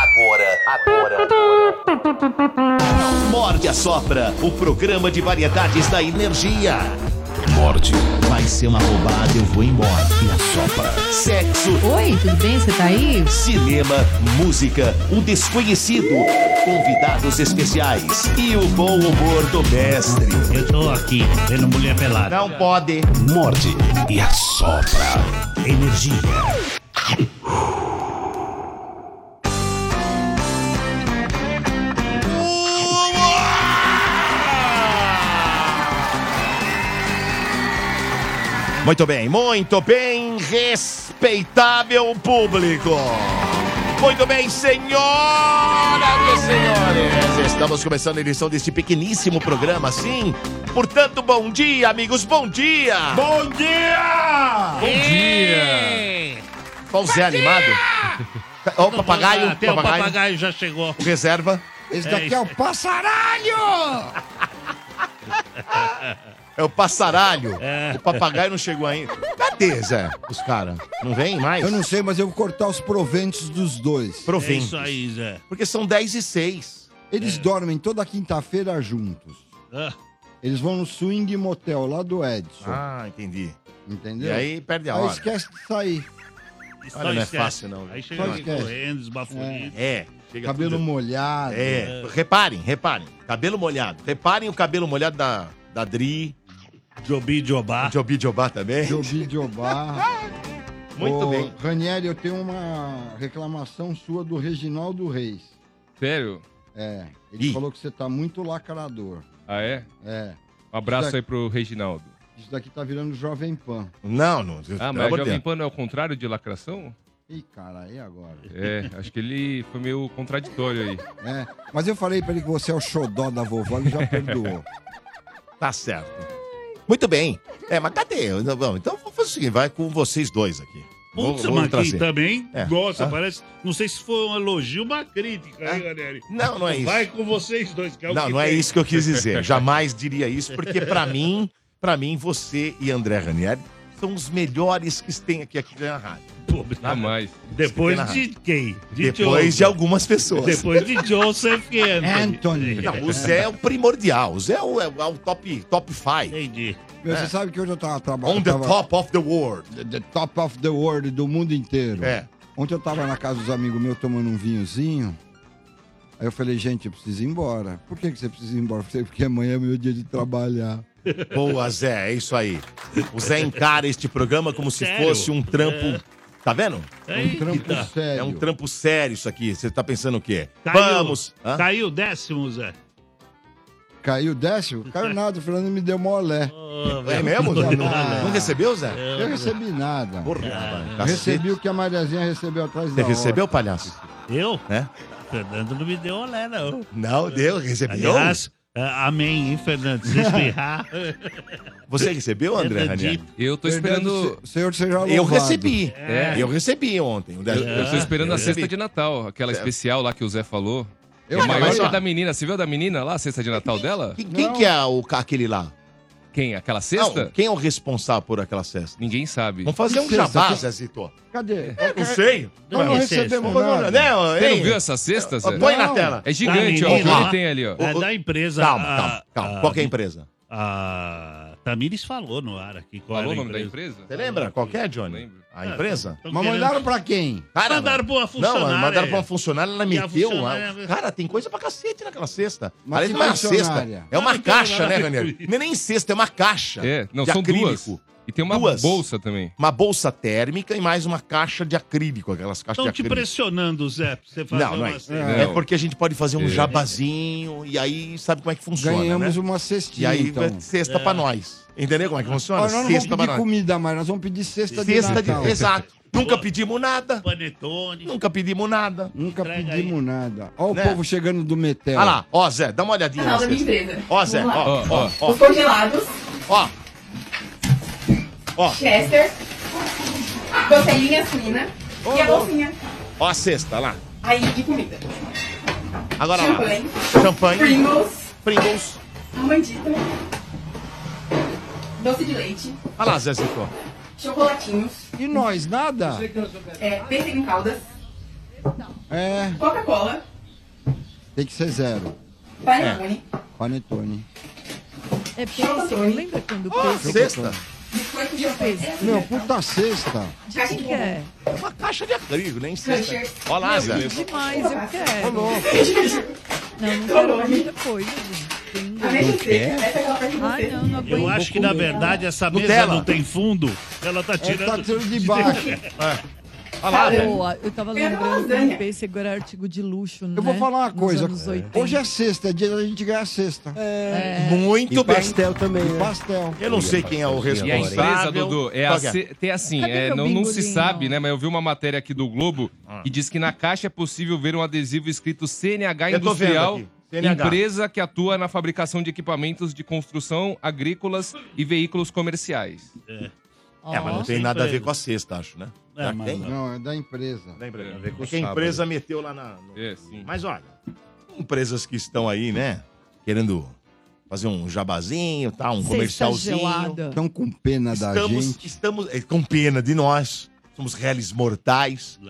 Agora, agora, agora. Morde a Sopra, o programa de variedades da energia. Morde. Vai ser uma roubada, eu vou embora. E a Sopra. Sexo. Oi, tudo bem? Você tá aí? Cinema, música, um desconhecido, convidados especiais e o bom humor do mestre. Eu tô aqui, vendo mulher pelada. Não pode. Morde e a Sopra. Energia. Muito bem, muito bem, respeitável público. Muito bem, senhoras e senhores. Estamos começando a edição deste pequeníssimo programa, sim. Portanto, bom dia, amigos, bom dia. Bom dia! Bom dia! Qual o Zé animado? Ó, o papagaio, Até o papagaio. papagaio já chegou. Reserva. Esse É daqui isso. é o passaralho! É o passaralho. É. O papagaio não chegou ainda. Cadê, Zé? Os caras. Não vem mais? Eu não sei, mas eu vou cortar os proventos dos dois. É Provinho. isso aí, Zé. Porque são 10 e É. 6. Eles dormem toda quinta-feira juntos. Ah, Eles vão no swing motel lá do Edson. Ah, entendi. Entendeu? E aí perde a Tá Aí hora. esquece de sair. só não é esquece. fácil, não, Aí velho. chega Só esquece. correndo, esbaforido. É. Chega Cabelo tudo- molhado. É. Reparem, reparem. Cabelo molhado. Reparem o cabelo molhado da, da Dri. Jobi Jobá. Jobi Jobá também. Jobi Jobá. Muito tá? Ô, bem. Ranieri, eu tenho uma reclamação sua do Reginaldo Reis. Sério? É. Ele Ih. falou que você tá muito lacrador. Ah, é? É. Um abraço Isso aí pro Reginaldo. Isso daqui tá virando Jovem Pan. Não, não. Ah, pelo mas a amor de Jovem Deus. Pan não é o contrário de lacração? Ih, cara, e agora? É, acho que ele foi meio contraditório aí. É, mas eu falei pra ele que você é o xodó da vovó, ele já perdoou. Tá certo. Muito bem. É, mas cadê? Bom, então vou fazer o seguinte: vai com vocês dois aqui. Vou- Putz, vou mas trazer. quem também É. gosta, Ah. parece. Não sei se foi um elogio ou uma crítica, hein, galera? Não, não é isso. Vai com vocês dois, que é o Não, que não é tem. isso que eu quis dizer. Jamais diria isso, porque pra mim, para mim, você e André Ranieri são os melhores que tem aqui, aqui na rádio. Pô, Jamais. Depois Isso que tem de quem? De Depois de Joseph. algumas pessoas. Depois de é Joseph Anthony. Não, o Zé é o primordial. O Zé é o, é o- é o top, top five. Entendi. Meu, Você sabe que hoje eu tava trabalhando. É. On the top of the world. The top of the world do mundo inteiro. É. Ontem eu tava na casa dos amigos meus tomando um vinhozinho. Aí eu falei, gente, eu preciso ir embora. Por que, que você precisa ir embora? Eu falei, porque amanhã é meu dia de trabalhar. Boa, Zé. É isso aí. O Zé encara este programa como se Sério? É. fosse um trampo. Tá vendo? Um trampo Eita. sério. É um trampo sério isso aqui. Você tá pensando o quê? Caiu. Vamos! Hã? Caiu o décimo, Zé. Caiu décimo? Caiu nada, o Fernando me deu molé. É mesmo? Zé? Não, não recebeu, Zé? Eu não recebi nada. Porra, rapaz. Eu recebi o que a Mariazinha recebeu atrás Você da hora. recebeu, palhaço? Eu? Né? Fernando não me deu olé, não. Não, deu, recebeu. Aliás, ah, amém, hein, Fernando? Se espirrar. Você recebeu, André Ranieri? acredito. Eu tô Fernando, esperando. se- Senhor, seja louvado. Eu recebi. É. Eu recebi ontem. o Eu, dez- eu tô esperando Eu a cesta recebi. de Natal, aquela especial lá que o Zé falou. É Eu- maior mas, que ó. a da menina. Você viu a da menina lá, a cesta de Natal dela? Quem, quem Não. que é o, aquele lá? Quem? Aquela Não, cesta? quem é o responsável por aquela cesta? Ninguém sabe. Vamos fazer um Que cesta? jabá, Que- Zé Zito. Cadê? Não sei. Nós é não Dá licença. recebemos Não, nada. não, não, Você hein? não viu essa cesta, Zé? Põe na Não. tela. Tá Tá É gigante, ó. Da O que menina lá. ele tem ali, ó. É da empresa. Calma, a- calma, calma. a- Qual que é a empresa? A Tamires falou no ar aqui. Qual Falou era o a nome da empresa? Você lembra? Qual que é, Johnny? Lembro. A empresa? Tão Mas É, querendo- mandaram pra quem? Cara, Mandaram pra uma Não, funcionária. mano, mandaram pra uma funcionária, ela E a meteu funcionária- uma... Cara, tem coisa pra cacete né? naquela cesta. Mas Aliás, que não é uma funcionária? cesta. É Ah, uma não tem caixa, nada né, a ver Daniel? com isso. Não é nem cesta, é uma caixa. É, não, de são acrílico. duas. E tem uma Duas. bolsa também. Uma bolsa térmica e mais uma caixa de acrílico, aquelas caixas Estão de te acrílico. pressionando, Zé, pra você fazer é Não, não é uma isso. cena. É Não. porque a gente pode fazer um jabazinho e aí sabe como é que funciona, Ganhamos né? uma E cestinha, aí então. vai cesta pra nós. Entendeu como é que funciona? Olha, nós não vamos cesta pra pedir nós. comida mais, nós vamos pedir cesta de Cesta de... Natal. Exato. Nunca pedimos nada. Panetone. Nunca pedimos nada. Nunca Entrega pedimos nada. Olha Né? o povo chegando do Metel. Olha lá, ó, Zé, dá uma olhadinha na Canal da minha cesta. empresa. Ó, Zé, Vamos lá. ó, ó, ó, Os congelados, ó. Ó, Chester, costelinha suína e a bolsinha. ó a cesta lá. Aí de comida. Agora lá. Champanhe. Champanhe. Pringles, Pringles. mandita, né? doce de leite, Olha lá, Zé Zico. chocolatinhos, E nós, nada? é, peixe em caldas, É, Coca-Cola, tem que ser zero. É. panetone, Panetone. É peixe, Chocotone. lembra quando o peixe Ah, Sexta? biscoito de chocolate, Meu, puta cesta. caixa de que é? Uma caixa de acrílico, nem sexta. Lancher. Ó, Lázaro. Demais, eu quero. Não, não quero Colônia. mais muita coisa, gente. Tem- A mesma seca, Tá essa é aquela parte de Ai, você. não, não aguento. Eu acho que, na verdade, essa mesa um Nutella. não tem fundo. Ela tá É, tá tirando... tirando de baixo. Olha lá, velho. Boa, eu tava Quero lembrando que lasanha. o pêssego era é artigo de luxo, né? Eu vou falar uma Nos coisa. anos 80. Hoje é sexta, é dia da gente ganhar sexta. É. Muito bem. pastel também, E né? pastel. Eu não sei quem é assim, o E a responsável. empresa, Dudu, é a Qual que é? C- tem assim, Cadê é, meu não, não se bingolinho? sabe, né? Mas eu vi uma matéria aqui do Globo Ah. que diz que na caixa é possível ver um adesivo escrito CNH Eu tô vendo Industrial. aqui, CNH. Empresa que atua na fabricação de equipamentos de construção, agrícolas e veículos comerciais. Ó, É, mas não tem nada a ver com a sexta, acho, né? É, Já mas- tem? Não, é da empresa. Lembra? É, É, com que a sábado. empresa meteu lá na. no- É, sim. Mas olha, empresas que estão aí, né? Querendo fazer um jabazinho, tá? Um cesta comercialzinho. gelada. Estão com pena da Estamos, gente. estamos é, com pena de nós. Somos réis mortais,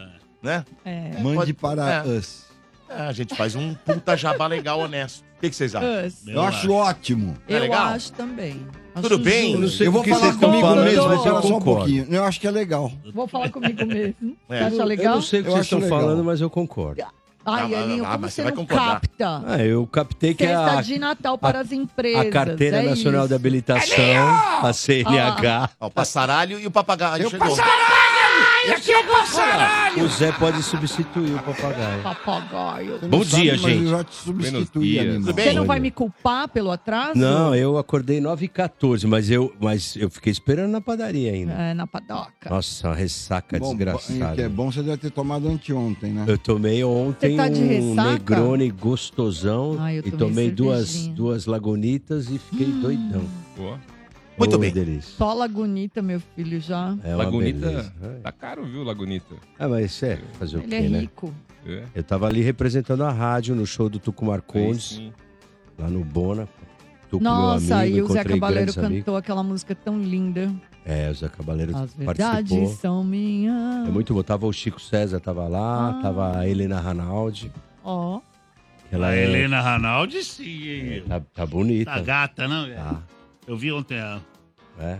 né? É. Mande pode- para é. us. É, a gente faz um puta jabá legal, honesto. O que, que vocês acham? Us. Eu acho ótimo. É eu legal? acho também. Tudo Acho bem? justo. Eu não sei com eu vou o que vocês falar estão comigo falando, mesmo, mas mas eu era só um concordo. pouquinho. Eu acho que é legal. Vou falar comigo mesmo. É. Você acha Eu legal? não sei o que Eu vocês acho estão legal. falando, mas eu concordo. Ai, Ah, Elinho, ah, como mas você você vai não concordar. capta? Ah, eu captei que é Festa a, de Natal para as empresas. a Carteira é Nacional isso. de Habilitação, É a CNH, Ah, Ó, o passaralho e o papagaio Eu chegou. o Zé pode substituir o papagaio. Papagaio. Você Bom não dia, sabe, mas gente. Eu já te Buenos substituí, dias. animal. Tudo Você bem? não vai me culpar pelo atraso? Não, eu acordei 9h14, mas eu, mas eu fiquei esperando na padaria ainda. É, na padoca. Nossa, uma ressaca Bom, O que é desgraçada. bom, você deve ter tomado anteontem, né? Eu tomei ontem Você tá de um ressaca? Negroni gostosão Ah, eu e tomei tomei duas, cervejinha. Hum. duas lagunitas e fiquei doidão. Boa. Muito Ô, bem. Delícia. Só Lagunita, meu filho, já. É uma Lagunita. beleza. Tá caro, viu, Lagunita? Ah, mas é, fazer o Ele quê, é né? rico. É. Eu tava ali representando a rádio no show do Tucumar Aí Condes, sim. lá no Bona. Tô com meu Nossa, amigo, e o Zé encontrei Cabaleiro grandes amigos. cantou aquela múca tão linda. É, o Zé Cabaleiro As participou. verdades são minhas. É muito bom. Tava o Chico César, tava lá, Ah. tava a Helena Ranaldi. Ó, que Ela A é- Helena Ranaldi, sim, hein? Tá, tá bonita. Tá gata, não? Tá, Eu vi ontem ela. é.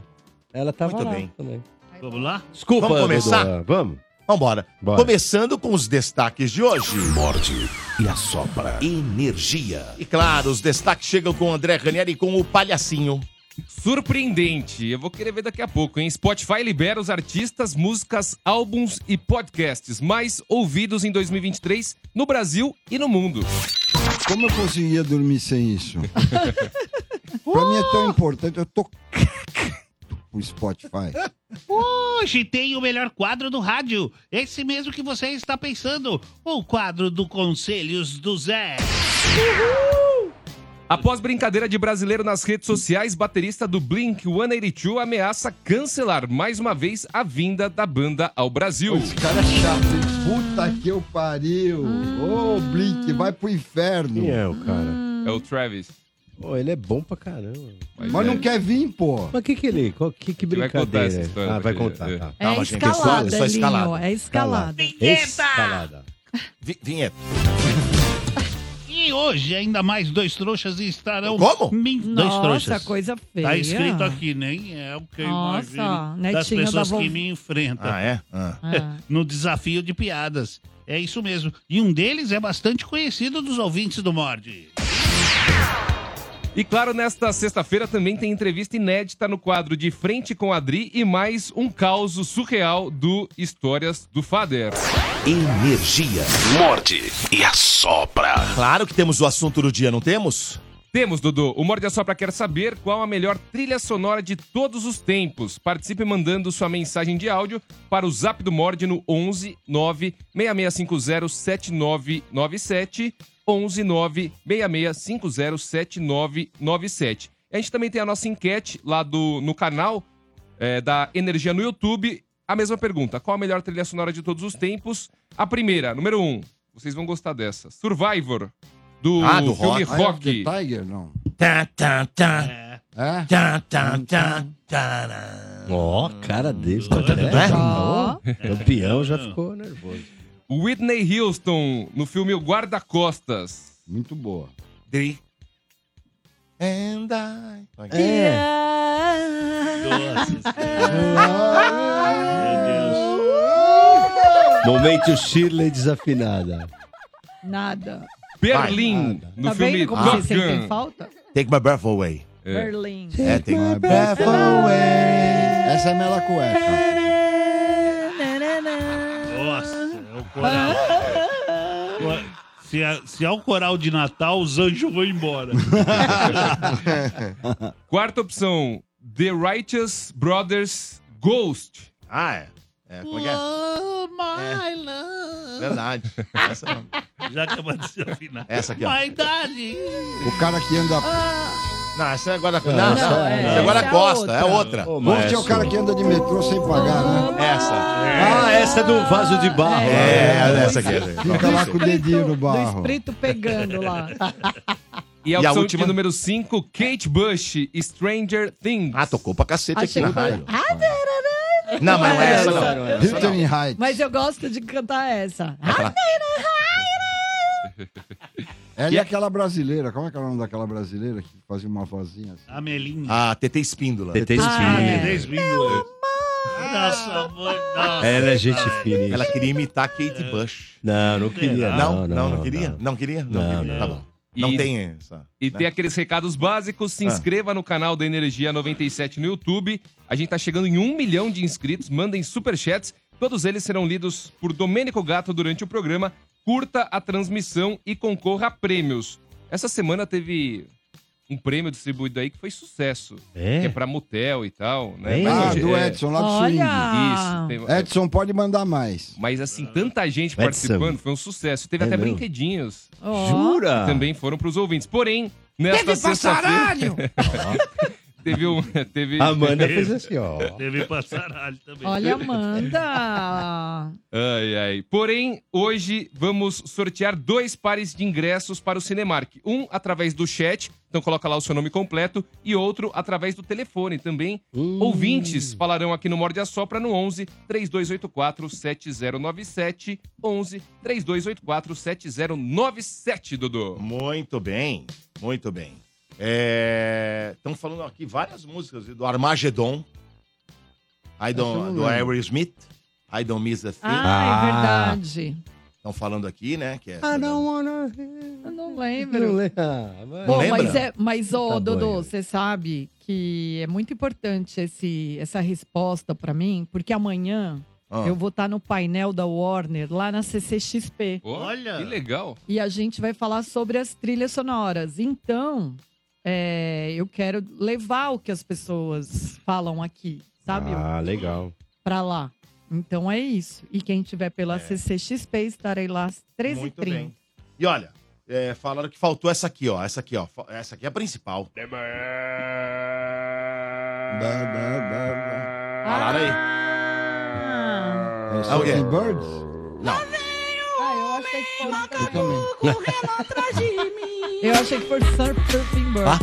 Ela tava Muito lá bem. também. Vamos lá? Desculpa, Vamos começar? Dodô, Vamos. Vambora. Bora. Começando com os destaques de hoje. E a sopra. Energia. E claro, os destaques chegam com o André Ranieri e com o Palhacinho. Surpreendente. Eu vou querer ver daqui a pouco, hein? Spotify libera os artistas, músicas, álbuns e podcasts mais ouvidos em 2023 no Brasil e no mundo. Como eu conseguia dormir sem isso? pra mim é tão importante, eu tô o Spotify. Hoje tem o melhor quadro do rádio. Esse mesmo que você está pensando. O quadro do Conselhos do Zé. Após brincadeira de brasileiro nas redes sociais, baterista do Blink 182 ameaça cancelar mais uma vez a vinda da banda ao Brasil. Esse cara é chato, hein? Puta que eu pariu. Ô, Blink, vai pro inferno. Quem é o cara? É o Travis. Pô, ele é bom pra caramba. Mas é, não quer vir, pô. Mas o que que ele... Qual, que, que A gente vai brincadeira? contar essa história, ah, vai porque- contar, é. tá. é Calma, gente, escalada, é só- é só Elinho. escalada. É escalada. Escalada. Vi- Vinheta. E hoje, ainda mais dois trouxas estarão. Como? Min- dois Nossa, trouxas. coisa feia. Tá escrito aqui, nem é o que eu Nossa, imagino das netinho da pessoas vovó. que me enfrentam Ah, é? Ah. Ah. no desafio de piadas. É isso mesmo. E um deles é bastante conhecido dos ouvintes do Morde. E claro, nesta sexta-feira também tem entrevista inédita no quadro De Frente com Adri e mais um caos surreal do Histórias do Fader. Energia. Morde e assopra. Claro que temos o assunto do dia, não temos? Temos, Dudu. O Morde a Sopra quer saber qual a melhor trilha sonora de todos os tempos. Participe mandando sua mensagem de áudio para o Zap do Morde no 11 9 6650 7997 11 9 6650 7997. A gente também tem a nossa enquete lá do, no canal é, da Energia no YouTube. A mesma pergunta: qual a melhor trilha sonora de todos os tempos? A primeira, número 1. Um, vocês vão gostar dessa. Survivor, do, Ah, do rock. filme Eye of Rock. the Tiger, não. Tá, tá, tá. É. É? Tá, tá, tá, tá. Ó, cara dele. Tá Hum. Não é? Ó, Campeão já ficou nervoso. Whitney Houston, no filme O Guarda-Costas. Muito boa. Three. And I. É. Momento Shirley desafinada. Nada. Berlim, Vai. no tá filme vendo como Top você sempre tem Gun. falta? Take my breath away. É. Berlim. É, tem. My breath away. Essa é Mela Cueca. Nossa, é o coral. Co- Se é, se é o coral de Natal, os anjos vão embora. Quarta opção, The Righteous Brothers Ghost. Ah, é. É, como é que é? Love my love. Verdade. Essa, Já acabou de se afinar. essa aqui, ó. My darling. O cara que anda. Não, essa é agora. Não, Não, essa- é, essa agora essa é gosta, é outra. Ô, Ghost é maestro. o cara que anda de metrô sem pagar, né? Essa. Ah, essa é do vaso de barro. É, essa aqui. Fica lá com o dedinho no Do barro. espírito pegando lá. E a E a opção última? de número 5, Kate Bush, Stranger Things. Ah, tocou pra cacete aqui Achei na que- rádio. Ah, tarará. Não, mas não é essa, Não, não. não é essa. Hilton Heights. Mas eu gosto de cantar essa. É Ah, Ela é aquela brasileira. Como é que é o nome daquela brasileira que fazia uma vozinha assim? Amelinha. Ah, TT Espíndola. TT Espírito. Três mil. Nossa, mãe, nossa. Ela é gente finíssima. Ela queria imitar Kate Bush. Não, não queria. Não, não, não, queria? Não queria? Não, Não, queria. não. Tá bom. Não E- tem essa. E né? tem aqueles recados básicos. Se Ah. inscreva no canal da Energia 97 no YouTube. A gente tá chegando em um milhão de inscritos. Mandem superchats. Todos eles serão lidos por Domênico Gato durante o programa. Curta a transmissão e concorra a prêmios. Essa semana teve um prêmio distribuído aí que foi sucesso. Que é É? pra motel e tal, né? É? Mas Ah, hoje- do é, Edson, lá do É, Swing. Isso. olha! tem- Edson, pode mandar mais. Mas assim, tanta gente Edson. participando, foi um sucesso. Teve É até mesmo? brinquedinhos Ó. Jura? também foram para os ouvintes. Porém, nesta sexta-feira. teve um. Teve, A Amanda fez assim, ó. Deve passar alho também. Olha, Amanda! Ai, ai. Porém, hoje vamos sortear dois pares de ingressos para o Cinemark. Um através do chat, então coloca lá o seu nome completo, e outro através do telefone também. Ouvintes falarão aqui no Morde a Sopra no 11 3284 7097. 11 3284 7097, Dudu. Muito bem, muito bem. É, Estão falando aqui várias músicas do Armagedon, I don't, do Aerosmith, I Don't Miss a Thing. Ah, Ah. é verdade. Estão falando aqui, né? Que é I Ah, essa, don't wanna... Eu não Não lembro. lembro. Ah, mas- Não Bom, lembra? mas, é, mas ô, Tá Dodô, doido. você sabe que é muito importante esse, essa resposta pra mim, porque amanhã Ah. eu vou estar no painel da Warner, lá na CCXP, Ó, Olha. Que legal. e a gente vai falar sobre as trilhas sonoras. Então, é, eu quero levar o que as pessoas falam aqui, sabe? Ah, legal. Pra lá. Então é isso. E quem tiver pela CCXP, estarei lá às 13h30. É. Muito bem. E olha, é, falaram que faltou essa aqui, ó. Essa aqui, ó. Fa- Essa aqui é a principal. Ba, ba, Falaram aí. Ah, ba, ba. É Ah, o quê? Sexy Birds? eu achei que fosse. Eu também. Eu achei que fosse Surfing Bird. Ah.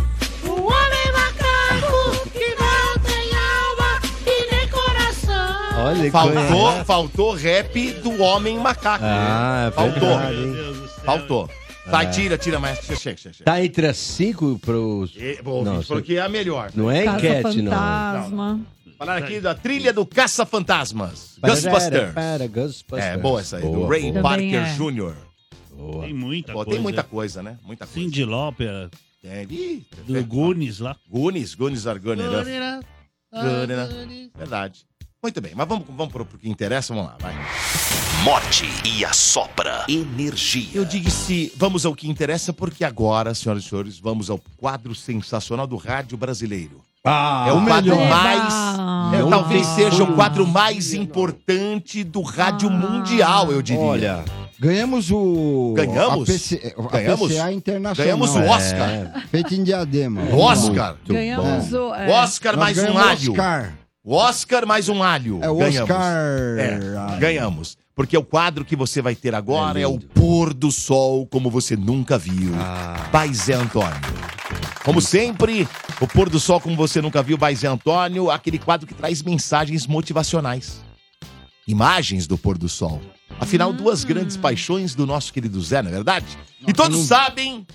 Olha, Faltou, conhe- faltou rap do Homem Macaco. Ah, Faltou. verdade, hein? É. Deus do céu. Faltou. Vai, tira, tira, mas chega, chega, chega. chega. Tá entre as cinco pros... E, bom, o Não, ouvinte falou você- que é a melhor. Não é Caça enquete, não. Fantasma. Falaram aqui da trilha do Caça-Fantasmas. Ghostbusters. Para, Ghostbusters. É, boa essa aí, do Boa, Ray boa, Parker Também é. Jr. boa. Tem muita Pô, coisa. tem muita coisa, né? Muita coisa. Cindy Lauper, Tem. Ih, do Goonies lá. Goonies, Goonies are gonna enough. Goonies, Goonies. Goonies. Verdade. Muito bem, mas vamos, vamos pro pro que interessa, vamos lá, vai. Morde e assopra. Energia. Eu disse, vamos ao que interessa, porque agora, senhoras e senhores, vamos ao quadro sensacional do rádio brasileiro. Ah, é o quadro melhor. mais. Eba! é, Não talvez tem seja o como. quadro mais importante do rádio Ah. mundial, eu diria. olha. Ganhamos o. Ganhamos? A, PC, a Ganhamos? PCA Internacional. É. Ganhamos o Oscar. Feito em diadema. O Oscar. Muito Ganhamos bom. o. é. O Oscar Nós mais um ganhamos o alho. Oscar. O Oscar mais um alho. É o ganhamos. Oscar. É, Ah, ganhamos. Porque o quadro que você vai ter agora é, É o lindo. pôr do sol como você nunca viu. Ah, By Zé Antônio. Como sempre, o pôr do sol como você nunca viu, By Zé Antônio, aquele quadro que traz mensagens motivacionais. Imagens do pôr do sol. Ah. Afinal, duas grandes paixões do nosso querido Zé, não é verdade? e todos sabem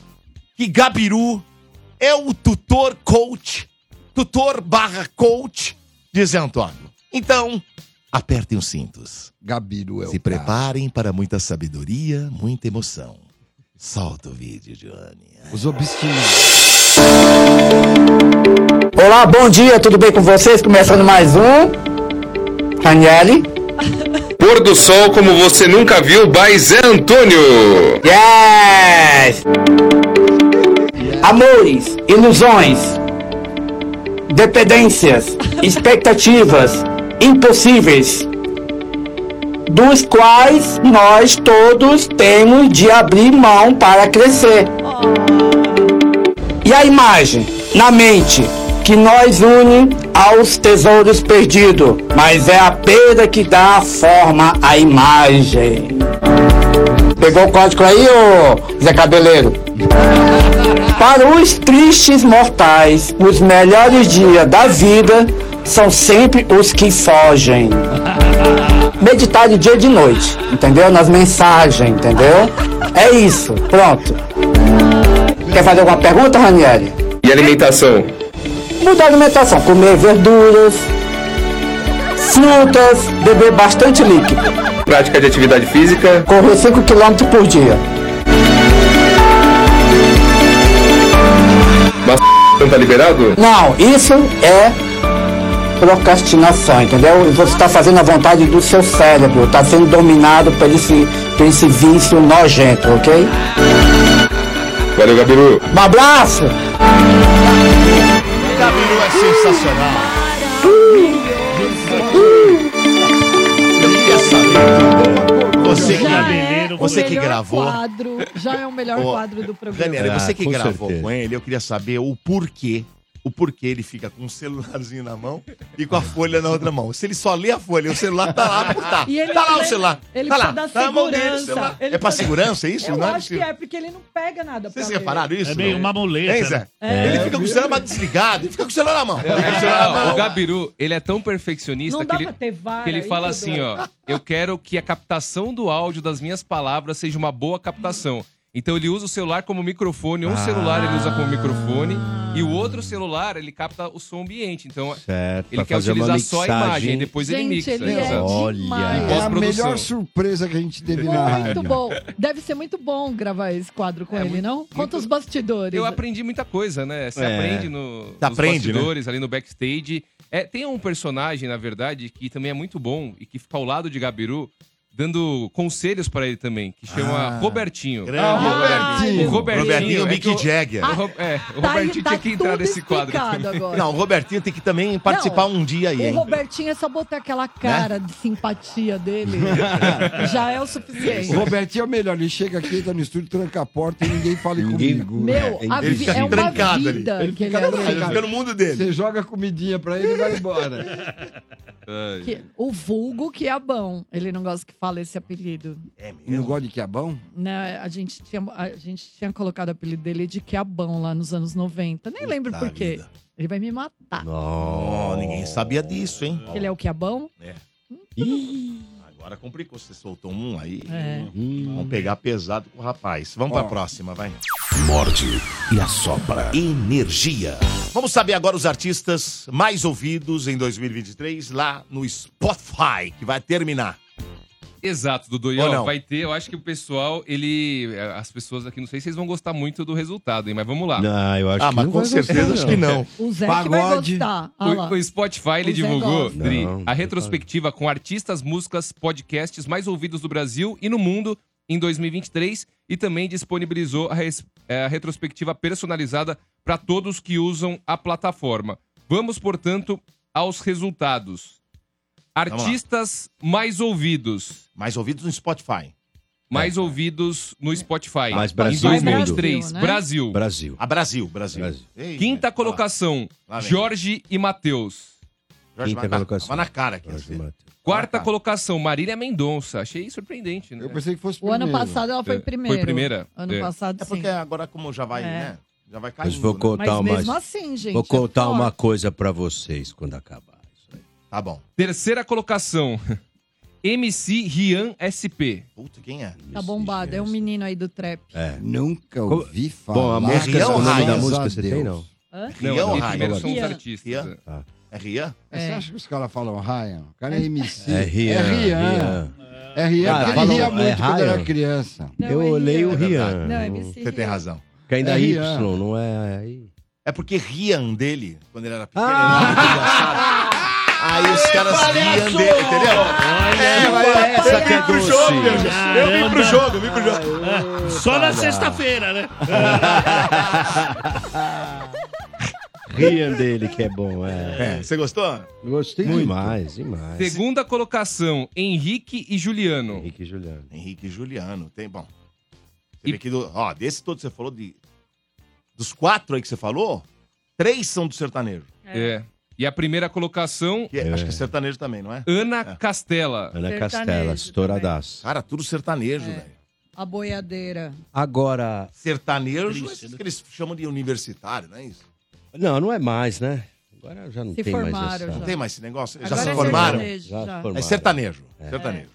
que Gabiru é o tutor coach, tutor barra coach de Zé Antônio. Então, apertem os cintos. Gabiru é o Se preparem para muita sabedoria, muita emoção. Solta o vídeo, Johnny. cara. Os obstinados. Olá, bom dia, tudo bem com vocês? Começando mais um. Raniele. Pôr do sol como você nunca viu, by Zé Antônio. Yes! Amores, ilusões, dependências, expectativas impossíveis, dos quais nós todos temos de abrir mão para crescer. E a imagem na mente que nós une aos tesouros perdidos, mas é a perda que dá forma à imagem. Pegou o código aí, ô Zé Cabeleiro? Para os tristes mortais, os melhores dias da vida são sempre os que fogem. Meditar de dia e de noite, entendeu? Nas mensagens, entendeu? É isso, pronto. Quer fazer alguma pergunta, Ranieri? E alimentação? Mudar a alimentação, comer verduras, frutas, beber bastante líquido. Prática de atividade física? Correr 5 km por dia. Mas não tá liberado? Não, isso é procrastinação, entendeu? Você está fazendo a vontade do seu cérebro, está sendo dominado por esse, por esse vício nojento, ok? Valeu, Gabiru. Um abraço! Gabiru é sensacional. Eu queria saber tudo. Você que Já Cabeleiro, é você o que melhor gravou. Quadro, já é o melhor Ô, quadro do programa. Daniela, Ah, você que com gravou certeza. com ele, eu queria saber o porquê. O porquê ele fica com o celularzinho na mão e Ah. com a folha na outra mão. Se ele só lê a folha, o celular tá lá, pô, tá. E ele tá lá lê- o celular. ele tá lá. precisa da tá na mão dele o segurança. celular. Ele é pra precisa- segurança isso? Eu não é acho que possível. é, porque ele não pega nada Vocês pra É. ler. repararam isso? É meio não? uma muleta. Hein, Zé? né? Ele fica com o celular mais desligado. Ele fica com o celular na mão. Fica com o celular na Não, mão. É, o Gabiru, ele é tão perfeccionista Não que dá ele, pra ter vara. que ele fala assim, ó. Eu quero que a captação do áudio das minhas palavras seja uma boa captação. Então ele usa o celular como microfone, um celular ele usa como microfone e o outro celular ele capta o som ambiente. Então Certo. ele quer utilizar só a imagem, depois ele Gente, mixa. ele é exato. Olha. demais. É a Pós-produção. melhor surpresa que a gente teve na Muito rádio. bom. Deve ser muito bom gravar esse quadro com É, ele, muito- não? Conta muito- os bastidores. Eu aprendi muita coisa, né? Você É. aprende no, Tá nos aprende, bastidores, ali no backstage. É, tem um personagem, na verdade, que também é muito bom e que fica ao lado de Gabiru, dando conselhos pra ele também, que chama Ah. Robertinho. Grande Ah, Robertinho. O Robertinho, Robertinho é Mick que o- Jagger. o Ro- é, o Robertinho tá tinha que entrar tudo nesse quadro. explicado agora. Não, o Robertinho tem que também participar um dia aí, O hein? Né? Robertinho é só botar aquela cara de simpatia dele. Já é o O suficiente. Robertinho é o melhor. Ele chega aqui, tá no estúdio, tranca a porta e ninguém fala Ninguém- comigo. Meu, a Ele vi- fica é uma trancado ali. vida Ele que ele fica trancado. Ele é. fica no mundo dele. Você joga comidinha pra ele e vai embora. Ai. Que- o vulgo que é bom. Ele não gosta que fale esse apelido. É Não mesmo? gosta de quiabão? Né? A, gente tinha, a gente tinha colocado o apelido dele de Quiabão lá nos anos 90. Nem lembro Puta por quê. vida. Ele vai me matar. Oh, ninguém sabia disso, hein? Ele é o Quiabão? né? Agora complicou. Você soltou um aí. Hum. É. Vamos Hum. pegar pesado com o rapaz. Vamos pra Ó. próxima, vai. Morde e assopra. Energia. Vamos saber agora os artistas mais ouvidos em 2023 lá no Spotify, que vai terminar. Exato, Dudu. E, Ou ó, não? vai ter, eu acho que o pessoal, ele. eh, As pessoas aqui, não sei se vocês vão gostar muito do resultado, hein? Mas vamos lá. Não, eu acho ah, que mas não com vai gostar, certeza acho que não. O Zé que vai Pagode. gostar. Ah lá. O, o Spotify ele O Zé divulgou gosta. Dri, Não, a retrospectiva com artistas, músicas, podcasts mais ouvidos do Brasil e no mundo em 2023 e também disponibilizou a, res- eh, a retrospectiva personalizada para todos que usam a plataforma. Vamos, portanto, aos resultados. lá. Artistas mais ouvidos. Mais ouvidos no Spotify. É. Mais ouvidos no Spotify. Mas Brasil em ou mundo? 2023. Brasil, né? Brasil. Brasil. Ah, Brasil, Brasil. Brasil. Ei, Quinta olha lá. colocação, Lá vem. Jorge e Matheus. Jorge Quinta Matar. colocação. Tava na cara aqui. Brasil, assim. Matheus. Quarta Caraca. colocação, Marília Mendonça. Achei surpreendente, né? Eu pensei que fosse O ano primeiro. passado ela foi É, primeiro. foi primeira, Ano é. passado, É sim. porque agora como já vai, É. né? Já vai caindo. Mas vou né? contar Mas uma. mesmo assim, gente. vou é contar uma forte. coisa pra vocês quando acabar. isso aí. Tá bom. Terceira colocação, MC Rian SP. Puta, quem é? Tá bombado, é um menino aí do trap. É. Nunca ouvi falar. Bom, a música, Rian o nome da Raiz. música você tem, não? Hã? Não, Rian não, ou e Ryan? primeiro são os Rian. artistas. Rian? é. É Rian? Mas Você É. acha que os caras falam Ryan? O cara é MC. É Rian. Rian. É Rian, Ah, porque falam- ele ria é muito quando Ryan? era criança. Não, Eu é olhei o É Rian. verdade. Não, é MC Você tem Rian. razão. Que ainda É é Y, Rian. não é aí. É porque Rian dele, quando ele era pequeno, Ah! ele era muito engraçado. Aí os caras Rian dele, entendeu? é essa que é pro doce. jogo, meu gente. Eu vim pro Caramba. jogo, eu vim pro jogo. Só ah, na sexta-feira, né? Rian dele que é bom, é. É, você gostou? Gostei demais, demais. Segunda colocação, Henrique e Juliano. Henrique e Juliano. Henrique e Juliano, tem bom. Você E- vê que do- ó, desse todo que você falou, de, dos quatro aí que você falou, três são do sertanejo. É. E a primeira colocação, Que é- Acho que é sertanejo também, não é? Ana É. Castela. Ana Sertanejo Castela, também. estouradaço. Cara, tudo sertanejo, É. velho. A boiadeira. Agora, Sertanejo, Triste, esses né? que eles chamam de universitário, não é isso? não, não é mais, né? Agora já não Se tem mais formaram essa. Não Já. tem mais esse negócio? Agora já se é formaram? sertanejo, Já se já. formaram. É. É sertanejo. Sertanejo.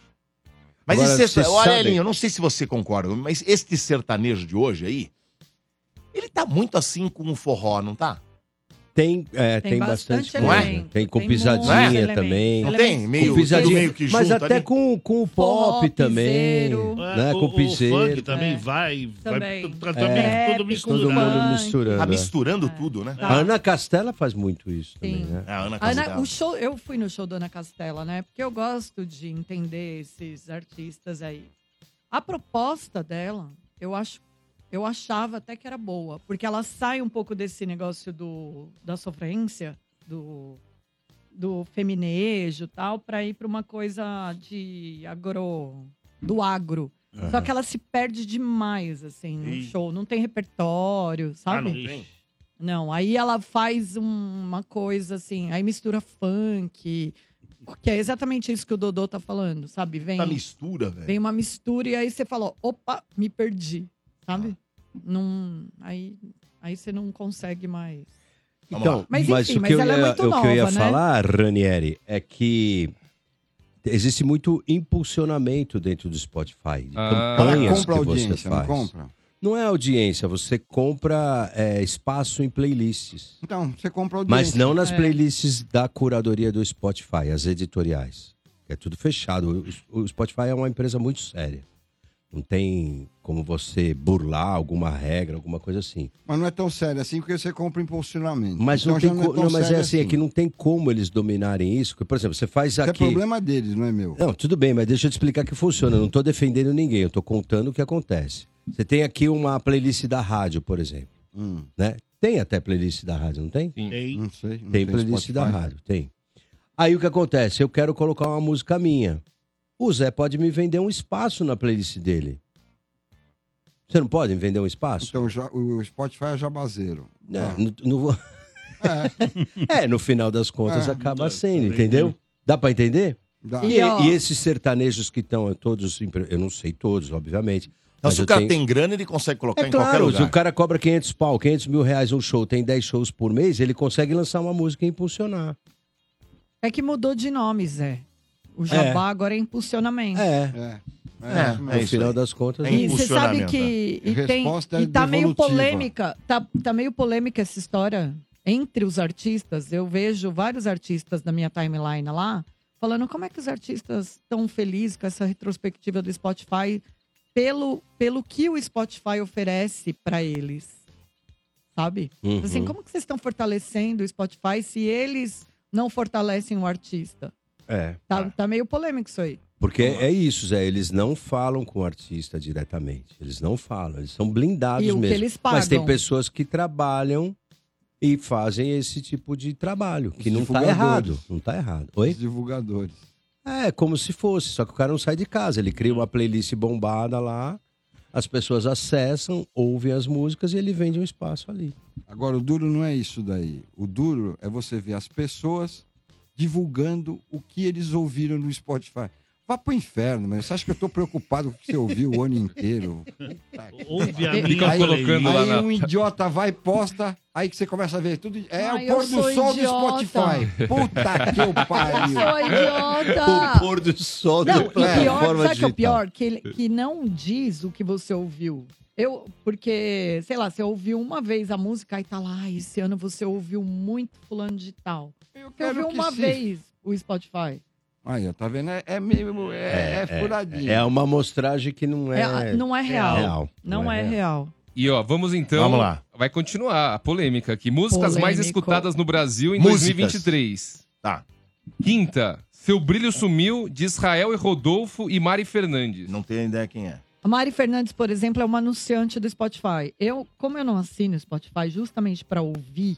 Mas Agora, esse sertanejo. vocês Olha, sabem- Elinho, eu não sei se você concorda, mas este sertanejo de hoje aí, ele tá muito assim com o forró, não tá? Tem, é, tem, Tem bastante, bastante coisa. é? elemento, Tem com tem pisadinha muito também. Não Ele tem? é Meio, com pisadinha. tudo meio que junto Mas até ali. com, com o Forró, pop também. piseiro. Né? o, com o piseiro. funk também É. vai. vai Também. tá- tá- É. Tudo Rap, misturado. Todo mundo Funk. misturando. Tá é. misturando tudo, né? É, A Ana Castela faz muito isso também, Sim. né? A Ana A Ana- Castela. o show, eu fui no show da Ana Castela, né? Porque eu gosto de entender esses artistas aí. A proposta dela, eu acho, eu achava até que era boa, porque ela sai um pouco desse negócio do da sofrência, do do feminejo, e tal, para ir para uma coisa de agro, do agro. Só que ela se perde demais assim no Ih. show, não tem repertório, Ah, sabe? não tem. Não, aí ela faz um- uma coisa assim, aí mistura funk, porque é exatamente isso que o Dodô tá falando, sabe? Vem, Tá mistura, velho. vem uma mistura e aí você fala, opa, me perdi, sabe? Ah. Não, aí, aí você não consegue mais. Vamos Então, lá. mas, Mas, o enfim, que eu mas ela é ia, muito o que eu ia nova, né? falar, Ranieri, é que existe muito impulsionamento dentro do Spotify. De Ah. Ela campanhas compra que você audiência, não faz. compra? Não é audiência, você compra é, espaço em playlists. Então, você compra audiência. Mas não nas É. playlists da curadoria do Spotify, as editoriais. É tudo fechado. O o Spotify é uma empresa muito séria. Não tem como você burlar alguma regra, alguma coisa assim. Mas não é tão sério assim, porque você compra impulsionamento. Mas Então não já tem co- tão não, mas é sério assim, é que não tem como eles dominarem isso. Por exemplo, você faz Isso é aqui. problema deles, não é meu. Não, tudo bem, mas deixa eu te explicar que funciona. Eu não estou defendendo ninguém, eu estou contando o que acontece. Você tem aqui uma playlist da rádio, por exemplo, Hum, né? Tem até playlist da rádio, não tem? Tem. não sei. não Tem playlist da Spotify. rádio, tem. Aí o que acontece? Eu quero colocar uma música minha. O Zé pode me vender um espaço na playlist dele. Você não pode me vender um espaço? Então já, o Spotify é jabazeiro. Ah. Não, não- não vou- É, É, no final das contas É, acaba tá, sendo, tá bem. Ah, entendeu? né? Dá pra entender? dá. E, E, ó- e esses sertanejos que estão todos, em pre- eu não sei todos, obviamente. Então, mas se eu o cara tenho- tem grana, ele consegue colocar É em qualquer claro, se lugar. o cara cobra 500 pau, 500 mil reais um show, tem 10 shows por mês, ele consegue lançar uma música e impulsionar. É que mudou de nome, Zé. O Jabá agora é impulsionamento. É, É, É, isso mesmo. é. é no isso final aí. das contas. É E você sabe impulsionamento, que e tem, Resposta e tá meio devolutiva. polêmica, tá, tá meio polêmica essa história entre os artistas. Eu vejo vários artistas na minha timeline lá falando como é que os artistas estão felizes com essa retrospectiva do Spotify pelo pelo que o Spotify oferece pra eles, sabe? Uhum. Assim, como que vocês estão fortalecendo o Spotify se eles não fortalecem o artista? É. Tá, tá meio polêmico isso aí. Porque é isso, Zé. Eles não falam com o artista diretamente. Eles não falam. Eles são blindados E o que mesmo. eles Mas tem pagam. pessoas que trabalham e fazem esse tipo de trabalho. Que Os não tá divulgadores. errado. Não tá errado. Oi? Os divulgadores. É, como se fosse. Só que o cara não sai de casa. Ele cria uma playlist bombada lá. As pessoas acessam, ouvem as músicas e ele vende um espaço ali. Agora, o duro não é isso daí. O duro é você ver as pessoas divulgando o que eles ouviram no Spotify. Vá pro inferno, mas você acha que eu tô preocupado com o que você ouviu o ano inteiro? Puta É. que Ouve a pariu. minha Aí- colocando aí lá na- um idiota vai e posta, aí que você começa a ver tudo. É Ai, o pôr do eu sou sol idiota. do Spotify. Puta que eu pariu. Eu sou idiota. O pôr do sol é da Não, e pior, plataforma sabe o que é digital. o pior? Que, ele- que não diz o que você ouviu. Eu, porque, sei lá, você ouviu uma vez a música e tá lá, "Ah, esse ano você ouviu muito fulano de tal. Você quero ouviu que uma se- vez o Spotify. Aí, ó, tá vendo? É, é meio. É, é furadinho. É uma amostragem que não é. É, não é real. Não, é, real. E ó, vamos então. Vamos lá. Vai continuar a polêmica aqui. Músicas mais Polêmico. escutadas no Brasil em Músicas. 2023. Tá. Quinta, Seu Brilho Sumiu, de Israel e Rodolfo e Mari Fernandes. Não tenho ideia quem é. A Mari Fernandes, por exemplo, é uma anunciante do Spotify. Eu, como eu não assino o Spotify justamente para ouvir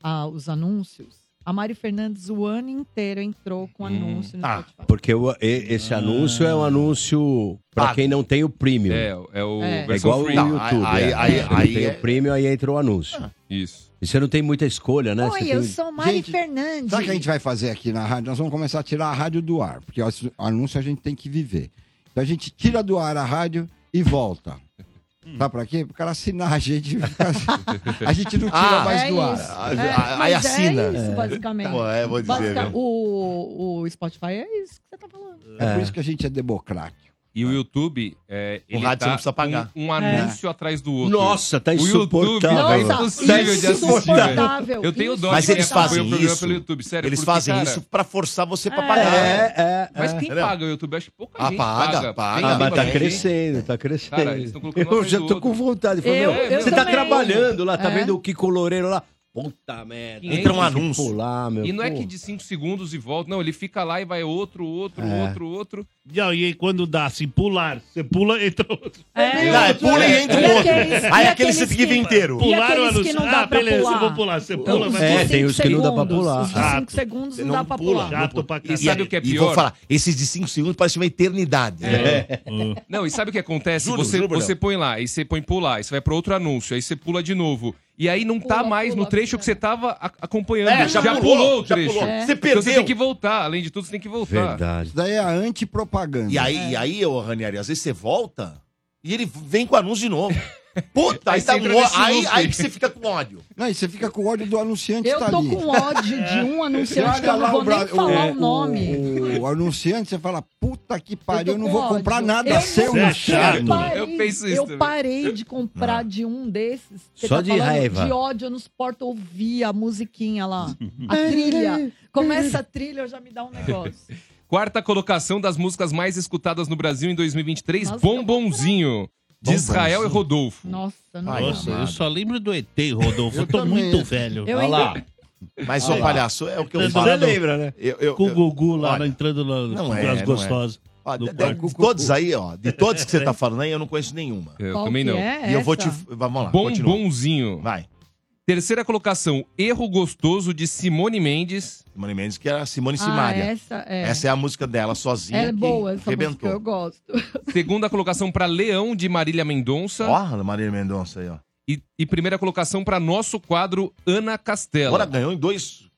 ah, os anúncios, a Mari Fernandes o ano inteiro entrou Hum. com Um Hum. anúncio no Ah, Spotify. Ah, Porque o- e- Ah. esse anúncio é um anúncio pra quem não tem o premium. É, é o É. versão igual o free. YouTube. Aí- é. aí- Você não aí tem é- Ah, o premium, aí entra o anúncio. Isso. E você não tem muita escolha, né? Você Oi, eu tem- sou Mari Gente, Fernandes. Sabe o que a gente vai fazer aqui na rádio? Nós vamos começar a tirar a rádio do ar, porque esse anúncio a gente tem que viver. Então a gente tira do ar a rádio e volta. Hum. Sabe pra quê? Pro cara assinar a gente. assim. A gente não tira Ah, mais é do ar. isso. É, Aí mas é assina. isso, basicamente. Pô, é, vou dizer, Basica- viu? o, o Spotify é isso. É por isso que a gente é democrático. E o YouTube, é, O ele rádio tá você não precisa pagar. Um, um É. anúncio atrás do outro. Nossa, tá O insuportável. é YouTube, tá Nossa, impossível de assistir. insuportável. velho. Eu tenho dó Mas de quem eles acompanha fazem o programa isso. pelo YouTube, sério. Eles porque, fazem cara, isso pra forçar você pra É. pagar. É, é, Mas quem Entendeu? paga o YouTube? Acho que pouca Ah, gente paga, paga. paga. Tem Ah, mas tá gente. crescendo, tá crescendo. Cara, eles tão colocando uma eu vez já do tô outro. com vontade. Falando, Eu- "Ué, eu você tá também. trabalhando lá, tá É. vendo o que coloreiro lá? Puta merda. Quem Tem entra um que anúncio. pular, meu, E não é pô. que de 5 segundos e volta. Não, ele fica lá e vai outro, outro, É. outro, outro. E aí, quando dá, se pular, você pula, entra outro. É, Não, é pula e entra E um outro. aqueles- Aí aquele e você aqueles fica o dia que- inteiro. Pularam Pularam o anúncio. que não dá ah, pra beleza, pular. eu vou pular. Então, Você pula, Os vai de pular. É, tem os que não dá pra segundos, pular. os de Chato. cinco segundos Você não pula. não Chato pra pula. caralho. E sabe o que é pior? E vou falar, esses de 5 segundos parecem uma eternidade. né? É. Hum. Não, e sabe o que acontece? Juro, você, juro, Bruno. você põe lá, aí você põe pular, aí você vai pra outro anúncio, aí você pula de novo. E aí não tá mais no trecho que você tava a- acompanhando. É, já pulou, o já trecho. pulou. É. Você Então você perdeu. tem que voltar. Além de tudo, você tem que voltar. Isso daí é a antipropaganda. E aí, e aí ô, Ranieri, às vezes você volta e ele vem com o anúncio de novo. Puta, aí, você dá um entra ó- nesse aí, loop. aí que você fica com ódio. Não, e você fica com ódio do anunciante Eu que tá tô ali. com ódio de É. um anunciante que eu não vou nem falar o nome. O, o anunciante, você fala, puta que tô pariu, eu não com vou ódio. comprar nada Eu seu não no quero. inferno. parei, Eu parei de Ah. comprar de um desses. Você Só tá de falando raiva. De ódio, eu não suporto ouvir a musiquinha lá. A trilha. Começa a trilha, já me dá um negócio. Quarta colocação das músicas mais escutadas no Brasil em 2023, tá Bombonzinho, de Israel e Rodolfo. Nossa, não. Nossa, eu só lembro do ET, Rodolfo. Eu, tô também. muito velho. Eu Olha ainda- lá. Mas, ô Olha lá. palhaço, é o que eu Ah, Você falo. lembra, né? Eu, eu, Com o Gugu lá, olha, entrando lá, não é, com as não gostosas. é. Ó, no de, quarto. de todos aí, ó, de todos que você tá falando aí, eu não conheço nenhuma. Eu Qual também que não. é e eu vou te. essa? Vamos lá. continua. Bombonzinho. Vai. Terceira colocação, Erro Gostoso, de Simone Mendes. Simone Mendes, que era Simone Ah, Simaria. essa é. Essa é a música dela, sozinha. Ela é que boa, essa música, arrebentou. eu gosto. Segunda colocação para Leão, de Marília Mendonça. Ó, Marília Mendonça aí, ó. E, e primeira colocação para nosso quadro, Ana Castela. Agora ganhou em dois.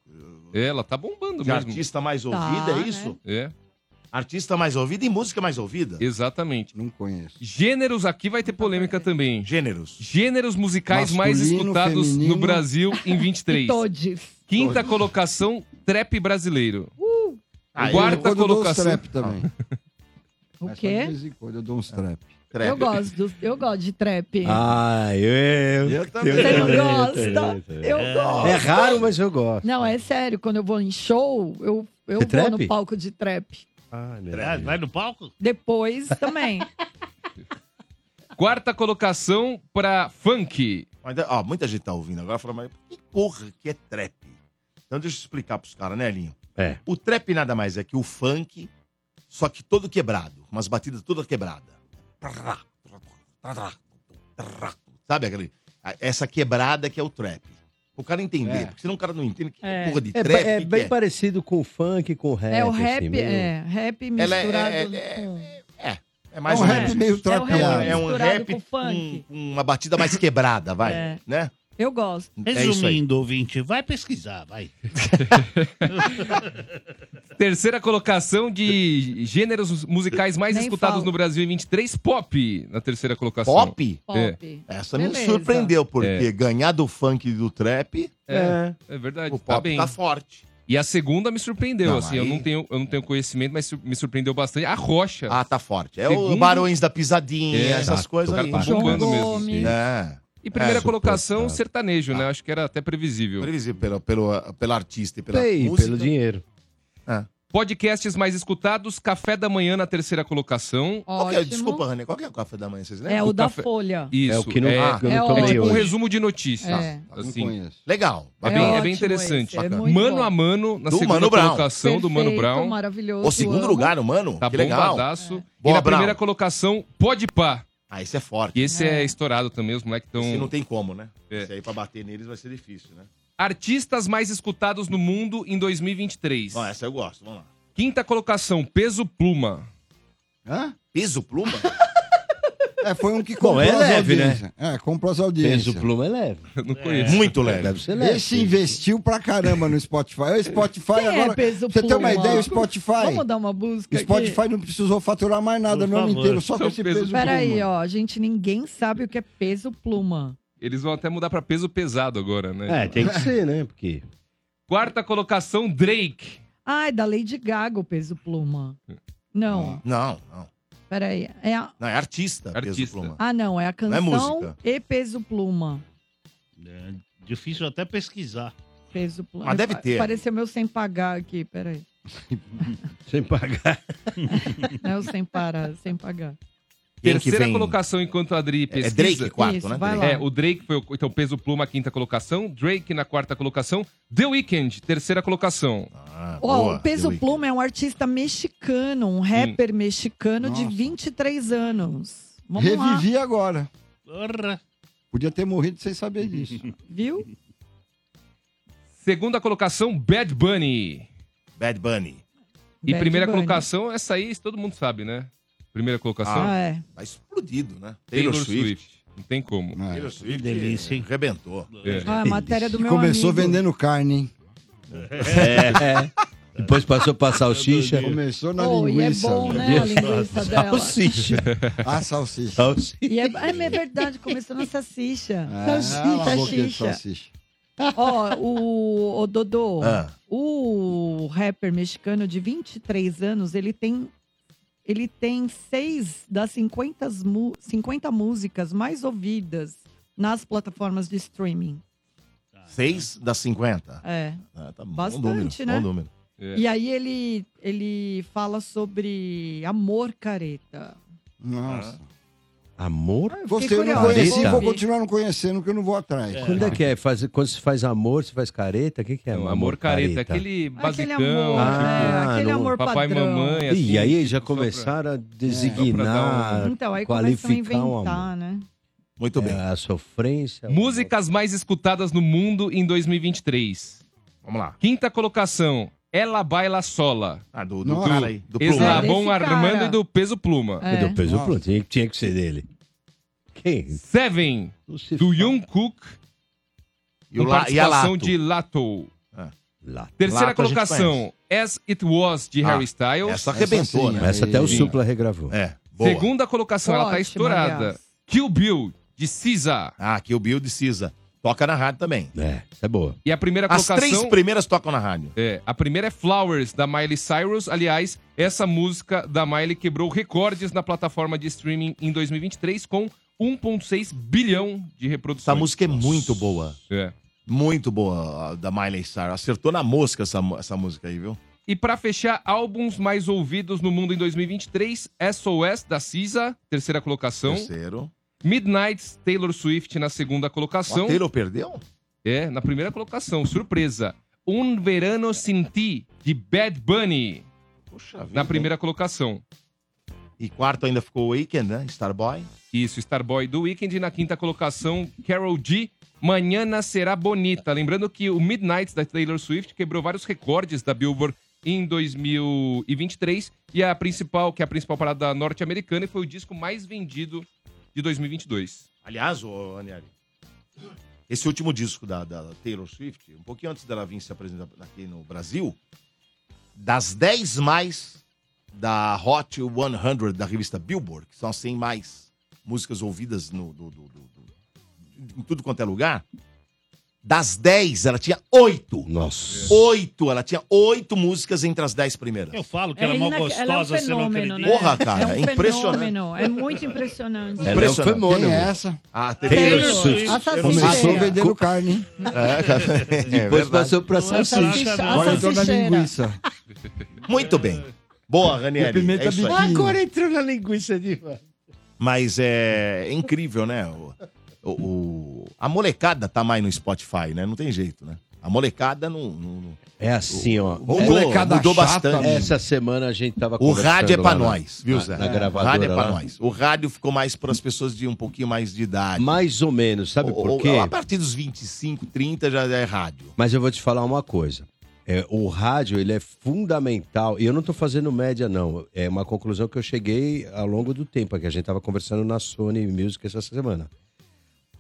Ela tá bombando De mesmo. artista mais Tá, ouvida, né? é isso? É. Artista mais ouvida e música mais ouvida. Exatamente. Não conheço. Gêneros aqui vai ter polêmica também. Gêneros. Gêneros musicais mais Masculino, escutados feminino. no Brasil em 23. Todes. Quinta colocação, trap brasileiro. Ah, Aí, Quarta quando eu dou uns colocação. trap também. O Mas quê? De vez em quando eu dou uns trap. Ah, Eu gosto, dos- eu gosto de trap. Ai, eu. Eu também. Você não gosta? Eu é. gosto. É raro, mas eu tá. gosto. Não, é sério, quando eu vou em show, eu, eu De vou trap? no palco de trap. Ah, Ai, meu Vai- Vai no palco? Depois também. Quarta colocação pra funk. ó, muita gente tá ouvindo agora fala, mas que porra que é trap? Então deixa eu explicar pros caras, né, Linho? É. O trap nada mais é que o funk, só que todo quebrado. Umas batidas toda quebrada. Sabe aquele? a- Essa quebrada que é o trap. O cara entender, É. porque senão o cara não entende que É. porra de É, trap. pa- é que que bem parecido com o funk, com o rap. É o assim, rap, meio- é. Rap misturado. Ela é- é- com- É mais É um ou rap menos meio isso. trapeado. É um misturado rap com funk. com uma batida mais quebrada, vai. É. Né? Eu gosto. Resumindo, ouvinte, vai pesquisar, vai. Terceira colocação de gêneros musicais mais escutados no Brasil em 23, pop. Na terceira colocação. Pop? É. Essa me surpreendeu, porque É. ganhar do funk e do trap. É, é verdade. O tá pop bem. tá forte. E a segunda me surpreendeu, Não, aí- assim, eu, não tenho, eu não tenho conhecimento, mas sur- me surpreendeu bastante. A Rocha. Ah, tá forte. É o Barões da Pisadinha, É. essas coisas O cara aí. tá João bombando Gomes. mesmo. É. E É, primeira Ah. colocação, sertanejo, né? Acho que era até previsível. Previsível pelo, pelo, pelo artista e pela Sei, música. É. pelo dinheiro. Podcasts mais escutados, Café da Manhã na terceira colocação. Qual que é? Desculpa, Rani, qual que é o café da manhã? Vocês lembram? É o, da café- Folha. Ah, Isso. É o que não- é, que eu não É tomei tipo um hoje. resumo de notícias. É. Tá Assim. Não conheço. Legal. É bem, é bem interessante. Bacana. mano a mano, na Do segunda Mano Brown. colocação do Mano Perfeito, Brown. maravilhoso. O segundo amo. É. lugar, o mano. Tá que legal. bombadaço. E Boa, na Brown. primeira colocação, Pode Pá. Ah, esse é forte. E esse é, estourado também, os moleques estão... Esse não tem como, né? É. Esse aí pra bater neles vai ser difícil, né? Artistas mais escutados no mundo em 2023. Não, essa eu gosto, vamos lá. Quinta colocação, Peso Pluma. Hã? Peso Pluma? É, foi um que Bom, comprou é as leve, audiências. É, comprou as audiências. Peso né? pluma é leve. Não conheço. Muito leve. Deve ser leve. Esse investiu pra caramba no Spotify. O Spotify Quem agora. é peso você tem uma pluma? ideia, o Spotify. Vamos dar uma busca O Spotify não precisou faturar mais nada Por no ano favor. inteiro, só com Só esse peso peso. aqui. Peraí, ó, gente, ninguém sabe o que é peso pluma. Eles vão até mudar pra peso pesado agora, né? É, tem que ser, né? Porque. Quarta colocação, Drake. Ah, é da Lady Gaga o peso pluma. É. Não, Não, não. Ah. peraí. É a... Não, é artista, Peso Pluma. Ah, não, é Não a é canção música. e peso pluma. É difícil até pesquisar. Peso pluma. Mas deve Pa- ter. Pareceu meu sem pagar aqui, peraí. Sem pagar. Não é o sem parar, sem pagar. Quem que Terceira vem? colocação enquanto a Adri pesquisa. Drake, quarto, Isso, né? vai lá. É, o Drake foi, o- então, peso pluma, quinta colocação. Drake na quarta colocação. The Weeknd, terceira colocação. Ah, Ó, o Peso Pluma é um artista mexicano, um rapper mexicano de 23 anos. Vamos Revivi lá, agora. Porra. Podia ter morrido sem saber disso. viu? Segunda colocação, Bad Bunny. Bad Bunny. E Bad primeira Bunny. colocação, essa aí todo mundo sabe, né? Primeira colocação. Ah, é. Tá explodido, né? Taylor, Swift. Não tem como. Taylor Swift. Delícia, hein? É. Rebentou. É. Ah, a matéria do meu Começou amigo. vendendo carne, hein? É. Depois passou a passar o salsicha. Começou na Oh, e é linguiça. bom, velho. né, a linguiça dela. Salsicha. A salsicha. Salsicha. E é, é minha verdade, começou na salsicha. Ah, ela boca de salsicha. salsicha. Ó, o, o Dodô, Ah. o rapper mexicano de 23 anos, ele tem ele tem seis das 50, mu- 50 músicas mais ouvidas nas plataformas de streaming. 6 das 50. É. Ah, tá Bastante, bom número, né? Bom número. É. E aí ele, ele fala sobre amor careta. Nossa. Amor? Você Fiquei eu não curiosa, conheci, vou vou ouvir. continuar não conhecendo, que eu não vou atrás. Quando é que é? Faz- quando se faz amor, se faz careta? O que, que é? Não, um amor, careta, aquele Aquele basicão. tipo, amor, né? Ah, Aquele não. amor Papai e padrão. mamãe, assim. E aí já só pra- um- começaram a Só pra Ah, designar, dar Então, aí começam a qualificar o inventar, amor. né? Muito bem. É, a sofrência. Músicas mais escutadas no mundo em 2023. Vamos lá. Quinta colocação, Ela Baila Sola. Ah, do, do Nossa. cara aí. Do Pluma. Exato. Eslabon É, desse cara. Armando e do Peso Pluma. É. Do peso Nossa. pronto, tinha, tinha que ser dele. Quem? Seven, Não se do fala. Jungkook, Cook, E, o com La, e a participação Lato. É. de Lato. Lá. Terceira Lato a gente colocação, As It Was, de Ah, Harry Styles. Essa arrebentou, sim, né? Essa até o Sim. Supla regravou. É, boa. Segunda colocação, ela tá Ótima, estourada. aliás. Kill Bill, de Cisa. Ah, aqui o Bill de Cisa. Toca na rádio também. É, essa é boa. E a primeira As colocação... três primeiras tocam na rádio. É, a primeira é Flowers, da Miley Cyrus. Aliás, essa música da Miley quebrou recordes na plataforma de streaming em 2023 com 1,6 bilhão de Essa reproduções. música é muito boa. É. Muito boa, a da Miley Cyrus. Acertou na mosca essa, mu- essa música aí, viu? E pra fechar, álbuns mais ouvidos no mundo em 2023, SOS, da Cisa, terceira colocação. Terceiro. Midnights, Taylor Swift, na segunda colocação. O Taylor perdeu? É, na primeira colocação, surpresa. Um Verano Sin Ti, de Bad Bunny, Puxa vida. na primeira colocação. E quarto ainda ficou o Weekend, né? Starboy. Isso, Starboy do Weekend. E Na quinta colocação, Carol G. Manhana Será Bonita. Lembrando que o Midnight da Taylor Swift quebrou vários recordes da Billboard em 2023. E a principal, que é a principal parada norte-americana, e foi o disco mais vendido de 2022. Aliás, o Aniari, Esse último disco da, da Taylor Swift, um pouquinho antes dela vir se apresentar aqui no Brasil, das 10 mais da Hot 100 da revista Billboard, que são as 100 mais músicas ouvidas no, do- do- do- do- em tudo quanto é lugar, das 10 ela tinha 8. Nossa. 8, ela tinha 8 músicas entre as 10 primeiras. Eu falo que ela é mal Ela é um gostosa, você não fenômeno, acredita. né? Porra, cara, é, É um impressionante. fenômeno, é muito impressionante. um Impressionante. Quem é essa? Ah, Taylor Taylor Swift. Swift. Eu não Começou sei. vendendo carne, hein? É, cara, é Depois verdade. passou pra salsicha. Agora entrou na linguiça. Muito bem. Boa, Ranieri. E pimenta é isso aí. entrou na linguiça, Diva. Mas é, é incrível, né? O, o- o- a molecada tá mais no Spotify, né? Não tem jeito, né? A molecada não. não- não- É assim, ó. Mudou, É, molecada mudou chata, né? bastante. Essa semana a gente tava né? O conversando rádio é pra lá na- nós, viu, na- Zé? Na o gravadora. rádio é pra lá. nós. O rádio ficou mais pras pessoas de um pouquinho mais de idade. Mais ou menos, sabe Ou- por ou- quê? A partir dos 25, 30 já é rádio. Mas eu vou te falar uma coisa. É, o rádio, ele é fundamental. E eu não tô fazendo média, não. É uma conclusão que eu cheguei ao longo do tempo, é que a gente tava conversando na Sony Music essa semana.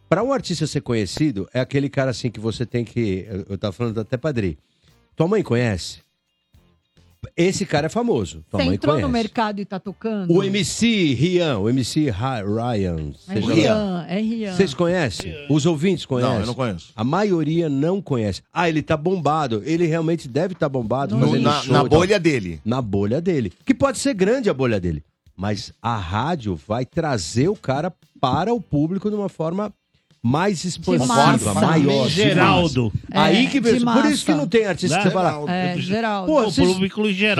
Para um artista ser conhecido, é aquele cara assim que você tem que. eu- Eu tava falando até padre. Tua mãe conhece? Esse cara é famoso. Tua Você mãe entrou conhece. no mercado e tá tocando? O MC Rian, o MC Ra- Ryan. É seja lá. Rian, é Rian. Vocês conhecem? Os ouvintes conhecem? Não, eu não conheço. A maioria não conhece. Ah, ele tá bombado. Ele realmente deve estar bombado. No- fazendo na- show na e tal. bolha dele. Na bolha dele. Que pode ser grande a bolha dele. Mas a rádio vai trazer o cara para o público de uma forma mais expansiva, massa. maior. de Geraldo. massa. Aí É, que de Por isso que massa. não tem artista que você fala. É, Geraldo. Pô, vocês-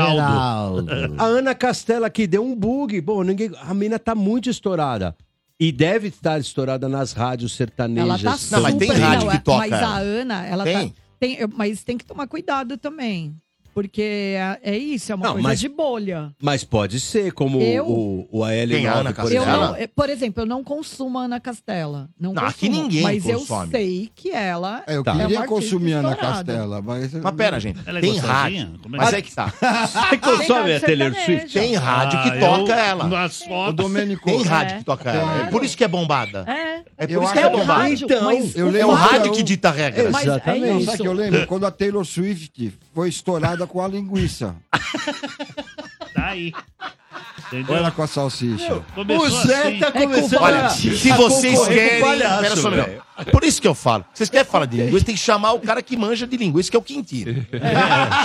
Geraldo. A Ana Castela aqui deu um bug. Bom, ninguém... a mina tá muito estourada. E deve estar estourada nas rádios Ela sertanejas. tá super... não, é- Mas a Ana, ela Tem? tá... Tem, eu- mas tem que tomar cuidado também. Porque é, é isso, é uma Não, coisa mas- de bolha. Mas pode ser, como Eu- o, o AL9, Quem, a Ana por Eu exemplo. não, eh, por exemplo, eu não consumo Ana Castela. Não, Não, consumo, aqui ninguém Mas consome. eu sei que ela. É, eu uma queria artista consumir a Ana estourada. Castela, mas... Tá. Mas pera, gente. Ela é tem gostosinha? rádio. Como é Mas que- é que tá. Você consome a Taylor Swift? Tem rádio que Ah, toca eu- ela. nas fotos. É. O Domênico. Tem rádio É. que toca ela. É por isso que é bombada. É. É por Eu isso que é acho que é bombada. rádio, é Então, mas eu o é um lembro o que rádio eu- que dita a regra. é Não, sabe que eu lembro? Quando a Taylor Swift foi estourada com a linguiça. Tá aí. Ou ela com a salsicha. Começou assim. tá É com Olha, palhaço. se A vocês concorrer com querem. palhaço, Pera só, velho. meu. Por isso que eu falo. Vocês querem falar É. de linguiça, tem que chamar o cara que manja de linguiça, que é o Quintino.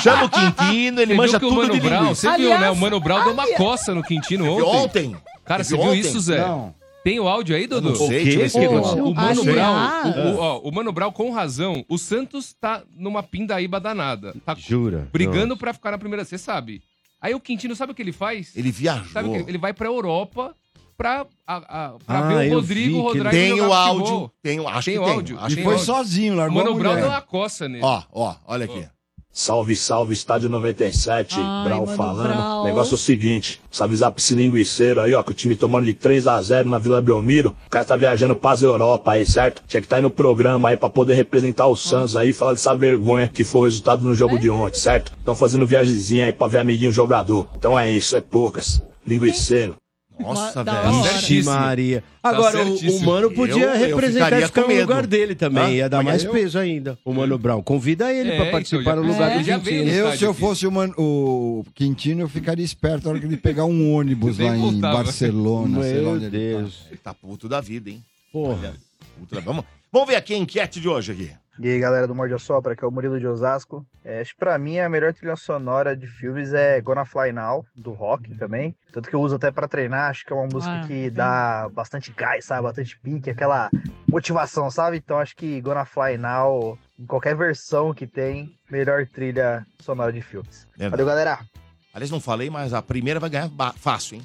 Chama o Quintino, ele É. Você manja viu que tudo o Mano de Brown, linguiça. Você viu, né? O Mano Brown deu uma coça no Quintino Teve ontem. ontem. Cara, você Teve viu ontem? isso, Zé? Não. Tem o áudio aí, Dudu? não sei, deixa eu ver se O- tem áudio. O Mano Brown, Aliás. o- o- ó, o Mano Brown com razão, o Santos tá numa pindaíba danada. Tá Jura? brigando pra ficar na primeira, você sabe. Aí o Quintino, sabe o que ele faz? Ele viajou. Sabe o que? Ele vai pra Europa pra, a- a- pra Ah, ver o eu vi Rodrigo, o que ele- Rodrigo Tem jogar o áudio, futebol. tem o- acho que o tem, áudio. acho que tem foi áudio. sozinho, largou Mano a Brown mulher. deu uma coça nele. Ó, ó, olha aqui. Salve, salve, estádio 97, Ai, Brau mano, falando. Brau. Negócio é o seguinte, precisa avisar pro esse linguiceiro aí, ó, que o time tomando de 3 a 0 na Vila Belmiro. O cara tá viajando pras Europa aí, certo? Tinha que tá aí no programa aí pra poder representar o Santos aí e falar dessa vergonha que foi o resultado no jogo de ontem, certo? Tão fazendo viagemzinha aí pra ver amiguinho jogador. Então é isso, é poucas. Linguiceiro. Nossa, Da velho. hora. Ixi, Maria. Tá Agora, o- o Mano podia representar e ficar no lugar dele também. ia dar mais peso ainda. O Mano Brown. Convida ele É, pra então, participar já- no lugar é. do Já veio no Quintino. Eu, se eu fosse o, Man- o Quintino, eu ficaria esperto na hora que ele pegar um ônibus lá em Barcelona, sei lá Meu onde ele tá. Ele tá puto da vida, hein? Porra. Puto da... Vamos, vamos ver aqui a enquete de hoje aqui. E aí, galera do Morde a Sopra, que é o Murilo de Osasco. É, acho que pra mim a melhor trilha sonora de filmes é Gonna Fly Now, do rock também. Tanto que eu uso até pra treinar, acho que é uma música Ah, que dá bastante gás, sabe? Bastante pique, aquela motivação, sabe? Então acho que Gonna Fly Now, em qualquer versão que tem, melhor trilha sonora de filmes. É. Valeu, galera! É, né? Aliás, não falei, mas a primeira vai ganhar ba- fácil, hein?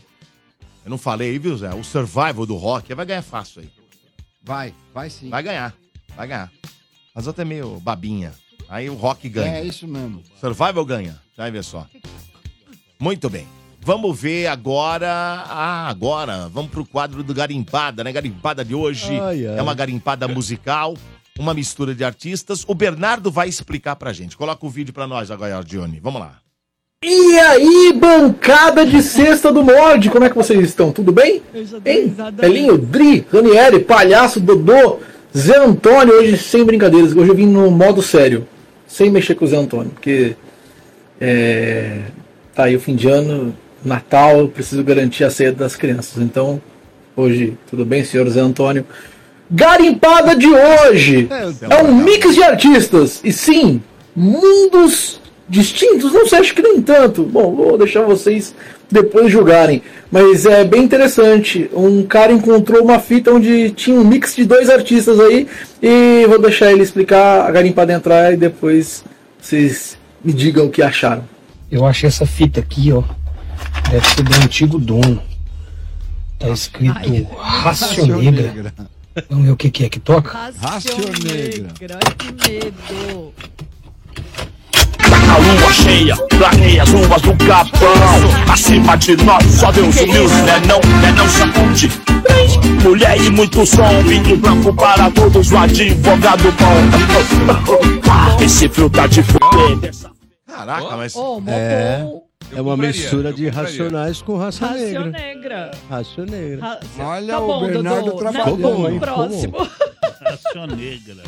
Eu não falei, viu, Zé? O survival do rock vai ganhar fácil aí. Vai, vai sim. Vai ganhar, vai ganhar. As outras é meio babinha. Aí o rock ganha. É isso mesmo. Survival ganha. Vai ver só. Muito bem. Vamos ver agora. Ah, agora. Vamos pro quadro do Garimpada, né? Garimpada de hoje Ai, ai. é uma garimpada musical, uma mistura de artistas. O Bernardo vai explicar pra gente. Coloca o vídeo pra nós agora, Johnny. Vamos lá. E aí, bancada de sexta do Mord, como é que vocês estão? Tudo bem? Eu já Hein? Elinho, Dri, Ranieri, Palhaço, Dodô, Zé Antônio, hoje sem brincadeiras, hoje eu vim no modo sério, sem mexer com o Zé Antônio, porque é, tá aí o fim de ano, Natal, eu preciso garantir a ceia das crianças. Então, hoje, tudo bem, senhor Zé Antônio? Garimpada de hoje é, um mix de artistas, e sim, mundos distintos, não sei, acho que nem tanto. Bom, vou deixar vocês depois julgarem. Mas é bem interessante. Um cara encontrou uma fita onde tinha um mix de dois artistas aí. E vou deixar ele explicar, a garimpada entrar e depois vocês me digam o que acharam. Eu achei essa fita aqui, ó. Deve ser do antigo dono. Tá escrito Ai, Racio Rácio Negra. Negra. Vamos ver o que, que é que toca? Rácio Negra. que medo. A lua cheia, planeia as ruas do capão. Acima de nós só Deus e Deus, né não, né não saúde. Mulher e muito som, vinho branco para todos, o advogado bom. Esse frio tá de fuder. Caraca, mas. É, é uma compraria, mistura eu de racionais com raça Racio negra. negra. Raça negra. Ra- cê- Olha tá o bom, Bernardo Dodô. trabalhando, Não, vamos hein? pro próximo. Ração negra.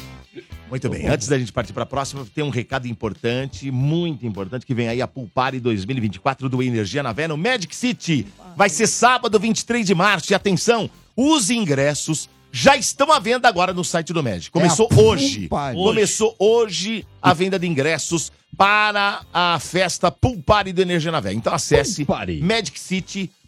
Muito bem, antes da gente partir para a próxima, tem um recado importante, muito importante, que vem aí a Pulpare 2024 do Energia na Vé, no Magic City. Vai ser sábado, 23 de março. E atenção, os ingressos já estão à venda agora no site do Magic. Começou a hoje. Pulpare. Começou hoje a venda de ingressos para a festa Pulpare do Energia na Vé. Então acesse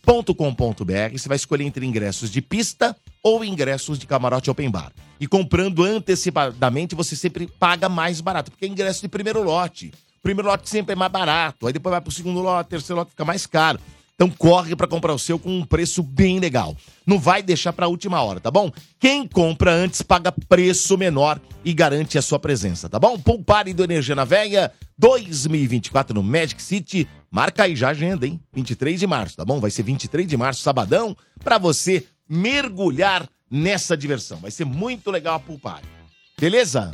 magiccity.com.br. Você vai escolher entre ingressos de pista ou ingressos de camarote open bar. E comprando antecipadamente, você sempre paga mais barato, porque é ingresso de primeiro lote. O primeiro lote sempre é mais barato, aí depois vai pro segundo lote, terceiro lote fica mais caro. Então corre para comprar o seu com um preço bem legal. Não vai deixar para última hora, tá bom? Quem compra antes paga preço menor e garante a sua presença, tá bom? Poupare do Energia na Veia 2024 no Magic City. Marca aí já a agenda, hein? 23 de março, tá bom? Vai ser 23 de março, sabadão, para você mergulhar nessa diversão. Vai ser muito legal a Poupare. Beleza?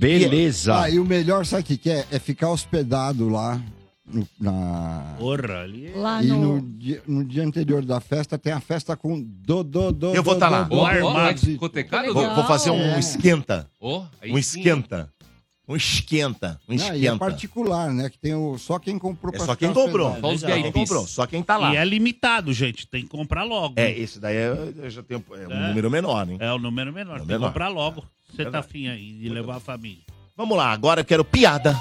E, ah, e o melhor, sabe o que, que é? É ficar hospedado lá no- na. Porra, ali. é Lá e no- no... dia, no dia anterior da festa tem a festa com Dodô. Do, Eu vou tá lá. Do, Ó, do, ó, do- vai discotecar, Dodô? né? Vou, vou fazer um É. esquenta. Ó, aí um esquenta. Um esquenta. Um Não, e é esquenta. particular, né? Que tem o, só quem comprou É pra só ficar quem comprou. hospedado. Só os quem comprou. Só quem tá lá. E é limitado, gente. Tem que comprar logo. É, esse daí é, eu já tenho, é um É. número menor, hein? É o número menor. Tem que menor. É. comprar logo. Você tá afim aí de levar a família. Vamos lá, agora eu quero piada.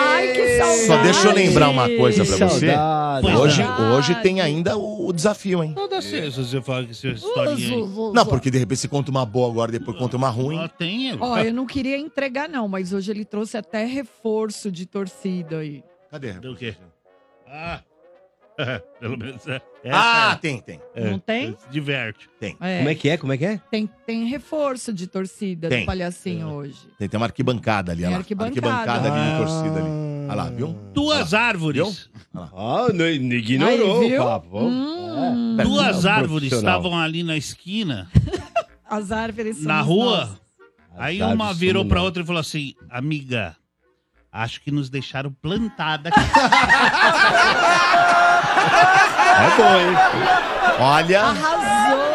Ai, que saudade. Só deixa eu lembrar uma coisa pra você. saudade. Hoje, Pois hoje tem ainda o, o desafio, hein? Toda sexta você fala que sua historinha aí. Não, porque de repente você conta uma boa agora, depois conta uma ruim. tem. tá Ó, eu não queria entregar, não, mas hoje ele trouxe até reforço de torcida aí. Cadê? Do quê? Ah! Pelo menos é. Ah, essa é. tem, tem. É, Não tem? Se diverte. Tem. É. Como é que é? Como é que é? Tem, tem reforço de torcida Tem. do palhacinho hoje. Tem, tem uma arquibancada ali, Tem olha lá. arquibancada. ali de torcida ali. Olha lá, viu? Duas árvores. Ah, não, não ignorou tá Aí, viu? o papo. É. Duas Hum. É um árvores profissional. estavam ali na esquina, As árvores são na os rua. nossos. Aí árvores uma são virou pra nós. outra e falou assim: Amiga, acho que nos deixaram plantada aqui. É bom, hein? Olha. Arrasou!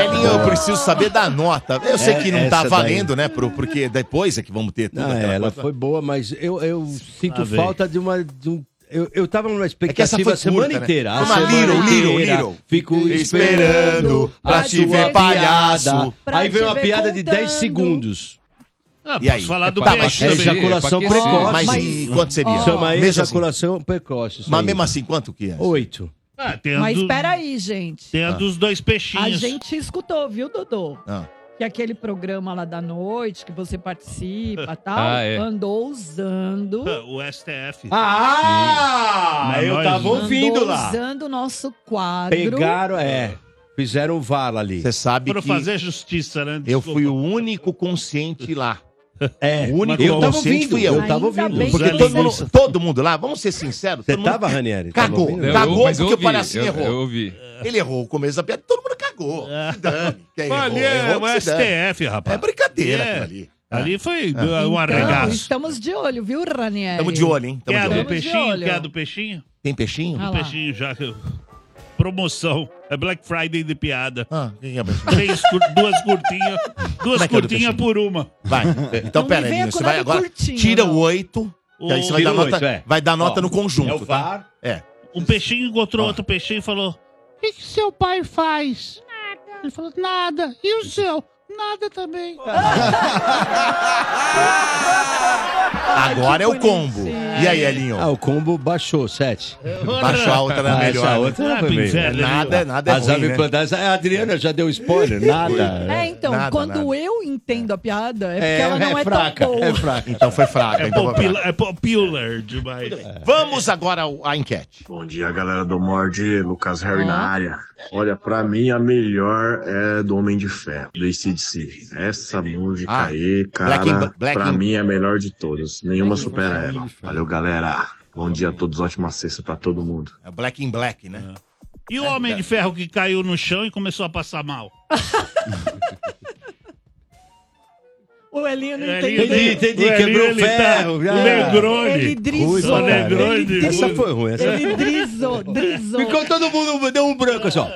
Elinho, eu preciso saber da nota. Eu sei É, que não tá essa valendo, daí. né? pro- Porque depois é que vamos ter tudo. Não, aquela ela coisa. foi boa, mas eu, eu sinto vem. falta de uma. de um- eu, eu tava numa Ah, É que essa expectativa foi a semana curta, né? inteira. a Uma semana little, little, inteira. little. Fico Esperando esperando pra a te ver sua palhaço. piada. Pra Aí te veio uma ver piada de 10 contando. segundos. Ah, E aí? falar do Tá, peixe mas é também. ejaculação Pra aquecer. precoce. Mas e quanto seria? Chama aí Mesmo ejaculação precoce. isso Mas aí. mesmo assim, quanto que é? Oito. Ah, tem a Mas do- peraí, gente. Tem a Ah. dos dois A peixinhos. gente escutou, viu, Dodô? Ah. Que aquele programa lá da noite, que você participa e tal, Ah, é. andou usando... O STF. Ah, Sim. eu Mas tava nós- ouvindo lá. usando o nosso quadro. Pegaram, é. Fizeram um vala ali. Você sabe Foram que fazer justiça, né? eu fui o único consciente lá. É, o único eu tava consciente ouvindo, fui eu. eu tava Ainda ouvindo. bem Porque que todo você- mundo, todo mundo lá, vamos ser sinceros. Você todo mundo tava, Ranieri? Tava Cagou, ouvindo? cagou mas eu porque o ouvi, palhacinho eu- errou. eu ouvi. Ele errou o começo da piada, todo mundo cagou. É. Se dane. Quem errou, Ali errou, é que o se dane. STF, rapaz. É brincadeira aquilo ali. Ali foi É. um Então, arregaço. estamos de olho, viu, Ranieri? Tamo de olho, hein? Tamo Quer de a é do olho. peixinho? Quer a do peixinho? Tem peixinho? Do peixinho já que eu... promoção. É Black Friday de piada. Ah, Três cur- duas curtinhas, duas é Como é que é, curtinhas por uma. Vai. Então, pera aí, Nino, você vai agora. tira o oito. que aí você vai Tira dar o nota, oito, é. vai dar nota Ó, no conjunto. é o tá? VAR. É. Um peixinho encontrou outro peixinho e falou: O que, que seu pai faz? Nada. Ele falou, nada. E o seu? Nada também. Agora é o combo. E aí, Elinho? Ah, o combo baixou, 7. Baixou a outra, né, melhor, Essa né? outra Ah, era pro melhor. inferno, Nada- viu? nada é As ruim, aves né? plantadas. A Adriana já deu spoiler. Nada. né? É, então, Nada, quando nada. eu entendo a piada, é porque É, ela não é, é fraca, tão boa. é fraca. Então foi fraca. É então foi popular, fraca. É. é popular demais. Vamos agora ao- à enquete. Bom dia, galera do Mord, Lucas Harry É. na área. Olha, pra mim a melhor é do Homem de Ferro, do ACDC. Essa música aí, cara, Ah, Black in- Black pra in- mim é a melhor de todas. Nenhuma supera ela. Valeu, galera. Bom dia a todos, ótima sexta pra todo mundo. É Black in Black, né? E o homem de ferro que caiu no chão e começou a passar mal? O Elinho não É, entendeu. entendi, entendi, O quebrou Elinho, o ele ferro, tá- ah. Negroni. Ele Ruim drizou. pra caralho. Ele drizou. né? Essa foi ruim, essa Ele drizou, drizou. Ficou todo mundo, deu um branco só.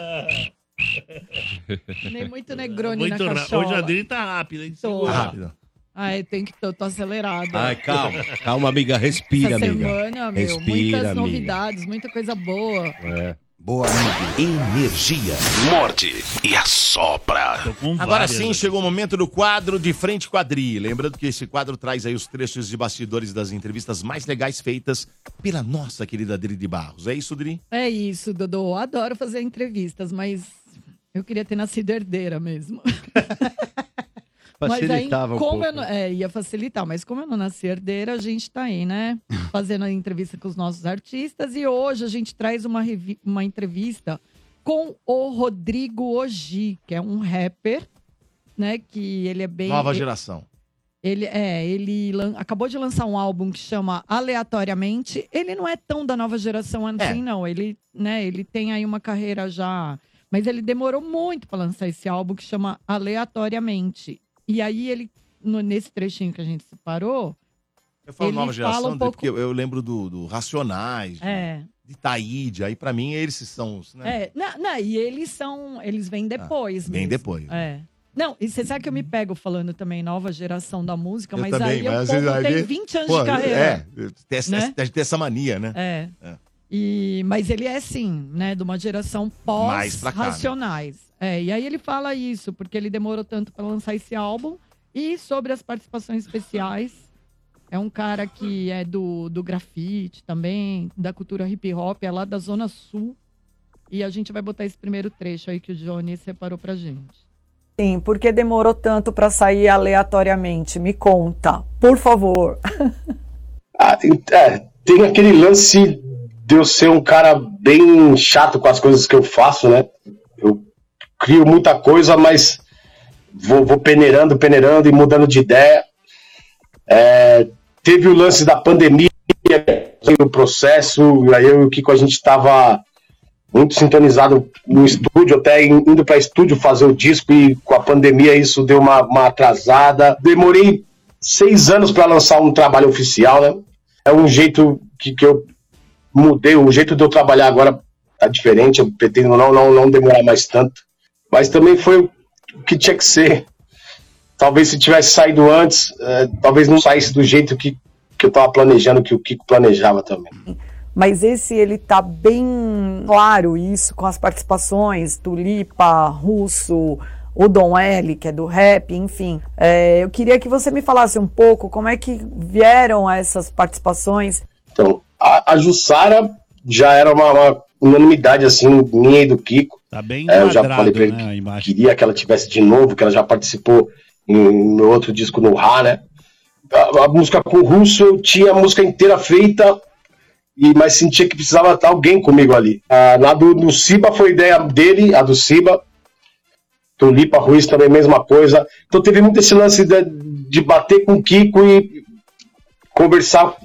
Nem muito negrone Muito na rápido. cachola. Hoje a Adri tá rápida, hein? Ah, Tô. Ai, tem que... Eu tô acelerada. Ai, calma. Calma, amiga. Respira, Essa amiga. semana, meu, muitas Respira, amiga. novidades, muita coisa boa. É. Boa, Energia. Morde e assopra. Agora várias, sim, né? chegou o momento do quadro de frente quadri. Lembrando que esse quadro traz aí os trechos de bastidores das entrevistas mais legais feitas pela nossa querida Dri de Barros. É isso, Dri? É isso, Dodô. Eu adoro fazer entrevistas, mas eu queria ter nascido herdeira mesmo. Mas aí, Facilitava um como pouco. eu não, é, ia facilitar, mas como eu não nasci herdeira, a gente tá aí, né? Fazendo a entrevista com os nossos artistas. E hoje a gente traz uma, revi- uma entrevista com o Rodrigo Oji, que é um rapper, né? Que ele é bem. Nova e- geração. Ele, é, ele lan- acabou de lançar um álbum que chama Aleatoriamente. Ele não é tão da nova É. geração assim, não. Ele, né, ele tem aí uma carreira já. Mas ele demorou muito para lançar esse álbum que chama Aleatoriamente. E aí ele, no- nesse trechinho que a gente separou. Eu falo ele nova fala geração, um Dri, pouco. porque eu, eu lembro do, do Racionais, de- É. de Taíde. Aí, pra mim, eles são os, né? É, não, não, e eles são. Eles vêm depois. Vem mesmo. depois. É. Não, e você sabe que eu me pego falando também nova geração da música, mas aí o às povo vezes, tem aí- 20 anos Pô, de carreira. É, tem essa, Né? tem essa mania, né? É. É. E, mas ele é sim, né? De uma geração Mais pra cá, né? pós-racionais. É, e aí ele fala isso, porque ele demorou tanto para lançar esse álbum. E sobre as participações especiais. É um cara que é do, do grafite também, da cultura hip hop, é lá da Zona Sul. E a gente vai botar esse primeiro trecho aí que o Johnny separou pra gente. Sim, por que demorou tanto para sair aleatoriamente? Me conta, por favor. Ah, tem- é, tem aquele lance de eu ser um cara bem chato com as coisas que eu faço, né? Eu crio muita coisa, mas vou, vou peneirando, peneirando e mudando de ideia. É, teve o lance da pandemia, o processo, aí eu e o Kiko, a gente estava muito sintonizado no estúdio, até in- indo para estúdio fazer o disco e com a pandemia isso deu uma, uma atrasada. Demorei seis anos para lançar um trabalho oficial, né? É um jeito que, que eu mudei, o jeito de eu trabalhar agora tá diferente, eu pretendo não, não, não demorar mais tanto. Mas também foi o que tinha que ser. Talvez se tivesse saído antes, eh, talvez não saísse do jeito que, que eu tava planejando, que o Kiko planejava também. Mas esse ele tá bem claro isso com as participações do Lipa, Russo, o Dom L, que é do rap, enfim. É, eu queria que você me falasse um pouco como é que vieram essas participações. Então, a, a Jussara já era uma, uma unanimidade, assim, minha e do Kiko. Tá bem É, eu já quadrado, falei pra ele né, que queria que ela tivesse de novo, que ela já participou em, no outro disco no Ra, né? A, a música com o Russo, eu tinha a música inteira feita, e, mas sentia que precisava estar alguém comigo ali. Ah, lá do, do Ciba foi ideia dele, a do Ciba. Do Lipa Ruiz também, mesma coisa. Então teve muito esse lance de, de bater com o Kiko e conversar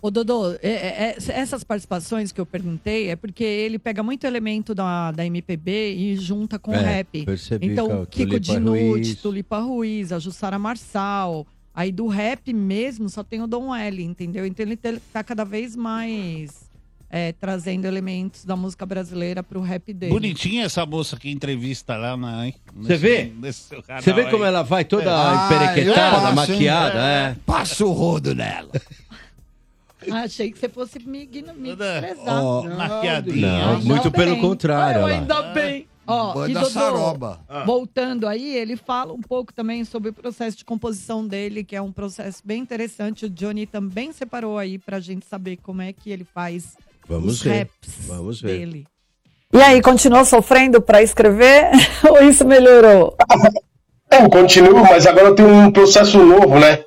Ô, Dodô, é- é- é- essas participações que eu perguntei é porque ele pega muito elemento da, da MPB e junta com o É, rap. percebi que é Então, o Kiko Tulipa Dinucci, Ruiz. Tulipa Ruiz, a Jussara Marçal. Aí do rap mesmo só tem o Dom L, entendeu? Então ele te- tá cada vez mais é, trazendo elementos da música brasileira pro rap dele. Bonitinha essa moça que entrevista lá na. Você vê? Você vê como ela vai toda Ah, emperequetada, eu passo, hein? maquiada, é. Passa o rodo nela. Ah, Achei que você fosse me, igno- me desprezar. Ó, Não, Não, Ainda muito pelo bem. contrário. Ah, olha lá. ainda bem. Ó, Banda e Dodô, Saroba. Ah. voltando aí, ele fala um pouco também sobre o processo de composição dele, que é um processo bem interessante. O Johnny também separou aí pra gente saber como é que ele faz Vamos os ver. raps Vamos ver. dele. É, E aí, continuou sofrendo para escrever? Ou isso melhorou? É, Eu continuo, mas agora eu tenho um processo novo, né?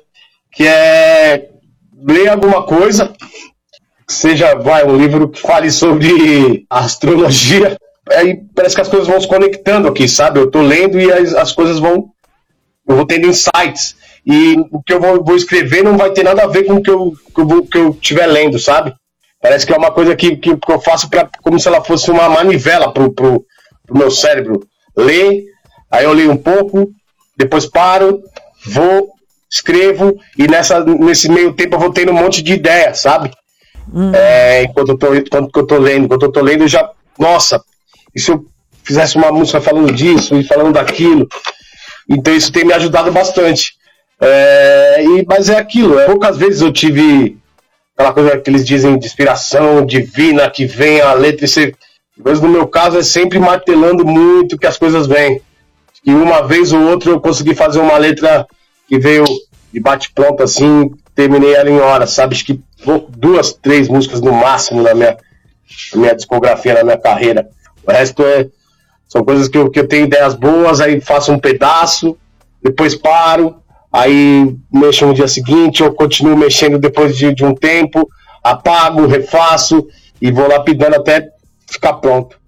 Que é ler alguma coisa, que seja vai, um livro que fale sobre astrologia. Aí parece que as coisas vão se conectando aqui, sabe? Eu tô lendo e as, as coisas vão. Eu vou tendo insights. E o que eu vou, vou escrever não vai ter nada a ver com o que eu, que eu, vou- que eu tiver lendo, sabe? Parece que é uma coisa que, que, que eu faço pra, como se ela fosse uma manivela pro, pro, pro meu cérebro. Ler, aí eu leio um pouco, depois paro, vou, escrevo, e nessa, nesse meio tempo eu vou tendo um monte de ideia, sabe? É, enquanto, eu tô, enquanto que eu tô lendo, enquanto eu tô lendo, eu já. Nossa, e se eu fizesse uma música falando disso e falando daquilo? Então isso tem me ajudado bastante. É, e, mas é aquilo, é, poucas vezes eu tive aquela coisa que eles dizem de inspiração divina que vem a letra e você. Mas no meu caso é sempre martelando muito que as coisas vêm. E uma vez ou outra eu consegui fazer uma letra que veio de bate-pronto assim, terminei ela em horas, sabe? Acho que vou- duas, três músicas no máximo na minha, na minha discografia, na minha carreira. O resto é, são coisas que eu, que eu tenho ideias boas, aí faço um pedaço, depois paro, aí mexo no dia seguinte, eu continuo mexendo depois de, de um tempo, apago, refaço e vou lapidando até ficar pronto.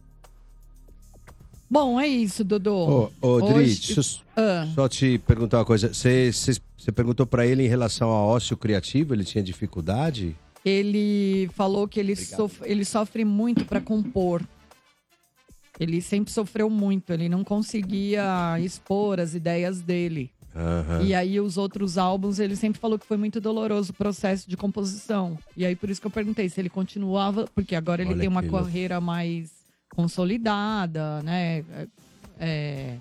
Bom, é isso, Dodô. Ô, ô Dri, deixa eu s- Ah. só te perguntar uma coisa. Você perguntou pra ele em relação ao ócio criativo, ele tinha dificuldade? Ele falou que ele, sof- ele sofre muito para compor. Ele sempre sofreu muito, ele não conseguia expor as ideias dele. Aham. E aí, os outros álbuns, ele sempre falou que foi muito doloroso o processo de composição. E aí, por isso que eu perguntei se ele continuava, porque agora ele Olha tem uma que louco. carreira mais consolidada, né? É,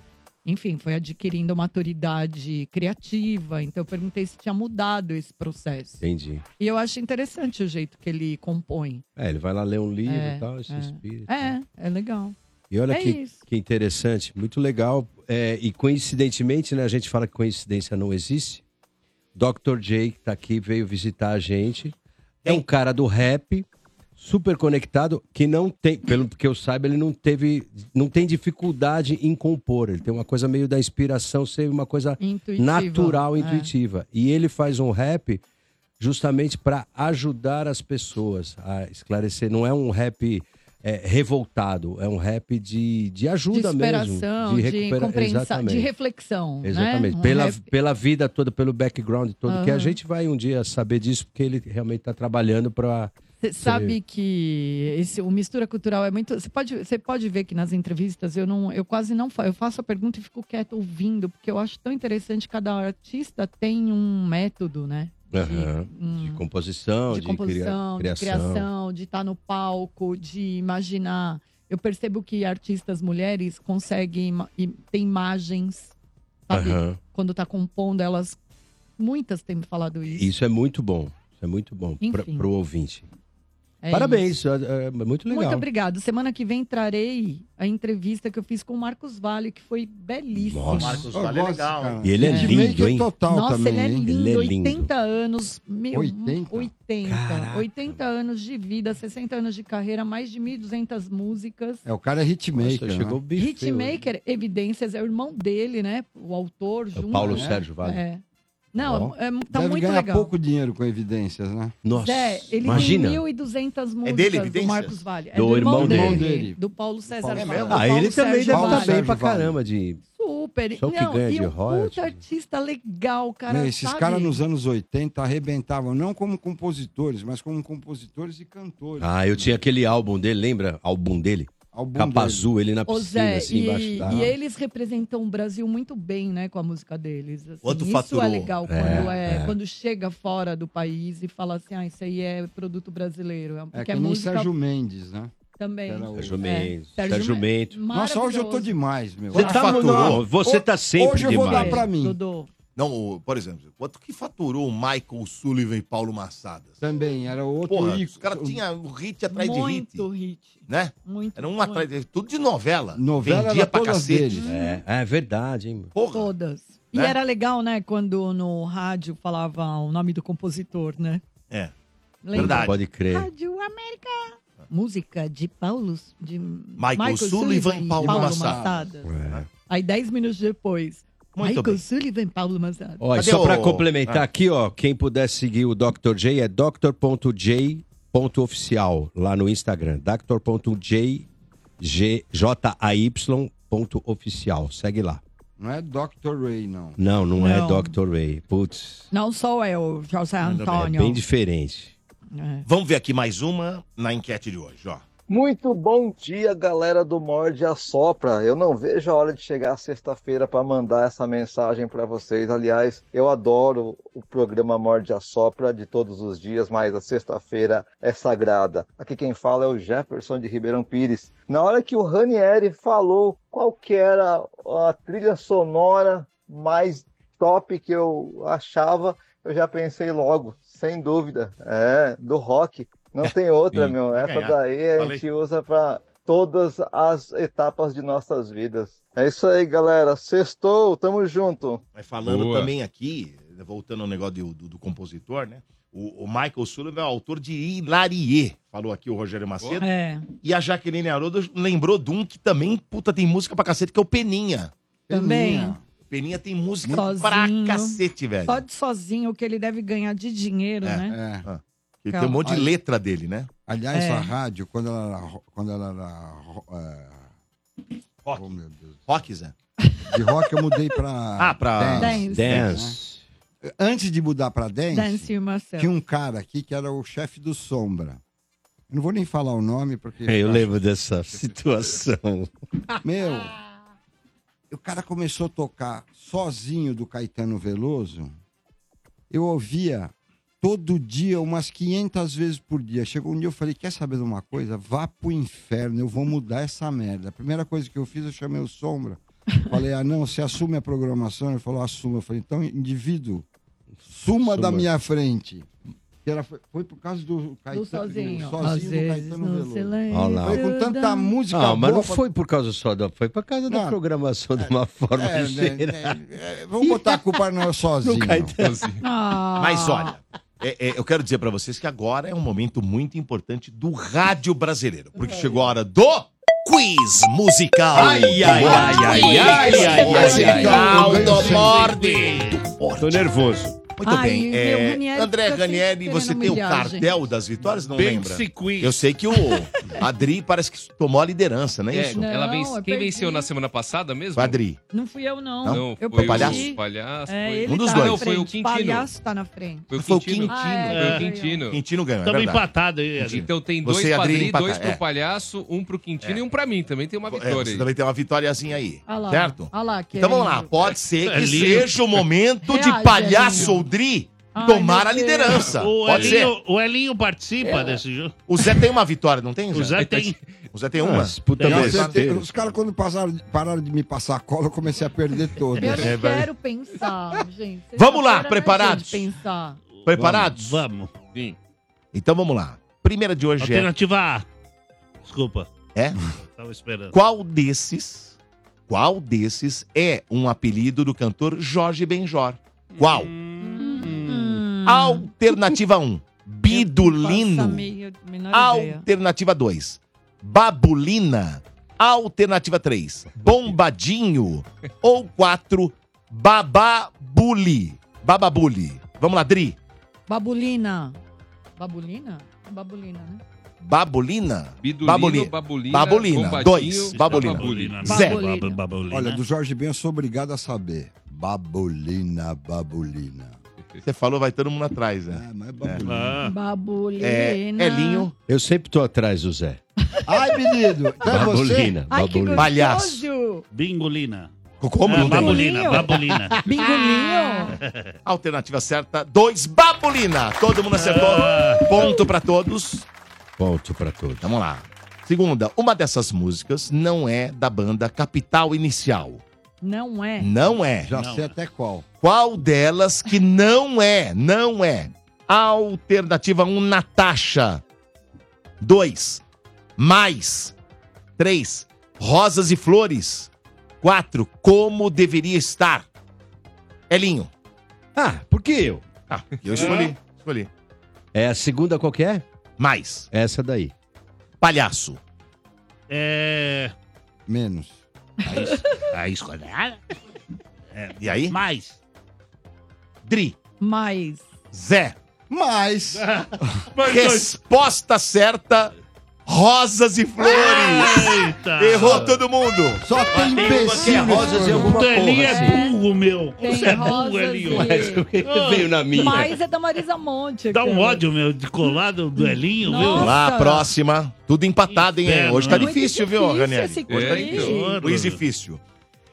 enfim, foi adquirindo maturidade criativa. Então, eu perguntei se tinha mudado esse processo. Entendi. E eu acho interessante o jeito que ele compõe. É, ele vai lá ler um livro É, e tal, esse é. espírito. né? É, é legal. E olha É que, isso. que interessante, muito legal. É, e coincidentemente, né, a gente fala que coincidência não existe. Dr. J, que tá aqui, veio visitar a gente. É um cara do rap, super conectado, que não tem, pelo que eu saiba, ele não teve, não tem dificuldade em compor. Ele tem uma coisa meio da inspiração ser uma coisa Intuitiva, natural, é. intuitiva. E ele faz um rap justamente para ajudar as pessoas a esclarecer. Não é um rap é, revoltado, é um rap de, de De ajuda superação, mesmo. de, recupera- compreensão, Exatamente. de reflexão. Exatamente. Né? Um Pela, rap- pela vida toda, pelo background todo, que a Aham. gente vai um dia saber disso, porque ele realmente está trabalhando para. Você sabe que esse, o mistura cultural é muito. Você pode, você pode ver que nas entrevistas eu não, eu quase não fa- eu faço a pergunta e fico quieto ouvindo, porque eu acho tão interessante. Cada artista tem um método, né? De, composição, de, hum, de composição, cria- de criação, de estar no palco, de imaginar. Eu percebo que artistas mulheres conseguem ima- im- ter imagens, sabe? Aham. Quando tá compondo, elas. Muitas têm me falado isso. Isso é muito bom. Isso é muito bom Enfim. para o ouvinte. É Parabéns, é, é muito legal. Muito obrigado. Semana que vem trarei a entrevista que eu fiz com o Marcos Vale, que foi belíssima. Nossa. Marcos Vale é legal, hein? E ele é lindo, hein? total Nossa, também, ele é hein? lindo. Ele é lindo. 80 anos. Meu, 80? 80. 80 anos de vida, 60 anos de carreira, mais de 1.200 músicas. É, o cara é hitmaker. Nossa, chegou né? Hitmaker, Evidências, é o irmão dele, né? O autor, junto. Paulo né? Sérgio Vale. É. Não, Ó. é, é- tá Deve muito ganhar legal. pouco dinheiro com evidências, né? Nossa, Zé, ele imagina. tem 1.200 músicas dele, do Evidências? Marcos Vale. É Do irmão dele. Do Paulo César Paulo- Vale. É mesmo? Do Ah, Paulo ele também Sérgio deve estar Vale. bem pra caramba de. Super. Só o que não, ganha e de um royalties, puta artista legal, cara. Não, esses sabe? caras nos anos 80 arrebentavam, não como compositores, mas como compositores e cantores. Ah, eu tinha aquele álbum dele, lembra? Álbum dele. álbum Capa dele. azul, ele na Ô, piscina, Zé, assim, e, embaixo da e eles representam o Brasil muito bem, né, com a música deles. assim. Outro isso faturou. é legal quando, É, é, é. quando chega fora do país e fala assim, ah, isso aí é produto brasileiro. É, É porque que é nem música Sérgio Mendes, né? também. É. Era o- Sérgio Mendes, Sérgio Mendes. Nossa, hoje eu tô Maravilhoso. demais, meu. Você tá no- não, você tá sempre Hoje eu vou demais. dar pra mim. Não, o- por exemplo, quanto que faturou o Michael Sullivan e Paulo Massadas? Também, era outro Porra, ícone. os caras tinham um hit atrás de Muito hit, hit. né? Muito, Era um atrás de tudo de novela. Novela Vendia era pra todas cacete. deles. É, verdade, hein? Todas. E Né? era legal, né, quando no rádio falava o nome do compositor, né? É. Lembra? Pode crer. Rádio América. Música de Paulo... De Michael, Sullivan e Paulo, Massadas. Massadas. Aí, 10 minutos depois, Muito Michael bem. Sullivan e Paulo Massadas. Ó, e Cadê só o- pra complementar Ah. aqui, ó, quem puder seguir o Dr. J é dr.j.oficial lá no Instagram. dr.jay.oficial. Segue lá. Não é Dr. Ray, não. Não, não, é Não. Dr. Ray. Putz, Não sou eu, José é Antônio. bem diferente. É. Vamos ver aqui mais uma na enquete de hoje, ó. Muito bom dia, galera do Morde a Sopra. Eu não vejo a hora de chegar sexta-feira para mandar essa mensagem para vocês. Aliás, eu adoro o programa Morde a Sopra de todos os dias, mas a sexta-feira é sagrada. Aqui quem fala é o Jefferson de Ribeirão Pires. Na hora que o Ranieri falou qual que era a trilha sonora mais top que eu achava, eu já pensei logo, sem dúvida. É, do rock. Não tem outra, Sim. meu. Vai Essa ganhar. daí a Falei. gente usa para todas as etapas de nossas vidas. É isso aí, galera. Sextou, tamo junto. Mas falando Boa. também aqui, voltando ao negócio do, do- do compositor, né? O, o Michael Sullivan é o autor de Hilarie, falou aqui o Rogério Macedo. É. E a Jaqueline Haroldo lembrou de um que também, puta, tem música pra cacete, que é o Peninha. Também. Peninha, Peninha tem música Sozinho. pra cacete, velho. Só de sozinho, o que ele deve ganhar de dinheiro, É, né? Ah. E tem um monte de Ai. letra dele, né? Aliás, É. a rádio, quando ela era. ro- Quando ela era ro- é, Rock. Oh, meu Deus. Rock, Zé? De rock eu mudei pra. Ah, pra- Dance. Dance. né? Antes de mudar pra dance, Dance e Marcelo. tinha um cara aqui que era o chefe do Sombra. Eu Não vou nem falar o nome, porque. É, Eu lembro dessa situação. Meu, o cara começou a tocar sozinho do Caetano Veloso. Eu ouvia todo dia, umas 500 vezes por dia. Chegou um dia eu falei: Quer saber de uma coisa? Vá pro inferno, eu vou mudar essa merda. A primeira coisa que eu fiz, eu chamei o Sombra. Falei: Ah, não, você assume a programação? Ele falou: Assuma. Eu falei: Então, indivíduo, suma, da Suma. minha frente. Que era, foi, foi por causa do Caetano sozinho. do sozinho Às do vezes Caetano no Veloso. silêncio Olha lá. Hum, Foi com tanta música. Ah, mas boa não pra- foi por causa só da. Foi por causa da Não. programação de uma forma É, né, geral. É, Vamos botar a culpa não sozinho. Ah. Mas olha, é- é, eu quero dizer pra vocês que agora é um momento muito importante do rádio brasileiro, porque É. chegou a hora do quiz musical. Ai, ai, ai, ai, Quiz ai, ai, ai, musical ai, ai. do Morde. Tô nervoso. Muito Ai, bem. meu, é, Ranieri André fica sempre Ranieri, você querendo tem o humilhar a gente. cartel das vitórias, não Big lembra? Six Quiz. Eu sei que o Adri parece que tomou a liderança, não é É, isso? ela Não, vence- eu Quem perdi. venceu na semana passada O mesmo? Adri. Não fui eu, não. Não? Não, eu foi o Palhaço? Palhaço, É, foi- ele Um dos tá dois. na Não, foi frente. o Quintino. Palhaço tá na frente. Foi o Foi o Quintino. Ah, é. Foi o Quintino. Quintino ganhou, é Tamo verdade. empatado aí, Quintino. Então tem dois Você e pra Adri Adri, dois empataram, pro é. palhaço, um pro Quintino e um pra mim. Também tem É, uma vitória você aí. também tem uma vitóriazinha aí, Olha lá. certo? Olha lá, Então vamos lá, querendo. pode ser que Elinho. seja o momento Reage, de palhaço Elinho. ou Dri Ai, tomar a meu Deus. É. liderança. O pode Elinho- ser. O Elinho participa desse jogo. O Zé tem uma vitória, não tem? O Zé tem. O Zé tem É uma? Nossa, puta Nossa, Beleza. eu te- os caras, quando passaram, pararam de me passar a cola, eu comecei a perder todas. Eu não quero pensar, gente. Sexta-feira Vamos lá, não é gente preparados? Pensar. Preparados? Vamos. Então vamos lá. Primeira de hoje é... Alternativa A. Desculpa, é? tava esperando. Qual desses... Qual desses é um apelido do cantor Jorge Benjor? Qual? Hum. Alternativa 1, Faça Bidulino. meio, menor ideia. Alternativa 2, Babulina. Alternativa 3, Bombadinho. Ou 4, Bababuli. Bababuli. Vamos lá, Dri. Babulina. Babulina? É Babulina, né? Babulina? Bidulino, Babulina. Babulina, Babulina. Bombadinho. Dois. Está Babulina. Babulina, né? Zé. Babulina. Olha, do Jorge Ben, eu sou obrigado a saber. Babulina, babulina. Você falou, vai todo mundo atrás, É, né? Ah. Babulina. É, Elinho. Eu sempre tô atrás do Zé. Ai, menino. é você? Babulina, Ai, que babulina. Palhaço. Bingolina. Como É, Ah, não tem? babulina, babulina. É. Alternativa certa, dois babulina. Todo mundo acertou. Ponto pra todos. Ponto pra todos. Vamos lá. Segunda, uma dessas músicas não é da banda Capital Inicial. Não é. Não é. Já sei até qual. Qual delas que não é? Não é. Alternativa 1, Natasha. 2, mais. 3, Rosas e Flores. 4, Como Deveria Estar. Elinho. Ah, por que eu? Ah, eu escolhi. Escolhi. É a segunda qualquer? Mais. Essa daí. Palhaço. É. Menos. Aí escolhe. É, e aí? Mais. Dri. Mais. Zé. Mais. Resposta certa: Rosas e Flores. Eita. Errou todo mundo. Só tem é imbecil. assim, O Elinho assim. é burro, meu. Tem Você é burro, rosas Elinho. e- Mas o que Ah, veio na minha? Mas é da Marisa Monte. Dá um cara. ódio, meu, de colado do Elinho, meu. Vamos lá, próxima. Tudo empatado, hein? Inferno, Hoje tá né? difícil, Muito viu, difícil Raniel? esse Hoje tá quiz. difícil. Claro. Quiz difícil.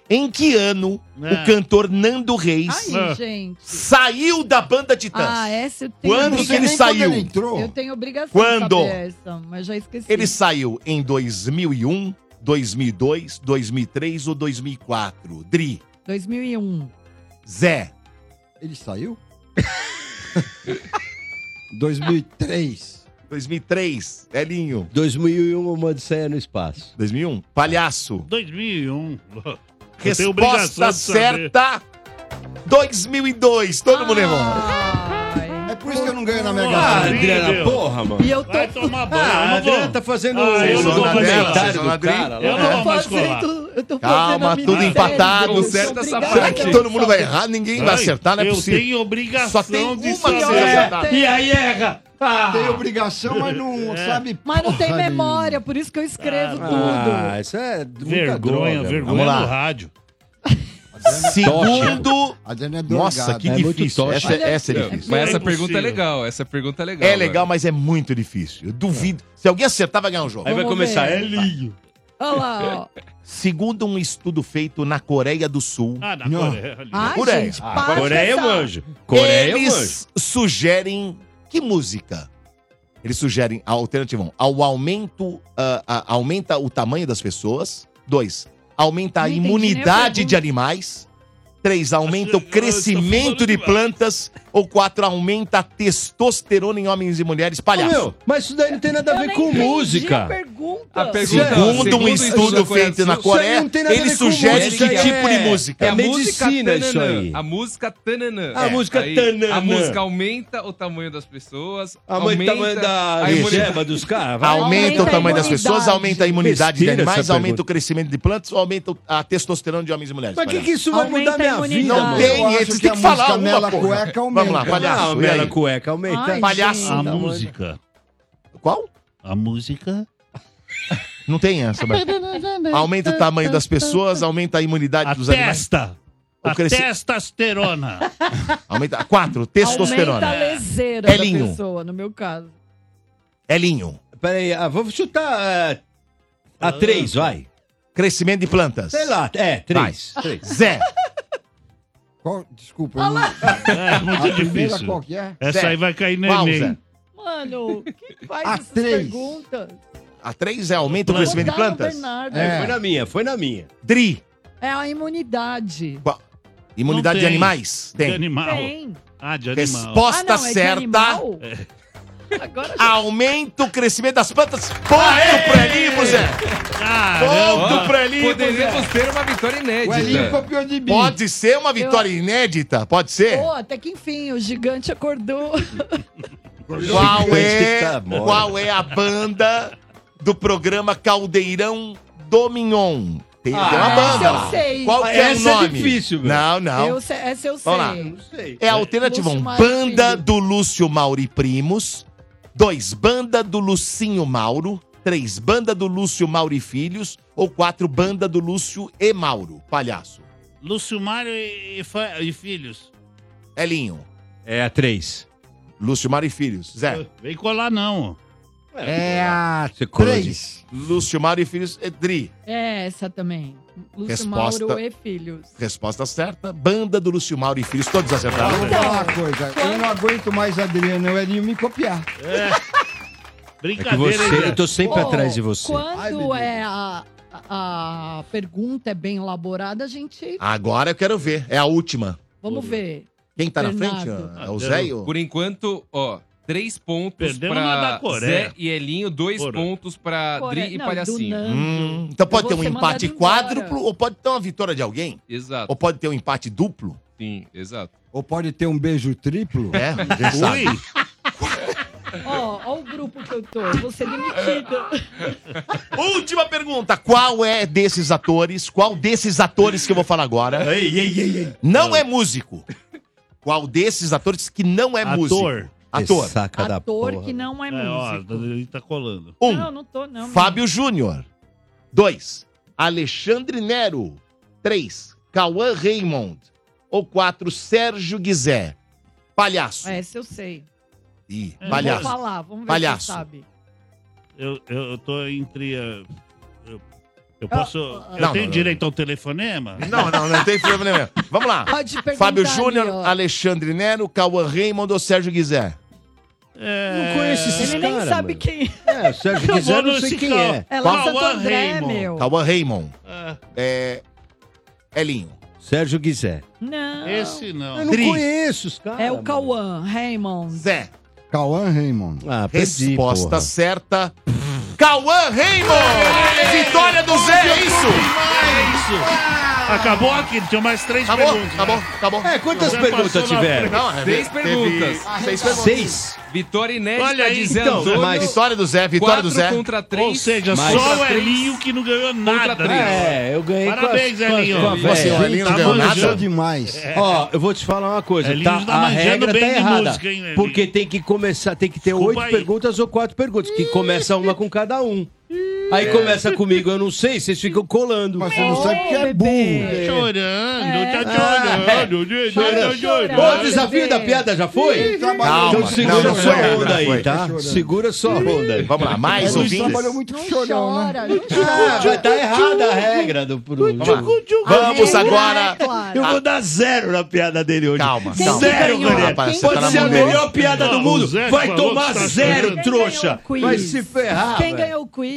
Em que ano É. o cantor Nando Reis Ah. Ai, gente. saiu da banda Titãs? Ah, essa eu tenho. Tá. né? Quando que ele obrigação- saiu? Eu tenho obrigação Quando? de saber essa, mas já esqueci. Ele saiu em 2001, 2002, 2003 ou 2004? Dri, 2001. Zé, Ele saiu? 2003. 2003, Elinho. 2001, Uma Odisseia no Espaço. 2001, Palhaço. 2001. Eu tenho obrigação Resposta de saber. certa, 2002. Todo mundo errou. É por isso que eu não ganho na Mega Ah, Sena. Adriana, porra, mano. E eu tô... Vai tomar banho. Ah, eu não vou. Adriano tá fazendo Ah, eu um não Tá vou fazer documentário nada. do cara lá. Eu não vou mais colar. fazendo- eu tô fazendo Calma, a minha tudo série. empatado. Eu Certa sou essa obrigada parte. Será a que todo mundo vai saber. errar? Ninguém vai Ai, acertar, não é eu possível. tenho obrigação Só tem de uma saber. que você acertar. E aí erra. Tem obrigação, mas É. não É. sabe. Mas não tem porra memória, por isso que eu escrevo Ah, isso é muita Vergonha, droga, vergonha mano. no rádio. Segundo. Adriano é Nossa, drogado. que É muito difícil. tóxico. Essa, essa é Não, difícil. Mas essa É pergunta é impossível. legal, essa pergunta é legal. É legal, velho. mas é muito difícil. Eu duvido. Se alguém acertar, vai ganhar um jogo. Aí vai Vamos começar, é ver. Elinho. tudo. Olha lá, ó. Segundo um estudo feito na Coreia do Sul, Ah, na Coreia. ali. Ai, Por aí. gente, Ah, para Coreia é essa- manjo. Coreia é manjo. eles sugerem que música? Eles sugerem a alternativa 1, ao aumento, ah, ah, aumenta o tamanho das pessoas. 2, aumenta a Não entendi nem imunidade a de animais. 3, aumenta o Nossa, eu tô crescimento falando de demais. plantas. Ou 4, aumenta a testosterona em homens e mulheres. Ô, Palhaço. meu, mas isso daí não tem nada a Eu ver nem com entendi música. A pergunta. A pergunta, Segundo um o estudo Coreia do feito assim, na Sul, Coreia, não tem nada a ver ele com sugere que música, é- tipo de música? É a música medicina isso tananã, aí. A música tananã. A música tananã. É, A música aumenta o tamanho das pessoas. A mãe aumenta tamanho da a imunidade. jeba dos caras. vai. Aumenta o Aumenta a tamanho das imunidade. pessoas, aumenta a imunidade de Besteira animais, essa aumenta pergunta. o crescimento de plantas ou aumenta o- a testosterona de homens e mulheres? Mas o que, palhaço? que isso vai Aumenta mudar minha a vida? imunidade. Não mano? Eu tem, acho eles têm que a que falar música alguma Mela coisa. Cueca aumenta. Vamos lá, Ah, palhaço. e Mela aí? Cueca, aumenta. Ai, Palhaço. A gente. música. Qual? A música. Não tem essa, mas... Aumenta o tamanho das pessoas, aumenta a imunidade A dos animais. testa. O A cresci- testosterona. Aumenta... Quatro, Aumenta a testosterona. leseira Elinho. da pessoa, no meu caso. Elinho, Peraí, ah, vou chutar ah, a três, vai. crescimento de plantas. Sei lá, é, três. três. Zé, Um. Qual- Desculpa. eu não- É muito a primeira difícil. qual que é? Essa Zé. aí vai cair qual, Zé? neném. Mano, quem faz A essas três. perguntas? A três é aumenta o crescimento de Vou dar no plantas? Bernardo. É, É. foi na minha, foi na minha. Dri, a imunidade. qual? imunidade Não de tem. animais? De Tem. animal. Tem. Ah, de animal. Ah, Resposta não, é de certa. animal? Agora já... Aumenta o crescimento das plantas. Ponto pra Elinho, Zé. Caramba. Ponto pra Elinho, Zé. Poderíamos ter uma vitória O Elinho inédita. copiou de mim. Pode ser uma vitória inédita? Pode ser? Pô, até que enfim, o gigante acordou. Qual Gigante é, tá mole. qual é a banda do programa Caldeirão do Mignon? Tem, tem uma Ah, banda. essa eu lá. sei. Qual que é Essa o é nome? difícil, velho. Não, não. Eu sei- essa eu sei. Vamos lá. sei. É a alternativa Lúcio 1. Mauro Banda Filho. do Lúcio Mauri Primos. 2. Banda do Lucinho Mauro. 3. Banda do Lúcio Mauri Filhos. Ou 4. Banda do Lúcio e Mauro. Palhaço. Lúcio Mário e, e fa- e filhos. Elinho. É a 3. Lúcio Mari Filhos. Zé. Vem colar, não. É a Você colou de- 3. Lúcio Mari Filhos é Dri. É essa também. Lúcio Resposta. Mauro e Filhos. Resposta certa. Banda do Lúcio Mauro e Filhos, todos Então, acertaram. Vou falar uma coisa. Eu não aguento mais Adriano, eu iria me copiar. É que você, eu tô sempre Pô, atrás de você. Quando é a, a a pergunta é bem elaborada, a gente. Agora eu quero ver. É a última. Vamos ver. Quem tá Bernardo. na frente? É o Zé e o... Por enquanto, ó, três pontos Perdemos na da pra Coreia. Zé e Elinho, dois pontos pra Coreia- Dri e não, do Palhacinho. Nando. Hum, então pode ter um empate quádruplo, ou pode ter uma vitória de alguém. Exato. Ou pode ter um empate duplo. Sim, exato. Ou pode ter um beijo triplo. É, ninguém sabe. Ui. Ó, ó o grupo que eu tô. Vou ser demitida. Última pergunta. Qual é desses atores? Qual desses atores que eu vou falar agora? Ei, ei, ei, ei. Não é músico. Qual desses atores que não é Ator. músico? Ator. Saca da Ator que não é, ó, músico. ele tá colando. Um. Não, não tô, não. Fábio Júnior. 2. Alexandre Nero. 3. Cauã Raymond. Ou 4. Sérgio Guizé. Palhaço. Essa É, eu sei. Ih, Não É. palhaço. Vou falar, É, vamos ver Palhaço. se sabe. Eu, eu, eu tô entre. eh, Eu, eu posso. eu não, tenho não, direito ao telefonema? Não, não, não tem problema nenhum. Vamos lá. Pode perguntar Fábio ali, Júnior, ó. Alexandre Nero, Cauã Raymond ou Sérgio Guizé? Não conheço esses Ele nem cara, sabe mano. quem É, o Sérgio Eu Guizé, eu vou não no sei quem Cicão. é. É lá em Santo André, meu. Cauã Raymond. Ah. É... Elinho. Sérgio Guizé. Não. Esse não. Eu não Tri. conheço os caras. É o Cauã, Raymond. Zé. Cauã Raymond. Ah, perdi, Resposta porra. certa. Cauã Raymond! Vitória do Zé, é isso? Acabou aqui, tinha mais três Acabou, perguntas. né? acabou, acabou. É, quantas Já perguntas passou na tiveram? frente. Não, é- Seis teve- perguntas. Ah, seis perguntas. Seis. Vitória inédita Olha aí, de Zé então, Antônio. mas- Vitória do Zé, vitória Quatro do Zé. contra três. Ou seja, Mais só o três. Elinho que não ganhou nada. três. né? É, eu ganhei com Parabéns, a- com a- Elinho. com a Você, velha. o Elinho não Tá ganhou manjando nada? demais. É. Ó, eu vou te falar uma coisa. Elinho Tá, É. tá a manjando regra bem tá de errada. música, hein, Elinho? porque tem que começar, tem que ter Desculpa oito aí. perguntas ou quatro perguntas, que começa uma com cada um. Aí começa comigo, eu não sei, vocês ficam colando. Mas você não sabe porque é burro. Tá Chorando, tá Ah, chorando. gente, tá chorando. Ô, O desafio da piada já foi? Calma. Então segura Não, não sua foi ainda, onda não aí, foi. tá? Segura sua onda aí. Vamos lá, mais Mas Luiz Ah, ouvintes. trabalhou muito com chorão, né? Chora, não Ah, chora. mas tá errada a regra do... pro- Vamos, lá. Vamos agora. Eu vou dar zero na piada dele hoje. Calma, Zero, calma. Zero, Ganhou, galera. rapaz, você Pode tá na ser a mão dele. melhor piada do Não, mundo. o Zé Vai falou que tomar tá zero, ganhando. trouxa. Quem ganhou o Vai um quiz? se ferrar. Quem velho. ganhou o quiz?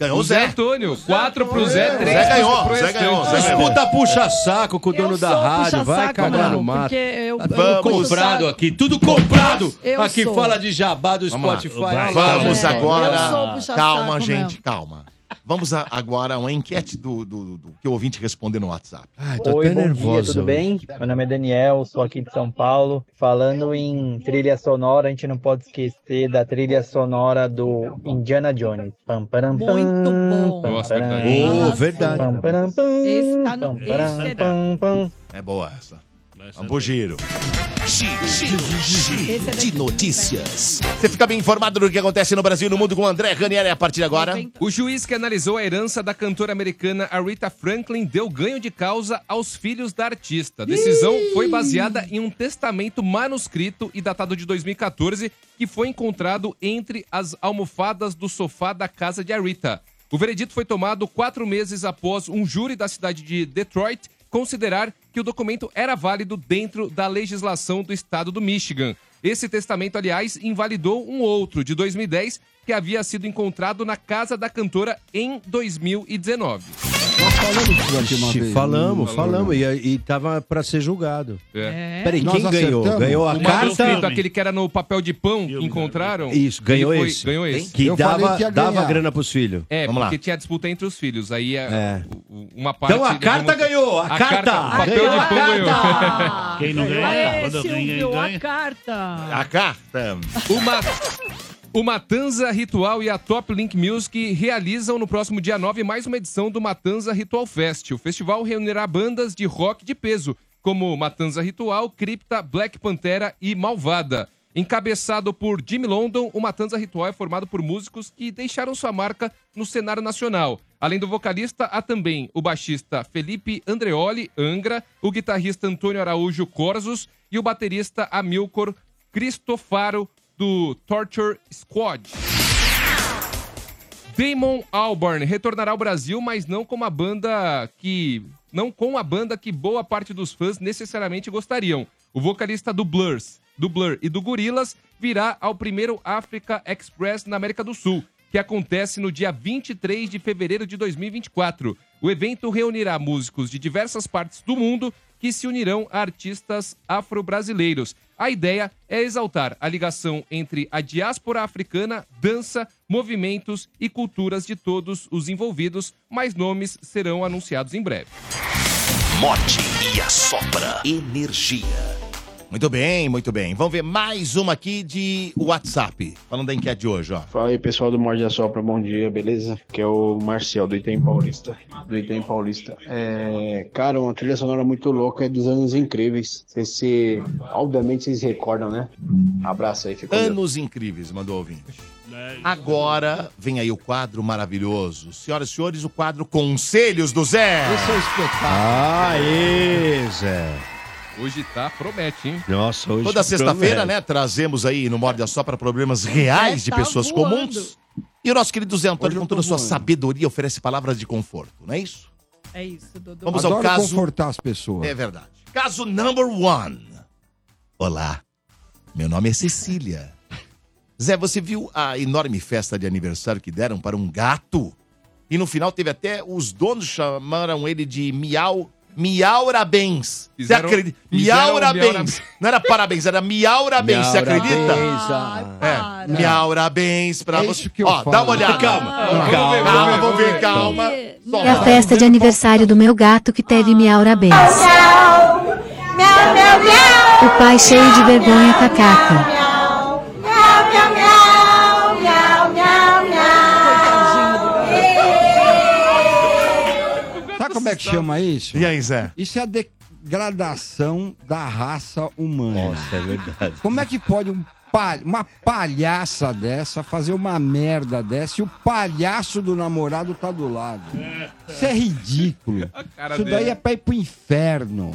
Ganhou O o Zé Zé. Antônio. Quatro pro Zé, três Zé ganhou, pro Zé restante. ganhou, Zé ganhou. Puta puxa-saco com o dono Eu da sou rádio. Vai puxa-saco, cagar não, no mato. porque eu- Tá tudo Vamos. comprado aqui, tudo comprado. Eu aqui sou. fala de jabá do Vamos lá. Spotify. Vai. Vamos É, eu sou o agora. puxa-saco Calma, mesmo. gente, calma. Vamos a- agora a uma enquete do, do- do que o ouvinte responder no WhatsApp. Ai, Ah, tô Oi, até bom dia, nervoso. tudo bem? Meu nome é Daniel, sou aqui de São Paulo. Falando em trilha sonora, a gente não pode esquecer da trilha sonora do Indiana Jones. Pam, param, pam, Muito bom. pam, Nossa, param, verdade. Ô, Oh, verdade. pam, param, pam, Esse tá no- pam, param, esse é- pam, pam. É boa essa. Vamos pro giro. Esse é daqui. de notícias. Você fica bem informado do que acontece no Brasil e no mundo com o André Ranieri a partir de agora. O juiz que analisou a herança da cantora americana Aretha Franklin deu ganho de causa aos filhos da artista. A decisão foi baseada em um testamento manuscrito e datado de 2014 que foi encontrado entre as almofadas do sofá da casa de Aretha. O veredito foi tomado quatro meses após um júri da cidade de Detroit considerar que o documento era válido dentro da legislação do estado do Michigan. Esse testamento, aliás, invalidou um outro, de 2010, que havia sido encontrado na casa da cantora em 2019. Nós falamos disso aqui uma Ixi, vez. falamos, Não- falamos. E, e tava pra ser julgado. É. Peraí, Nós quem ganhou? acertamos? Ganhou a O manuscrito, carta? aquele que era no papel de pão, que encontraram? Isso, ganhou ele foi- esse. Ganhou esse. né? Que Eu falei dava, que ia dava ganhar. grana pros filhos. É, Vamos porque lá. tinha disputa entre os filhos. Aí a- É. u- uma parte... Então a carta digamos- assim, ganhou! A, a carta! carta, o papel Ganhou de a pão carta! ganhou. Quem não ganha, Aê, quando Silvio, ganha, É a ganha. carta. Ah, A carta. Uma... O Matanza Ritual e a Top Link Music realizam no próximo dia 9 mais uma edição do Matanza Ritual Fest. O festival reunirá bandas de rock de peso, como Matanza Ritual, Cripta, Black Pantera e Malvada. Encabeçado por Jimmy London, o Matanza Ritual é formado por músicos que deixaram sua marca no cenário nacional. Além do vocalista, há também o baixista Felipe Andreoli, Angra, o guitarrista Antônio Araújo Corzos e o baterista Amilcor Cristofaro, do Torture Squad. Damon Albarn retornará ao Brasil, mas não com uma banda que. não com a banda que boa parte dos fãs necessariamente gostariam. O vocalista do Blurs, do Blur e do Gorillaz virá ao primeiro Africa Express na América do Sul, que acontece no dia 23 de fevereiro de 2024. O evento reunirá músicos de diversas partes do mundo que se unirão a artistas afro-brasileiros. A ideia é exaltar a ligação entre a diáspora africana, dança, movimentos e culturas de todos os envolvidos, mas nomes serão anunciados em breve. Morte e a sopra energia. Muito bem, muito bem. Vamos ver mais uma aqui de WhatsApp. Falando da enquete de hoje, ó. Fala aí, pessoal do Morde a Sopra, bom dia, beleza? Que é o Marcel, do Item Paulista. Do Item Paulista. É, cara, uma trilha sonora muito louca, é dos Anos Incríveis. Vocês se... Obviamente vocês recordam, né? Abraço aí, fica com Deus. Anos incríveis, mandou ouvinte. É. Agora vem aí o quadro maravilhoso. Senhoras e senhores, o quadro Conselhos do Zé. Isso é espetáculo. Aê, Zé. Hoje tá, promete, hein? Nossa, hoje Toda sexta-feira, promete. né, trazemos aí no Morde a Só para problemas reais de tá pessoas voando. comuns. E o nosso querido Zé Hoje Antônio, eu com tô toda a sua voando. sabedoria, oferece palavras de conforto, não é isso? É isso, Dodô. Vamos ao Adoro caso. confortar as pessoas. É verdade. Caso number one. Olá, meu nome é Cecília. Zé, você viu a enorme festa de aniversário que deram para um gato? E no final teve até os donos chamaram ele de Miau. Miaurabens. Você Fizeram- acredita? fizeram Miaurabens. miaurabens. Não era parabéns, era Miaurabens, você acredita? É. Miaurabens pra ah. É você. isso que eu Ó, falo. dá uma olhada. Calma. Calma, calma, calma, vamos ver, calma. Só É a festa de aniversário do meu gato que teve miaura bens. O pai cheio de vergonha cacaca. Sabe como é que chama isso? E aí, Zé? Isso é a degradação da raça humana. Nossa, é verdade. Como é que pode um pa- uma palhaça dessa fazer uma merda dessa e o palhaço do namorado tá do lado? Isso é ridículo. cara Isso dele. daí é pra ir pro inferno.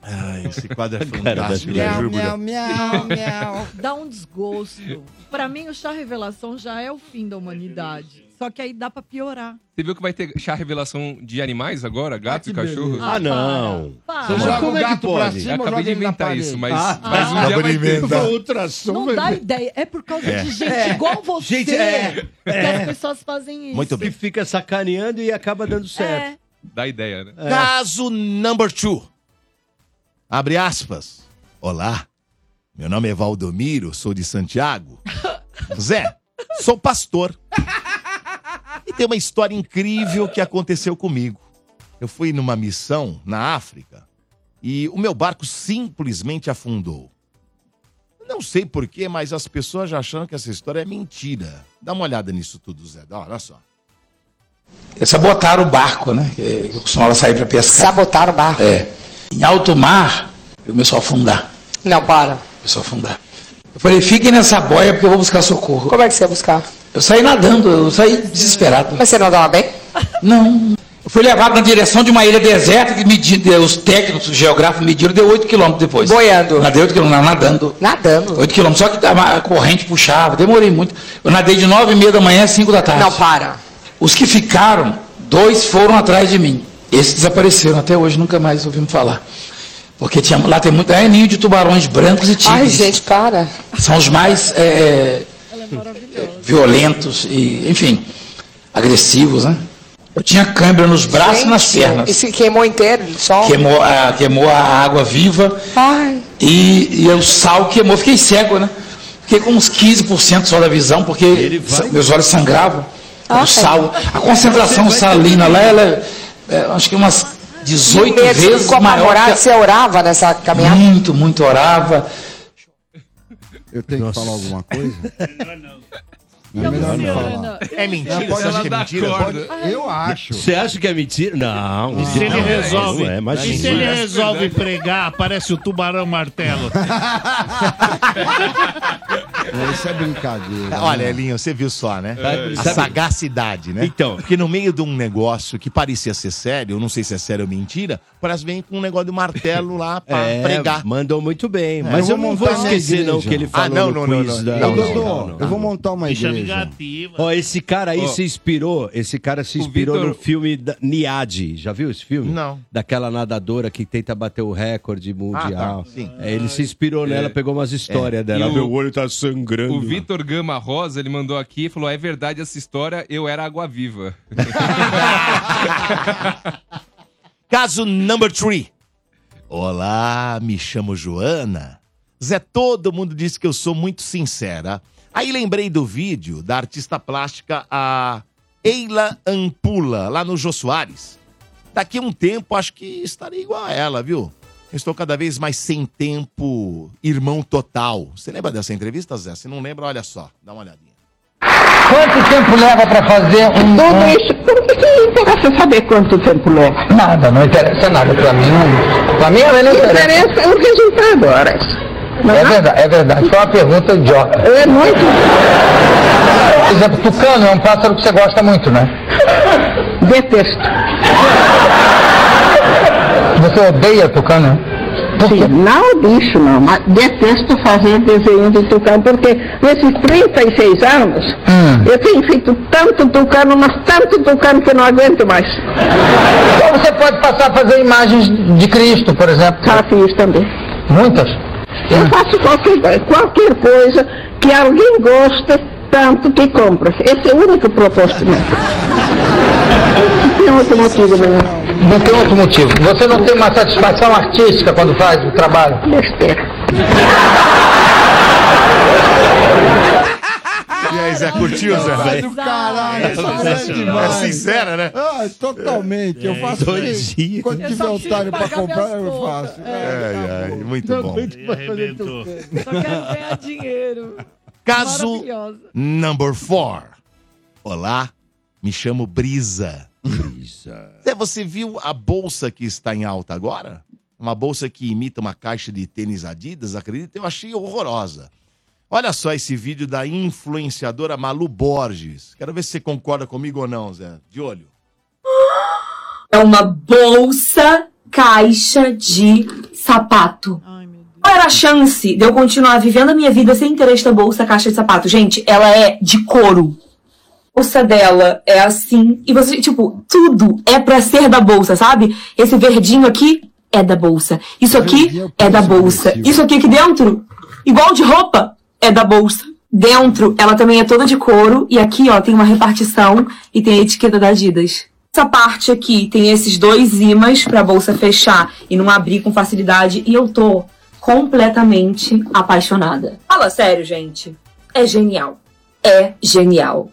Ah, Ai, esse quadro é da fantástico. filha. né, Júlia? Miau, miau, miau. Dá um desgosto. Pra mim, o chá revelação já é o fim da humanidade. Só que aí dá pra piorar. Você viu que vai ter chá revelação de animais agora? Gato e cachorro? Ah, Ah, não. para, Você para. joga Como o é que gato pra pode? cima, Eu Eu acabei de inventar isso, mas, Ah, mas um tá. dia vai ter. Acabou de Não vai dá ver. ideia. É por causa É. de gente É. igual você Gente, é. que É. as pessoas fazem isso. É. Que fica sacaneando e acaba dando certo. Dá ideia, né? Caso number two. Abre aspas. Olá, meu nome é Valdomiro, sou de Santiago. Zé, sou pastor. E tem uma história incrível que aconteceu comigo. Eu fui numa missão na África e o meu barco simplesmente afundou. Não sei porquê, mas as pessoas já acham que essa história é mentira. Dá uma olhada nisso tudo, Zé. Dá, olha só. Sabotaram o barco, né? Que eu costumava sair para pescar. Sabotaram o barco? É. Em alto mar, começou a afundar. Não, para. Começou a afundar. Eu falei, fiquem nessa boia porque eu vou buscar socorro. Como é que você ia buscar? Eu saí nadando, eu saí desesperado. Mas você nadava bem? Não. Eu fui levado na direção de uma ilha deserta que medi- os técnicos, os geógrafos mediram, deu 8 quilômetros depois. Boiando? Nadei 8 quilômetros, não, nadando. Nadando? 8 quilômetros, só que a corrente puxava, demorei muito. Eu nadei de 9 e meia da manhã às 5 da tarde. Não, para. Os que ficaram, dois foram atrás de mim. Esses desapareceram, até hoje nunca mais ouvimos falar. Porque tinha, lá tem muito. É ninho de tubarões brancos e tigres. Ai, gente, para. São os mais é, é, violentos e, enfim, agressivos, né? Eu tinha câimbra nos braços e nas Gente, pernas. E se queimou inteiro, só. Queimou a, queimou a água viva Ai, e, e o sal queimou. Fiquei cego, né? Fiquei com uns 15% só da visão, porque sa- meus olhos sangravam. Ai. O sal, a concentração Você vai salina lá, ela é, é, acho que umas 18 que medo, vezes ficou maior. que a- apavorado, você orava nessa caminhada? Muito, muito orava. Eu tenho que falar alguma coisa? É melhor não falar. Luciana, É mentira, Não, pode você acha ser que é mentira? corda. Pode- Eu acho. Você acha que é mentira? Não. Ah. E se ele Não, resolve, não é, imagina. e se ele resolve pregar, aparece o tubarão martelo. Isso é brincadeira. Olha, Elinho, você viu só, né? Sabe- a É. sabe- sagacidade, né? Então. Porque no meio de um negócio que parecia ser sério, eu não sei se é sério ou mentira, parece vem com um negócio de martelo lá pra É, pregar. Mandou muito bem, É, mas eu, não vou montar uma esquecer não o igreja. que ele Ah, falou não, no não, não, quiz não, da- não, Não, não, não, não. não. Eu vou montar uma Deixa igreja. Ó, esse cara aí Ó. se inspirou, esse cara se inspirou Vitor- no filme da Niade. Já viu esse filme? Não. Daquela nadadora que tenta bater o recorde mundial. sim. É, ele se inspirou nela, É. pegou umas histórias É. dela. E o- Meu olho tá sangrando. O Vitor Gama Rosa, ele mandou aqui e falou: é verdade essa história, eu era água-viva. Caso number three. Olá, me chamo Joana. Zé, todo mundo disse que eu sou muito sincera. Aí lembrei do vídeo da artista plástica a Eila Ampula, lá no Jô Soares. Daqui a um tempo, acho que estarei igual a ela, viu? Eu Estou cada vez mais sem tempo, irmão total. Você lembra dessa entrevista, Zé? Se não lembra, olha só, dá uma olhadinha. Quanto tempo leva para fazer um. Tudo isso. Não interessa saber quanto tempo leva. Nada, não interessa nada para mim. Para mim, ela não interessa. interessa é o resultado, ora. É verdade, é verdade. Foi uma pergunta idiota. É muito. Por exemplo, tucano é um pássaro que você gosta muito, né? Detesto. Você odeia tucano? Sim, não o bicho não, mas detesto fazer desenho de tucano, porque nesses 36 anos eu tenho feito tanto tucano, mas tanto tucano que eu não aguento mais. Então você pode passar a fazer imagens de Cristo, por exemplo? Já fiz também. Muitas? Eu faço qualquer, coi- qualquer coisa que alguém goste tanto que compra. Esse é o único propósito meu. Não tem outro motivo né? nenhum. Não tem outro motivo. Você não tem uma satisfação artística quando faz o trabalho? Besteira. E aí, Zé, curtiu, Zé? Vai do caralho, É, isso é é demais. sincera, né? Ah, totalmente. Eu faço Dois que- dias. Quando Eu tiver só preciso otário pra pagar comprar, minhas eu contas. faço. Ai, ai, muito bom. Arrebentou. Só quero ganhar dinheiro. Caso Maravilhosa. number four. Olá, me chamo Brisa. Brisa. Zé, você viu a bolsa que está em alta agora? Uma bolsa que imita uma caixa de tênis Adidas, acredita? Eu achei horrorosa. Olha só esse vídeo da influenciadora Malu Borges. Quero ver se você concorda comigo ou não, Zé. De olho. É uma bolsa caixa de sapato. Qual era a chance de eu continuar vivendo a minha vida sem ter esta bolsa caixa de sapato? Gente, ela é de couro. A bolsa dela é assim. E você, tipo, tudo é pra ser da bolsa, sabe? Esse verdinho aqui é da bolsa. Isso aqui é da bolsa. Isso aqui aqui dentro, igual de roupa, é da bolsa. Dentro, ela também é toda de couro. E aqui, ó, tem uma repartição e tem a etiqueta da Adidas. Essa parte aqui tem esses dois ímãs pra bolsa fechar e não abrir com facilidade. E eu tô completamente apaixonada. Fala sério, gente. É genial. É genial.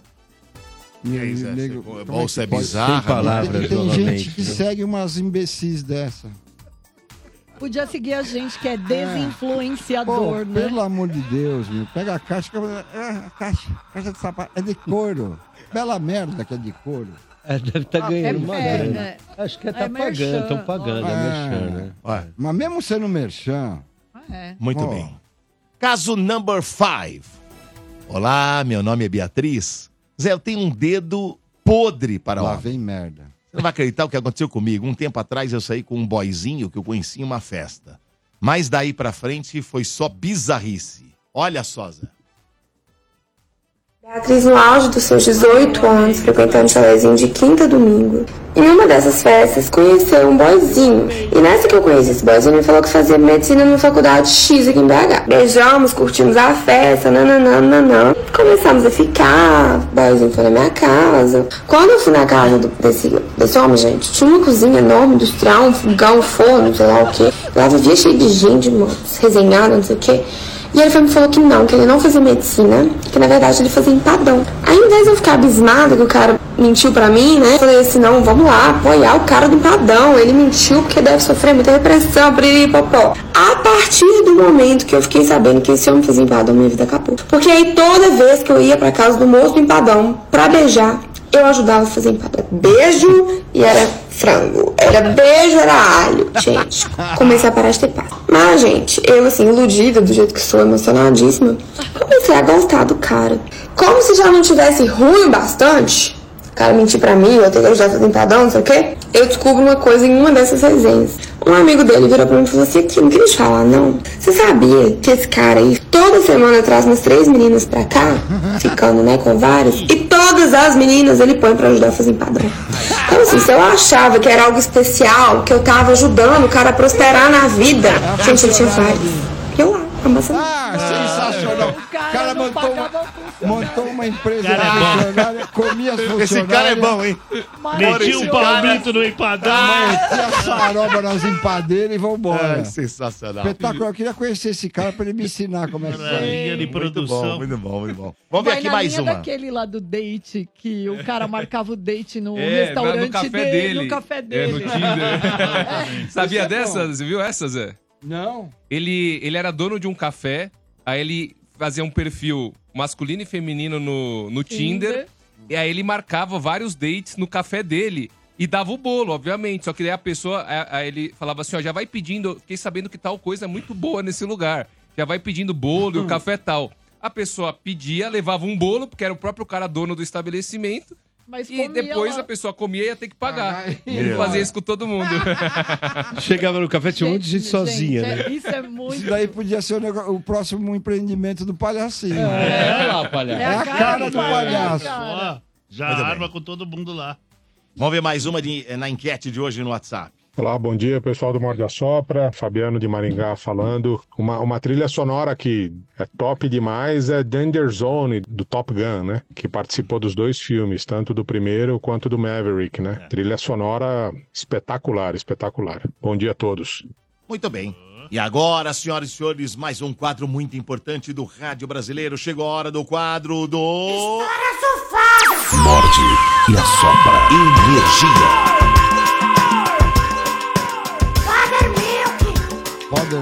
E aí, Zé? você- a bolsa é Pode- bizarra. Sem palavras, né? E tem gente que segue umas imbecis dessa. Podia seguir a gente que é desinfluenciador, Pô, né? Pelo amor de Deus, meu. Pega a caixa, que eu- ah, a caixa, caixa de sapato. É de couro. Bela merda que é de couro. É, deve estar Ah, ganhando é uma merda. É grana. Acho que tá pagando, estão pagando, é Ah, merchan, né? Mas mesmo sendo merchan. É. Muito ó, bem. Caso number five. Olá, meu nome é Beatriz. Zé, eu tenho um dedo podre para Lá homem. vem merda. Você não vai acreditar o que aconteceu comigo. Um tempo atrás eu saí com um boyzinho que eu conheci em uma festa. Mas daí pra frente foi só bizarrice. Olha só, Zé. Beatriz no auge dos seus 18 anos, frequentando chalezinho de quinta a domingo. Em uma dessas festas, conheceu um boyzinho. E nessa que eu conheci esse boyzinho, ele falou que fazia medicina na faculdade X aqui em BH. Beijamos, curtimos a festa, nananã, nananã. Começamos a ficar, o boyzinho foi na minha casa. Quando eu fui na casa do- desse, desse homem, gente, tinha uma cozinha enorme, industrial, um fogão, um forno, sei lá o quê. Lá vivia cheio de gente, mano, resenhada, não sei o quê. E ele foi, me falou que não, que ele não fazia medicina, que na verdade ele fazia empadão. Aí, ao invés de eu ficar abismada que o cara mentiu pra mim, né? Falei assim, não, vamos lá, apoiar o cara do Padão. Ele mentiu porque deve sofrer muita repressão, priripopó. A partir do momento que eu fiquei sabendo que esse homem fez empadão, minha vida acabou. Porque aí toda vez que eu ia pra casa do moço do empadão pra beijar, eu ajudava a fazer empadão. Beijo e era frango. Era beijo, era alho. Gente, comecei a parar de ter paz. Mas, gente, eu assim, iludida do jeito que sou, emocionadíssima, comecei a gostar do cara. Como se já não tivesse ruim bastante, o cara mentir pra mim, eu ter que ajudar a fazer empadão, não sei o quê, eu descubro uma coisa em uma dessas resenhas. Um amigo dele virou pra mim e falou assim, aqui, não queria te falar, não. Você sabia que esse cara aí, toda semana traz umas três meninas pra cá, ficando, né, com várias, e todas as meninas ele põe pra ajudar a fazer empadão. Então, assim, se eu achava que era algo especial, que eu tava ajudando o cara a prosperar na vida, gente, ele tinha várias. E eu lá, amassando. Ah, sensacional. O cara, montou, uma, montou uma empresa Cara é bom. funcionária, comia as funcionárias. Esse cara é bom, hein? Meti um palmito no empadão. Metia a saroba nas empadeiras e vambora. É, sensacional. Espetáculo, eu queria conhecer esse cara pra ele me ensinar como é que faz. Linha de produção. Muito bom, muito bom, muito bom. Vamos ver Vai aqui na mais linha uma. daquele lá do date, que o cara marcava o date no É, na- restaurante no café dele, dele. no café É, no dele. é Tinder. Sabia dessas? Viu essas, Zé? Não. Ele, ele era dono de um café, aí ele fazia um perfil masculino e feminino no, no Tinder, Tinder. e aí ele marcava vários dates no café dele. E dava o bolo, obviamente. Só que daí a pessoa, a- a- ele falava assim, ó, já vai pedindo, eu fiquei sabendo que tal coisa é muito boa nesse lugar. Já vai pedindo bolo e o café tal. A pessoa pedia, levava um bolo, porque era o próprio cara dono do estabelecimento. Mas E depois lá. a pessoa comia e ia ter que pagar. Ele Meu. fazia isso com todo mundo. Chegava no café, tinha um monte de gente, sozinha, é- né? Isso é muito. Isso daí podia ser o, nego- o próximo empreendimento do palhacinho. É, olha lá, palhaço. É a cara do palhaço. Ó, Já Muito é bem. arma com todo mundo lá. Vamos ver mais uma de- eh, na enquete de hoje no WhatsApp. Olá, bom dia, pessoal do Morde a Sopra. Fabiano de Maringá falando. Uma, uma trilha sonora que é top demais é Danger Zone, do Top Gun, né? Que participou dos dois filmes, tanto do primeiro quanto do Maverick, né? É. Trilha sonora espetacular, espetacular. Bom dia a todos. Muito bem. E agora, senhoras e senhores, mais um quadro muito importante do Rádio Brasileiro. Chegou a hora do quadro do. Morde e assopra. Energia. É do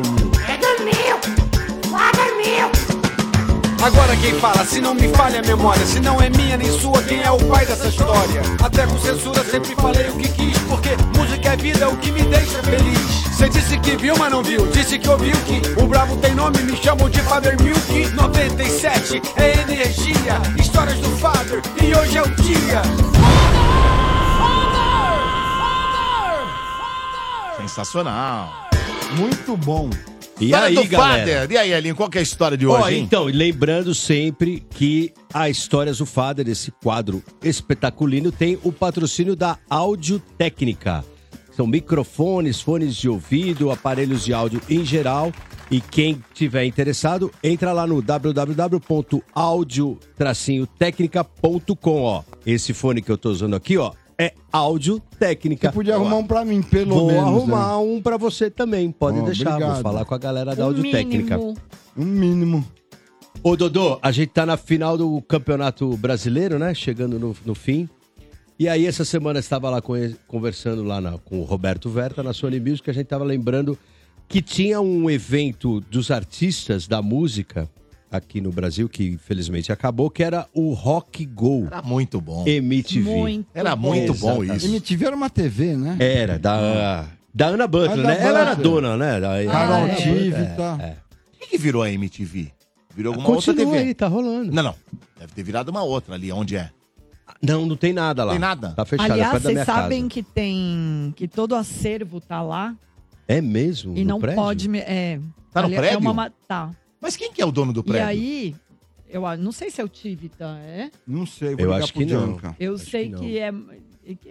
meu, Father Milk. Agora quem fala, se não me falha a memória, se não é minha nem sua, quem é o pai dessa história? Até com censura sempre falei o que quis, porque música é vida, o que me deixa feliz. Cê disse que viu, mas não viu, disse que ouviu que o bravo tem nome, me chamam de Father Milk. 97 é energia, histórias do Father, e hoje é o dia. Sensacional. Muito bom. E História aí, do galera? Father. E aí, Elin, qual que é a história de Ó, hoje, hein? então, lembrando sempre que a Histórias do Fader, esse quadro espetaculino, tem o patrocínio da Áudio Técnica. São microfones, fones de ouvido, aparelhos de áudio em geral. E quem tiver interessado, entra lá no www.audio-tecnica.com, ó. Esse fone que eu tô usando aqui, ó, é Áudio Técnica. Você Podia arrumar um pra mim, pelo Vou menos. né? arrumar um pra você também, pode Ó, deixar. obrigado. Vou falar com a galera da Um Audio Técnica. mínimo. Um mínimo. Ô, Dodô, a gente tá na final do Campeonato Brasileiro, né? Chegando no, no fim. E aí, essa semana eu estava lá com ele- conversando lá na- com o Roberto Verta, na Sony Music, a gente tava lembrando que tinha um evento dos artistas da música aqui no Brasil, que infelizmente acabou, que era o Rock Go. Era muito bom. MTV. Exatamente. MTV era uma TV, né? É, Era, da, da Ana Ah, Butler, da né? Ela era Butler. dona, né? Da, Carol Ana Butler, Tive, é, tá. é. O que, que virou a MTV? Virou alguma outra Continua TV? aí, tá rolando. Não, não. Deve ter virado uma outra ali, onde é? Não, não tem nada lá. Tem nada? Tá fechado, é Aliás, perto da minha vocês sabem casa. que tem. que todo acervo tá lá É mesmo? e no não prédio? pode. me- É, Tá no ali- É prédio? uma, ma- tá. Mas quem que é o dono do E prédio? aí, eu a- não sei se é o Tivita, é? Não sei, Eu acho que não. Eu sei que que, não.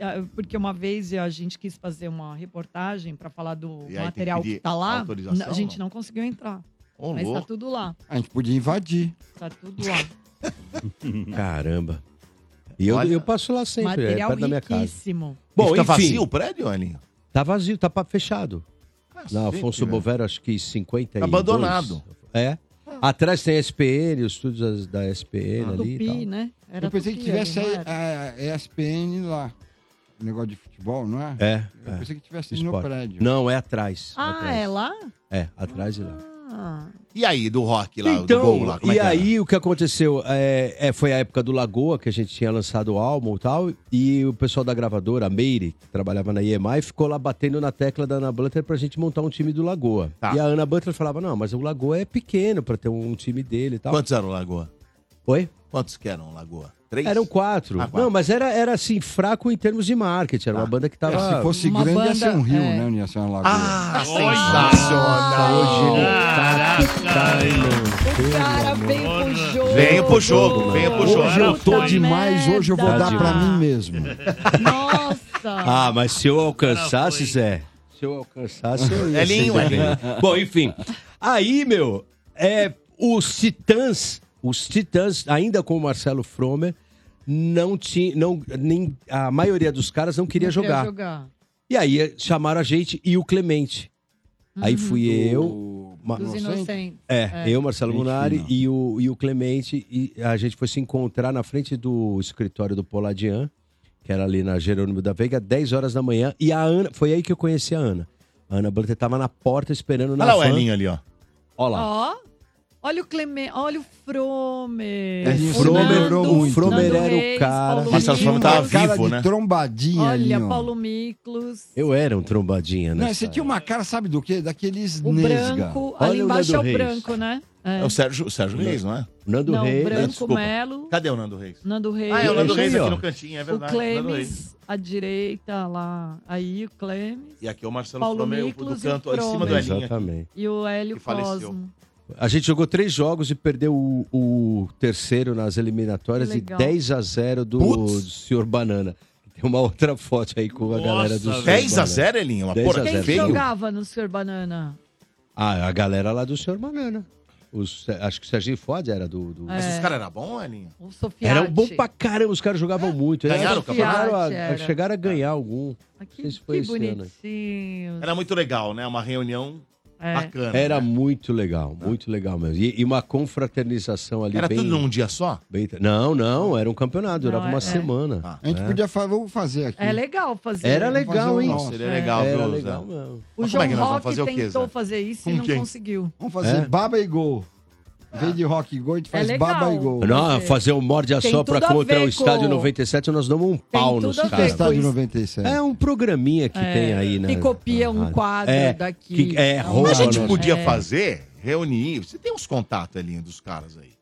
é. é, Porque uma vez a gente quis fazer uma reportagem para falar do E aí tem material que que, pedir tá lá. autorização, A gente não? não conseguiu entrar. Ô, mas tá louco. tudo lá. A gente podia invadir. Tá tudo lá. Caramba. E eu, eu passo lá sempre, é Material perto da minha casa. riquíssimo. Bom, fica enfim. vazio o prédio, Aninho? Tá vazio, tá pa- fechado. Na Afonso velho. Bovero, acho que 50 Tá abandonado. É. Atrás tem a SPN, os estúdios da SPN ali e tal. Tupi, né? Era eu pensei que Tupi, tivesse não a, era? a ESPN lá. O negócio de futebol, não é? É. Eu é. pensei que tivesse no Esporte. prédio. Não, é atrás. Ah, é lá? É, atrás e lá. Ah. E aí, do rock lá, do Então, gol lá, como é e que era? aí o que aconteceu? É, é, foi a época do Lagoa, que a gente tinha lançado o álbum e tal, e o pessoal da gravadora, a Meire, que trabalhava na EMI, ficou lá batendo na tecla da Ana Butler pra gente montar um time do Lagoa. Tá. E a Ana Butler falava, não, mas o Lagoa é pequeno pra ter um time dele e tal. Quantos eram o Lagoa? Oi? Quantos que eram o Lagoa? Três? Eram quatro. Ah, quatro. Tá. Não, mas era, era assim, fraco em termos de marketing. Era uma banda que tava. É, se fosse grande, ia ser um rio, né? Não ia ser uma lagoa. Ah, sensacional! Hoje né? Tá, Cara, vem pro jogo. Veio pro jogo, veio pro jogo. Hoje eu tô demais, hoje eu vou Tá dar pra demais. mim mesmo. Ah, mas se eu alcançasse, Zé. Se eu alcançasse, eu ia É lindo, ser é bem. lindo. né? Bom, enfim. Aí, meu, é, os Titãs, os Titãs, ainda com o Marcelo Fromer, não tinha, não, nem, a maioria dos caras não queria Não jogar. E aí eh, chamaram a gente e o Clemente. Aí fui eu. Ma- Dos Uhum. Inocentes. É, É. eu, Marcelo Gente Lunari e o, e o Clemente. E a gente foi se encontrar na frente do escritório do Poladian, que era ali na Jerônimo da Veiga, 10 horas da manhã. E a Ana, foi aí que eu conheci a Ana. A Ana Blanter tava na porta esperando na Olha lá o van. Elinho ali, ó. Olha lá. Ó. Olha o Clemente, olha o Fromer. É, O Fromer- Nando, o Fromer Nando era o Reis, cara. Paulo Marcelo Fromer Miklos. tava Cara vivo, de né? trombadinha Olha, ali, ó. Paulo Miklos. Eu era um trombadinha, né? Não, você tinha uma cara, sabe do quê? Daqueles O nesga. branco. ali embaixo é o branco, né? É o Sérgio, o Sérgio Reis, não é? Nando Não, Reis. Branco Desculpa. Melo. Cadê o Nando Reis? Nando Reis. Ah, é o Nando Isso Reis aí, aqui ó. no cantinho, é verdade. o Nando Reis. Clemes, à direita lá. Aí o Clemes. E aqui é o Marcelo Paulo Fromer o do Miklos e canto, ó, em cima do Fromer. Elinho. aqui. Exatamente. E o Hélio Que faleceu. Cosmo. A gente jogou três jogos e perdeu o, o terceiro nas eliminatórias Que e legal. 10 a 0 do, senhor Banana. Tem uma outra foto aí com a galera do senhor 10 a Banana. 0, Elinho? Uma 10 a porra, Quem que zero. que feio. jogava no Sr. Banana? Ah, a galera lá do senhor Banana. Os- acho que o Serginho Fode era do. do- É. Mas os caras eram bons, Elinho? O Sofiati. Era um bom pra caramba, os caras jogavam É. muito. Era- Ganharam o chegaram a, campeonato? a- chegaram a ganhar algum. Ah, Que, foi que esse ano aí. bonitinho. Era muito legal, né? Uma reunião É. bacana. Era muito legal, muito legal mesmo. E, e uma confraternização ali Era bem. tudo num dia só? bem- não, não, era um campeonato, durava Não, é- uma é. semana. A gente né? podia falar, vamos fazer aqui. É legal fazer. Era Vamos fazer legal, um hein? nosso. Seria é. legal, Era viu, legal Zé? mesmo. O Mas como João é que nós vamos Rock fazer o quê, tentou Zé? fazer isso e Com não quem? conseguiu. Vamos fazer É? baba e gol. Em vez de rock e gol, a gente faz É legal. baba e gol. Não, é fazer o morde a Tem sopra tudo a contra ver o Estádio com- 97, nós damos um pau tudo nos a ver com caras. Estádio isso. 97. É um programinha que É, tem aí, né? que copia um Ah, quadro é, daqui. um que- é, Mas rouba a gente nossa. podia É. fazer, reunir. Você tem uns contatos, Elinho, dos caras aí.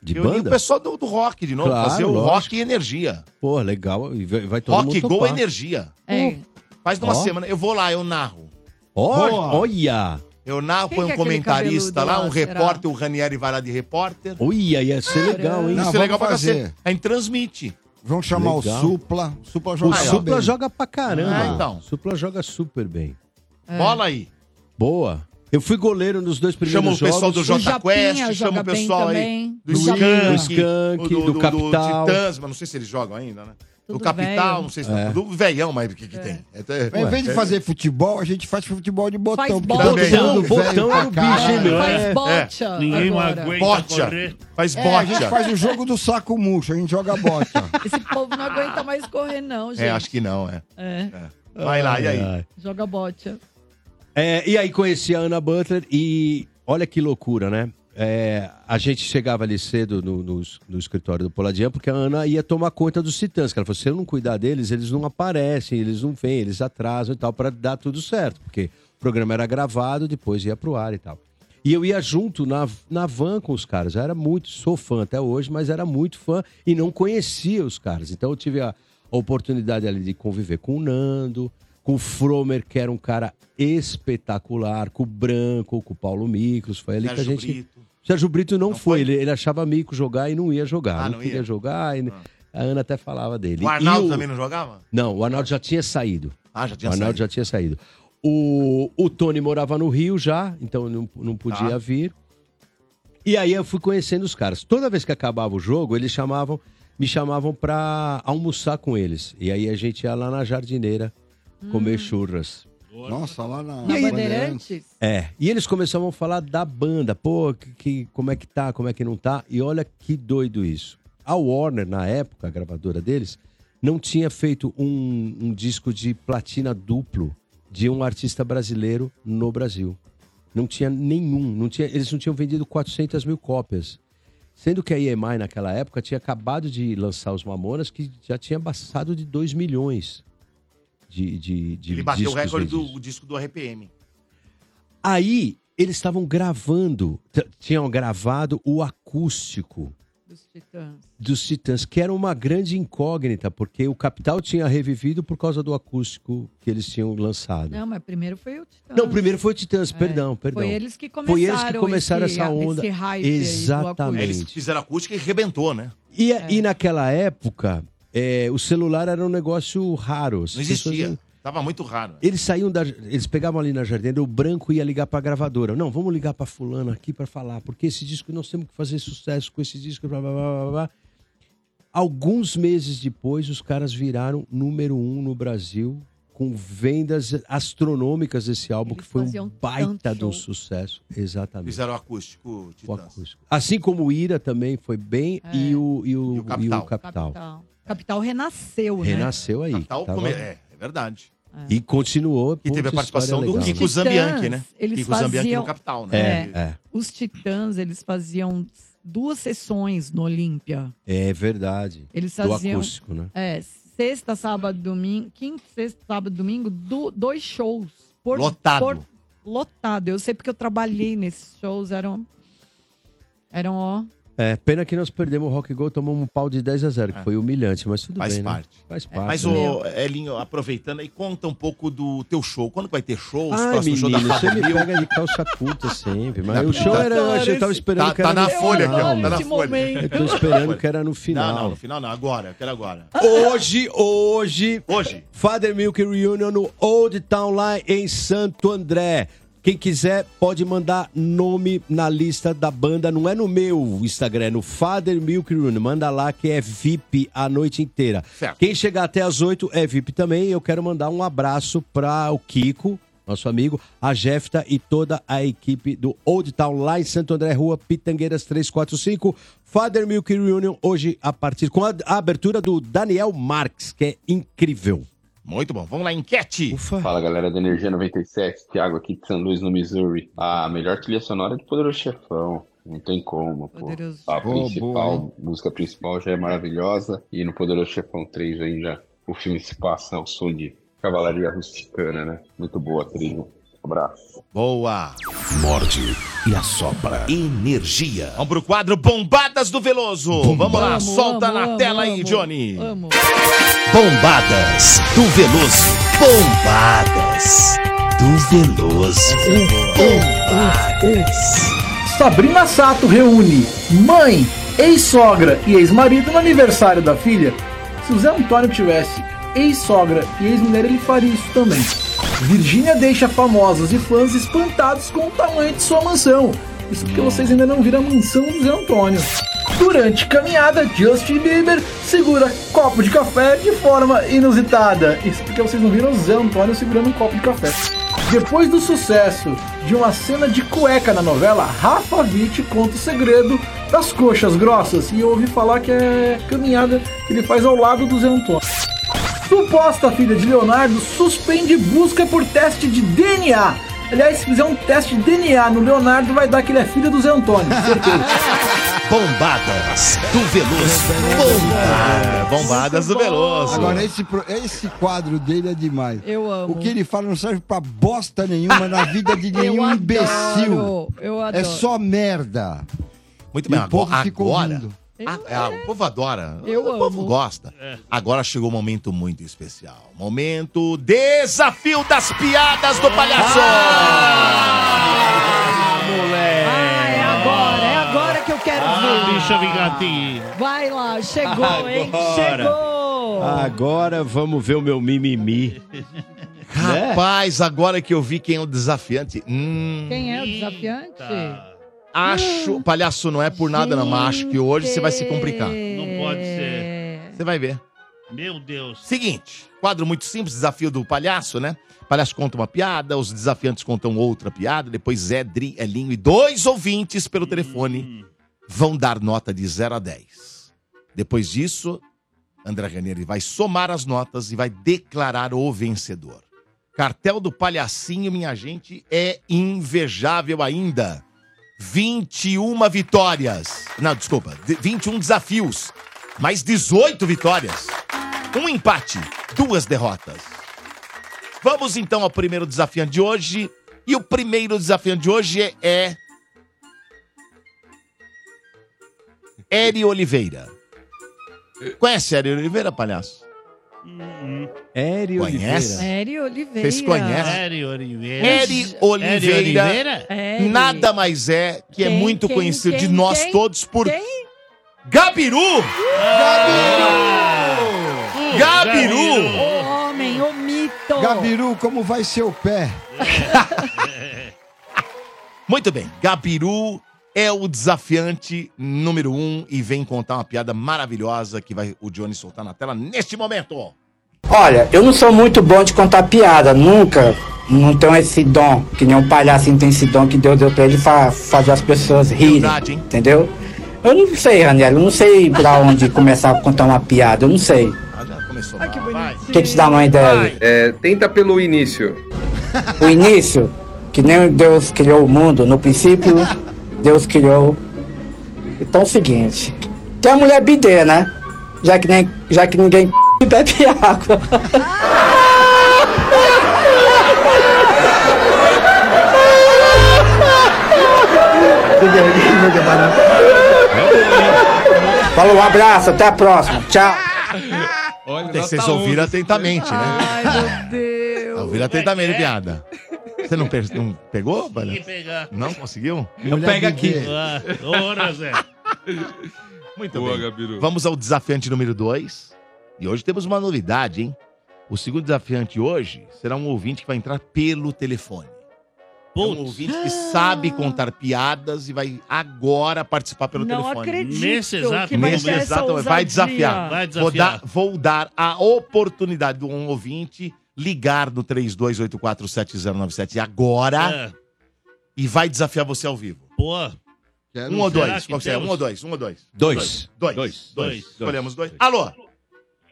De Reunir banda? o pessoal do, do rock de novo, Claro, fazer o lógico. rock e energia. Pô, legal. E vai vai todo rock, mundo gol topar. energia. É. Faz numa Ó. semana. Eu vou lá, eu narro. Ó, Boa. olha! Eu narro, Quem põe que é um aquele comentarista cabeludo lá, lá, um será? repórter, o Ranieri vai lá de repórter. Olha, ia ser legal, hein? Isso é vamos legal pra fazer. cacete. Aí transmite. Vamos chamar Legal. o Supla. O Supla O joga Supla bem. joga pra caramba. Ah, então. O Supla joga super bem. Bola aí. Boa. Eu fui goleiro nos dois primeiros Chama o jogos. pessoal do Jota Quest, chama o pessoal aí do Skank, do Skank, do, Capital. Titãs, mas não sei se eles jogam ainda, né? do Tudo Capital, velho. não sei se não. É. Do velhão, mas o que, que tem? É, até- Em vez de fazer futebol, a gente faz futebol de botão. Faz porque bola. todo Também. mundo Botão, velho botão pra é o bicho, hein, caralho. meu? Faz É. bocha É. Ninguém agora. aguenta Bocha. correr. Faz É, a gente bocha. faz o jogo do saco murcho, a gente joga bocha. Esse povo não aguenta mais correr, não, gente. É, acho que não, é. É. É. Vai lá, e aí? Ai, ai. Joga bote. É, e aí conheci a Ana Butler e olha que loucura, né? É, a gente chegava ali cedo no, no es- no escritório do Poladian porque a Ana ia tomar conta dos titãs. que Ela falou: se eu não cuidar deles, eles não aparecem, eles não vêm, eles atrasam e tal, pra dar tudo certo, porque o programa era gravado, depois ia pro ar e tal. E eu ia junto na, na van com os caras. Eu era muito, sou fã até hoje, mas era muito fã e não conhecia os caras. Então eu tive a, a oportunidade ali de conviver com o Nando, com o Fromer, que era um cara espetacular, com o Branco, com o Paulo Micros. Foi ali que Sérgio a gente. Brito. Sérgio Brito não, foi, Ele, ele achava mico jogar e não ia jogar. Ah, não, não queria ia? Ah. jogar. e- A Ana até falava dele. O E Arnaldo também não jogava? Não, o Arnaldo já tinha saído. Ah, já tinha O Arnaldo saído. já tinha saído. O, o Tony morava no Rio já, então não, não podia Tá. vir. E aí eu fui conhecendo os caras. Toda vez que acabava o jogo, eles chamavam, me chamavam pra almoçar com eles. E aí a gente ia lá na jardineira comer churras. Nossa, lá na, Na Bandeirantes? É. E eles começavam a falar da banda, pô, que, que- como é que tá, como é que não tá. E olha que doido isso. A Warner, na época, a gravadora deles, não tinha feito um, um disco de platina duplo de um artista brasileiro no Brasil. Não tinha nenhum. Não tinha, eles não tinham vendido 400 mil cópias. Sendo que a EMI, naquela época, tinha acabado de lançar os Mamonas, que já tinha passado de 2 milhões de, de, de Ele bateu o discos recorde vendidos. do disco do RPM. Aí eles estavam gravando, t- tinham gravado o acústico Dos Titãs. dos Titãs, que era uma grande incógnita, porque o Capital tinha revivido por causa do acústico que eles tinham lançado. Não, mas primeiro foi o Titãs. Não, primeiro foi o Titãs, Ah. É. perdão, perdão. Foi eles que Foi eles que começaram começaram esse- essa onda. esse hype aí do Exatamente. Eles fizeram acústica e rebentou, né? E, É. e naquela época, é, o celular era um negócio raro. As Não pessoas existia. não- Tava muito raro. né? Eles saíam da. Eles pegavam ali na jardineira, o branco ia ligar pra gravadora. Não, vamos ligar pra fulano aqui pra falar, porque esse disco nós temos que fazer sucesso com esse disco, blá blá blá blá blá. Alguns meses depois, os caras viraram número um no Brasil, com vendas astronômicas desse álbum, que foi um faziam baita tanto de um show. sucesso. Exatamente. Fizeram o acústico O Titãs. acústico. Assim como o Ira também foi bem, É. e, o, e, o, e o Capital. né? Capital. Capital renasceu, né? Renasceu aí. tá Tal tava- como é, é verdade. E continuou. E teve a puta participação história do legal. Kiko Zambianchi, né? Eles Kiko faziam... Zambianchi no Capital, né? É, é. Os Titãs, eles faziam duas sessões no Olímpia. É verdade. Eles faziam... Do acústico, né? É, sexta, sábado, domingo... Quinta, sexta, sábado, domingo, du- dois shows. Por, Lotado. lotado. Eu sei porque eu trabalhei nesses shows, eram... Eram, ó... É, pena que nós perdemos o Rock Go, tomamos um pau de 10 a 0, que foi humilhante, mas tudo É. Faz bem. né? parte. É, Faz parte. Mas, né? ô, Elinho, aproveitando aí, conta um pouco do teu show. Quando que vai ter show? Os Ai, próximos shows menino, da você Fábio me Mil? pega de calça curta sempre. Mas Não, o show tá- era. Eu achei- eu tava esperando tá, que tá era na no folha aqui, ó. final. Tá na folha. Eu tô esperando que era no final. Não, não, no final não. Agora, eu quero agora. Hoje, hoje. Hoje. Father Milk Reunion no Old Town Line em Santo André. Quem quiser pode mandar nome na lista da banda. Não é no meu Instagram, é no Father Milk Reunion. Manda lá que é VIP a noite inteira. Quem chegar até as 8 é VIP também. Eu quero mandar um abraço para o Kiko, nosso amigo, a Jefta e toda a equipe do Old Town lá em Santo André, Rua Pitangueiras 345. Father Milk Reunion hoje a partir com a, a abertura do Daniel Marques, que é incrível. Muito bom. Vamos lá, enquete. Fala galera da Energia 97, Thiago aqui de São Luís, no Missouri. Ah, a melhor trilha sonora é do Poderoso Chefão. Não tem como, pô. Poderoso. A Pô, principal, boa, música principal já é maravilhosa. E no Poderoso Chefão 3 ainda o filme se passa ao som de Cavalaria Rusticana, né? Muito boa a trilha. Abraço. Boa. Morde e assopra energia. Vamos pro quadro Bombadas do Veloso. Vamos lá, Amo, solta amo, na amo, tela aí, amo. Johnny. Bombadas do Veloso. Bombadas do Veloso. Sabrina Sato reúne mãe, ex-sogra e ex-marido no aniversário da filha. Se o Zé Antônio tivesse ex-sogra e ex-mulher, ele faria isso também. Virgínia deixa famosos e fãs espantados com o tamanho de sua mansão. Isso porque vocês ainda não viram a mansão do Zé Antônio. Durante caminhada, Justin Bieber segura copo de café de forma inusitada. Isso porque vocês não viram o Zé Antônio segurando um copo de café. Depois do sucesso de uma cena de cueca na novela, Rafa Witt conta o segredo das coxas grossas. E eu ouvi falar que é caminhada que ele faz ao lado do Zé Antônio. Suposta filha de Leonardo suspende busca por teste de DNA. Aliás, se fizer um teste de DNA no Leonardo, vai dar que ele é filho do Zé Antônio, certeza. Bombadas do Veloso. Bombadas, bombadas do Veloso. Agora, esse, pro- esse quadro dele é demais. Eu amo. O que ele fala não serve pra bosta nenhuma na vida de Eu nenhum adoro, imbecil. eu É adoro. só merda. Muito E bem, o povo agora. ficou agora rindo. Ah, é, o povo adora. Eu o povo amo. gosta. É. Agora chegou um momento muito especial. Momento Desafio das Piadas do Palhaço. moleque! Ah, é agora, é agora que eu quero Ah, ver. bicho vingatinho. Vai lá, chegou, hein? Agora. Chegou! Ah. Agora vamos ver o meu mimimi. Rapaz, agora que eu vi quem é o desafiante. Hum, Quem é o desafiante? Hum. acho. Palhaço não é por nada, não, mas acho que hoje você vai se complicar. Não pode ser. Você vai ver. Meu Deus. Seguinte, quadro muito simples, desafio do palhaço, né? O palhaço conta uma piada, os desafiantes contam outra piada, depois Zé, Dri, Elinho e dois ouvintes pelo telefone vão dar nota de 0 a 10. Depois disso, André Ranieri vai somar as notas e vai declarar o vencedor. Cartel do Palhacinho, minha gente, é invejável ainda. 21 vitórias. Não, desculpa, de- 21 desafios. Mais 18 vitórias. Um empate, duas derrotas. Vamos então ao primeiro desafiante de hoje. E o primeiro desafiante de hoje é. é Eri Oliveira. Conhece Eri Oliveira, palhaço? Eri Conhece? Eri Uhum. Oliveira. Vocês conhecem? Eri Oliveira. Eri Oliveira, Eri. nada mais é que é Quem, muito quem, conhecido de quem, nós quem? Ah! todos por Gabiru! Gabiru! Gabiru! O homem, o mito! Gabiru, como vai seu pé? Muito bem, Gabiru é o desafiante número um e vem contar uma piada maravilhosa que vai o Johnny soltar na tela neste momento. Olha, eu não sou muito bom de contar piada, nunca. Não tenho esse dom, que nem um palhacinho tem esse dom que Deus deu pra ele pra fazer as pessoas rirem. Entendeu? Eu não sei, Raniel, eu não sei pra onde começar a contar uma piada, eu não sei. Ah, Começou. O que, que te dá uma ideia? É, tenta pelo início. O início, que nem Deus criou o mundo, no princípio, Deus criou. Então é o seguinte, tem a mulher bidê, né? Já que, nem, já que ninguém bebe água. Falou, um abraço, até a próxima. Tchau. Tem- vocês ouviram atentamente, né? Ai, meu Deus. Ouviram atentamente, piada. Você não, per- não pegou, É, Consegui palhaço? pegar. Não conseguiu? Eu pego aqui. Ah, ora, Zé. Muito bem. Vamos ao desafiante número 2. E hoje temos uma novidade, hein? O segundo desafiante hoje será um ouvinte que vai entrar pelo telefone. É um ouvinte que Ah! sabe contar piadas e vai agora participar pelo Não telefone. acredito Nesse exato que vai Nesse ter essa exato momento. vai ousadia. desafiar. Vai Vou dar, desafiar. vou dar a oportunidade de um ouvinte ligar no 32847097 É. agora e vai desafiar você ao vivo. Pô. Um ou Será dois? que Qual que é? Um temos? ou dois? Um ou dois? Dois. Dois. Dois. Dois. Dois. Escolhemos dois. Dois. Alô? é-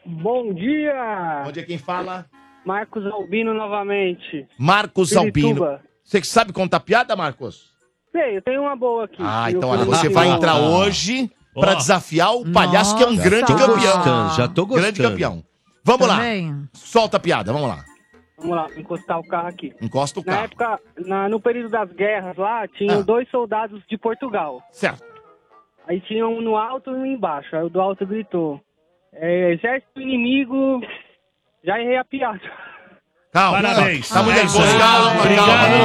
Bom dia! Bom dia, quem fala? Marcos Albino novamente. Marcos Albino. Pirituba. Você que sabe contar piada, Marcos? Sei, eu tenho uma boa aqui. Ah, Eu então olha, conheci você vai uma- entrar Ah. hoje pra Ó. desafiar o palhaço que é um Nossa. grande Já tô campeão. gostando, já tô Grande gostando. campeão. Vamos lá. Também. Solta a piada, vamos lá. Vamos lá, vou encostar o carro aqui. Encosta o Na carro. época, na- no período das guerras lá, tinham Ah. dois soldados de Portugal. Certo. Aí tinha um no alto e um embaixo. Aí o do alto gritou: é, Exército inimigo, já errei a piada. Calma, Parabéns. Tá muito É nervoso. isso aí. Calma, calma. Obrigado. Não,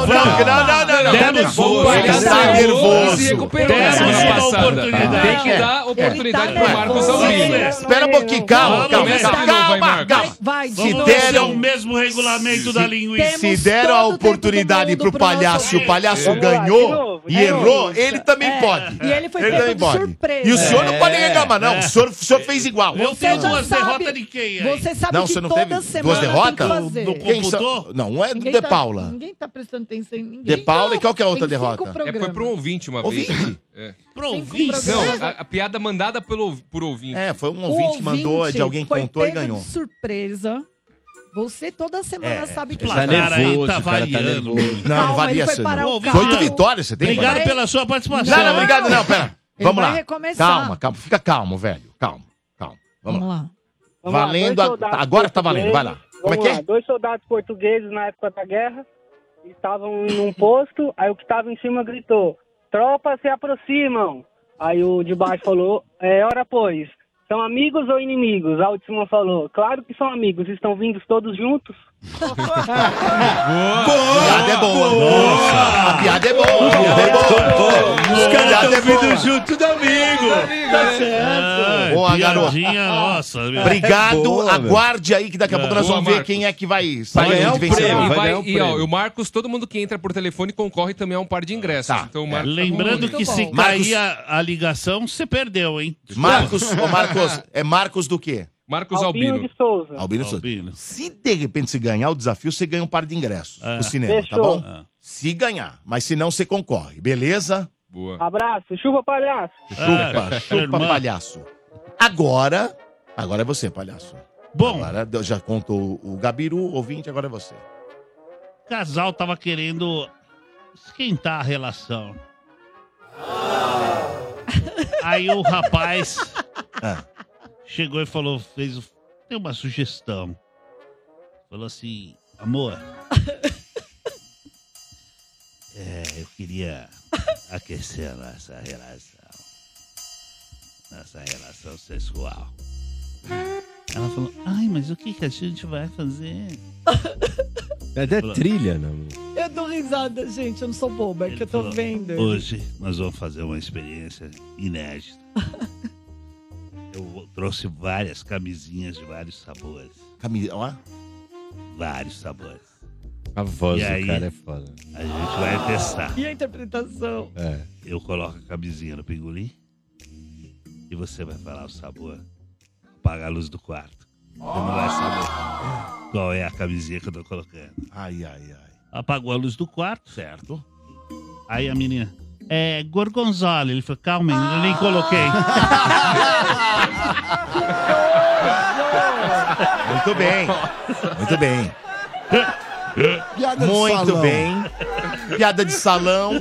não, Vamos. não, não, não, não. Temos Nervoso. um Ele tá palhaço nervoso. que se recuperou da Temos semana uma passada. oportunidade. Tem que É. dar oportunidade Ele pro tá Marcos nervoso. Albino. Espera um pouquinho, calma, Vamos, calma, vamos, calma, vamos, calma, Marcos. calma. Vai, Se é um Vamos fazer é o deram mesmo regulamento da linguiça. Se deram a oportunidade pro palhaço e o palhaço ganhou e né? errou, ele também pode. E ele foi pego de surpresa. E o senhor não É. pode reclamar, não. É. O senhor, o senhor fez igual. Ah, Eu Você tenho já duas sabe. derrotas de quem aí? Você sabe Não, que você não toda teve semana duas tem que derrotas? fazer. Do computador? Não, um é do De tá- Paula. ninguém tá prestando atenção em ninguém. De Paula e qual que é a outra Tem cinco derrota? É, programas. foi pro ouvinte uma vez. Ouvinte? É. Pro ouvinte? Não, a, a piada mandada pelo, por ouvinte. É, foi um O ouvinte foi pego de surpresa. Você toda semana É, sabe que ele tá nervoso, o cara tá nervoso. Não, não Calma, varia ele foi isso, parar não. o Oito carro. vitórias você tem, Obrigado vai. pela sua participação. Não, não, obrigado, não, pera. Ele Vamos vai lá. recomeçar. Calma, calma. Fica calmo, velho. Calma, calma. Vamos, lá. Vamos lá, Valendo. dois a- soldados Agora tá valendo, portugueses. vai lá. Como é Vamos que lá, é? Dois soldados portugueses na época da guerra estavam num posto, aí o que estava em cima gritou: Tropas se aproximam. Aí o de baixo falou: É hora pois, são amigos ou inimigos? Aí o de cima falou: Claro que são amigos, estão vindos todos juntos. Boa! piada é boa. Nossa, A piada é boa. A piada é boa. Os caras estão vindo junto do amigo. Tá certo. Boa, garoto. piadinha nossa, meu. Obrigado. É boa, Aguarde aí que daqui a É. pouco nós Boa, vamos ver Marcos. quem é que vai Vai sair ganhar de o prêmio. vencedor. E, vai- e, ó, o Marcos, todo mundo que entra por telefone concorre também a um Ah, par de ingressos. Então, o Marcos tá É. Lembrando com- que se Marcos- cair a, a ligação, você perdeu, hein? Marcos, ô Marcos, é Marcos do quê? Marcos Albino Albino. de Souza. Albino Souza. Se de repente você ganhar o desafio, você ganha um par de ingressos pro cinema, tá Fechou. bom? Ah. Se ganhar, mas se não, você concorre, beleza? Boa. Abraço, chuva palhaço. Chupa, É, Ah, chupa, irmã. palhaço. Agora, agora é você, palhaço. Bom. Agora eu já contou o Gabiru, ouvinte, agora é você. O casal tava querendo esquentar a relação. Aí o rapaz chegou e falou, fez o- tem uma sugestão. Falou assim, amor, é, eu queria aquecer a nossa relação. Nossa relação sexual. Ela falou, ai, mas o que, que a gente vai fazer? É até trilha, né? amor? Eu dou risada, gente. Eu não sou boba, é que eu tô falou, vendo. Hoje nós vamos fazer uma experiência inédita. Eu trouxe várias camisinhas de vários sabores. Camisa, ó. Vários sabores. A voz E do aí? cara é foda. A gente Tá vai testar. E a interpretação? É. Eu coloco a camisinha no pingolim e você vai falar o sabor. Apaga a luz do quarto. Você não vai saber qual é a camisinha que eu tô colocando. Ai, ai, ai. Apagou a luz do quarto. Certo. Aí a menina. É, gorgonzola. Ele falou, calma, ainda nem coloquei. Muito bem. Muito bem. Piada de Muito salão. bem. Piada de salão.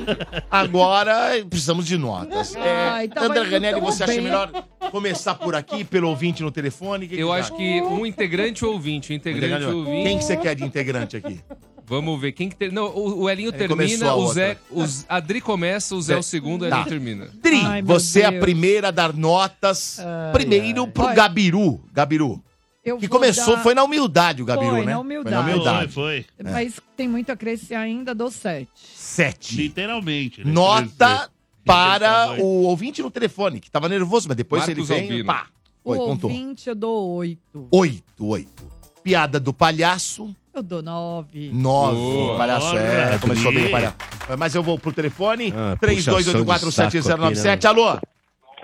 Agora precisamos de notas. É, Ai, tá, tava André indo Renelli, tão você acha bem. melhor começar por aqui, pelo ouvinte no telefone? O que Eu você acho acha? que um integrante ou ouvinte, um integrante ou ouvinte. Quem que você quer de integrante aqui? Vamos ver. Quem que ter... Não, o o Elinho Ele começou termina, a o outra. Zé. os- A Dri começa, o Zé é o segundo, o Tá. Elinho termina. Dri, você é a primeira a dar notas. primeiro pro Gabiru. Gabiru. Eu que vou começou, dar- foi na É. humildade o Gabiru, Foi né? na Foi humildade. na humildade. Foi, Mas tem muito a crescer ainda, dou sete. Sete. Literalmente. né? Nota para o ouvinte no telefone, que tava nervoso, mas depois Marcos ele veio, Albino. pá. O Oi, contou. ouvinte eu dou oito. Oito, oito. Piada do palhaço. Eu dou nove. Nove. Boa. palhaço, é. Olha, Começou bem Pri. o palhaço. Mas eu vou pro telefone. Ah, puxação de saco aqui, 32847097. né? Alô?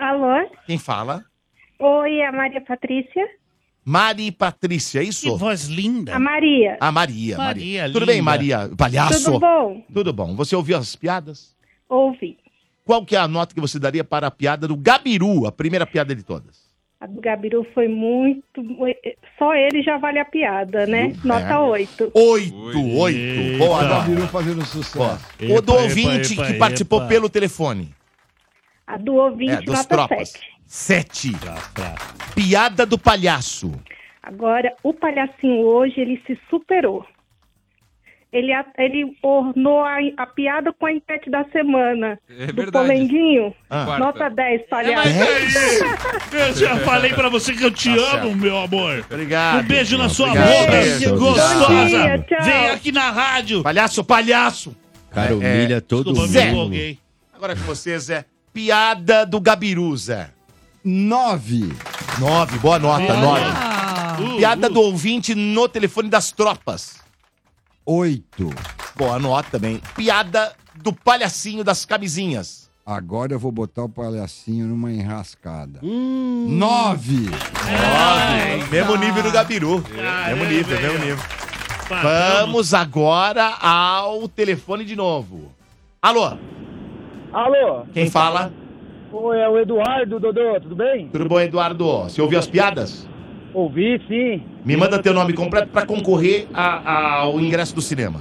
Alô? Quem fala? Oi, é a Maria Patrícia? Mari Patrícia, é isso? Que voz linda. A Maria. A Maria. Maria, Maria. Tudo bem, linda. Maria? Palhaço? Tudo bom? Tudo bom. Você ouviu as piadas? Ouvi. Qual que é a nota que você daria para a piada do Gabiru, a primeira piada de todas? A do Gabiru foi muito. Só ele já vale a piada, né? Nota 8. Oito, oito. Boa, Eita. nota. Virou fazendo sucesso. O do ouvinte que participou pelo telefone. A do ouvinte, É, dos nota tropas. 7. Sete. Piada do palhaço. Agora, o palhacinho hoje, ele se superou. Ele, a- ele ornou a, a piada com a enquete da semana. É do verdade. Polenguinho. Ah. Nota 10, palhaço. é É Eu já falei pra você que eu te Tá amo, meu amor. Obrigado. Um beijo na sua Obrigado, boca, beijo. Bom gostosa. dia, tchau. Vem aqui na rádio. Palhaço, palhaço. É, Cara, humilha todo Desculpa, mundo. me empolguei. Agora é com você, Zé. Piada do Gabiru, Zé. Nove. Nove, boa nota, Uh, nove. Piada do ouvinte no telefone das tropas. Oito. Boa nota também. Piada do palhacinho das camisinhas. Agora eu vou botar o palhacinho numa enrascada. Hum. Nove! Nove. Mesmo nível do Gabiru. mesmo nível, mesmo nível. Vamos agora ao telefone de novo. Alô? Alô? Quem fala? Oi, é o Eduardo, Dodô, tudo bem? Tudo bom, Eduardo? Você ouviu as piadas? Ouvi, sim. Me manda teu nome completo para concorrer a- a- ao ingresso do cinema.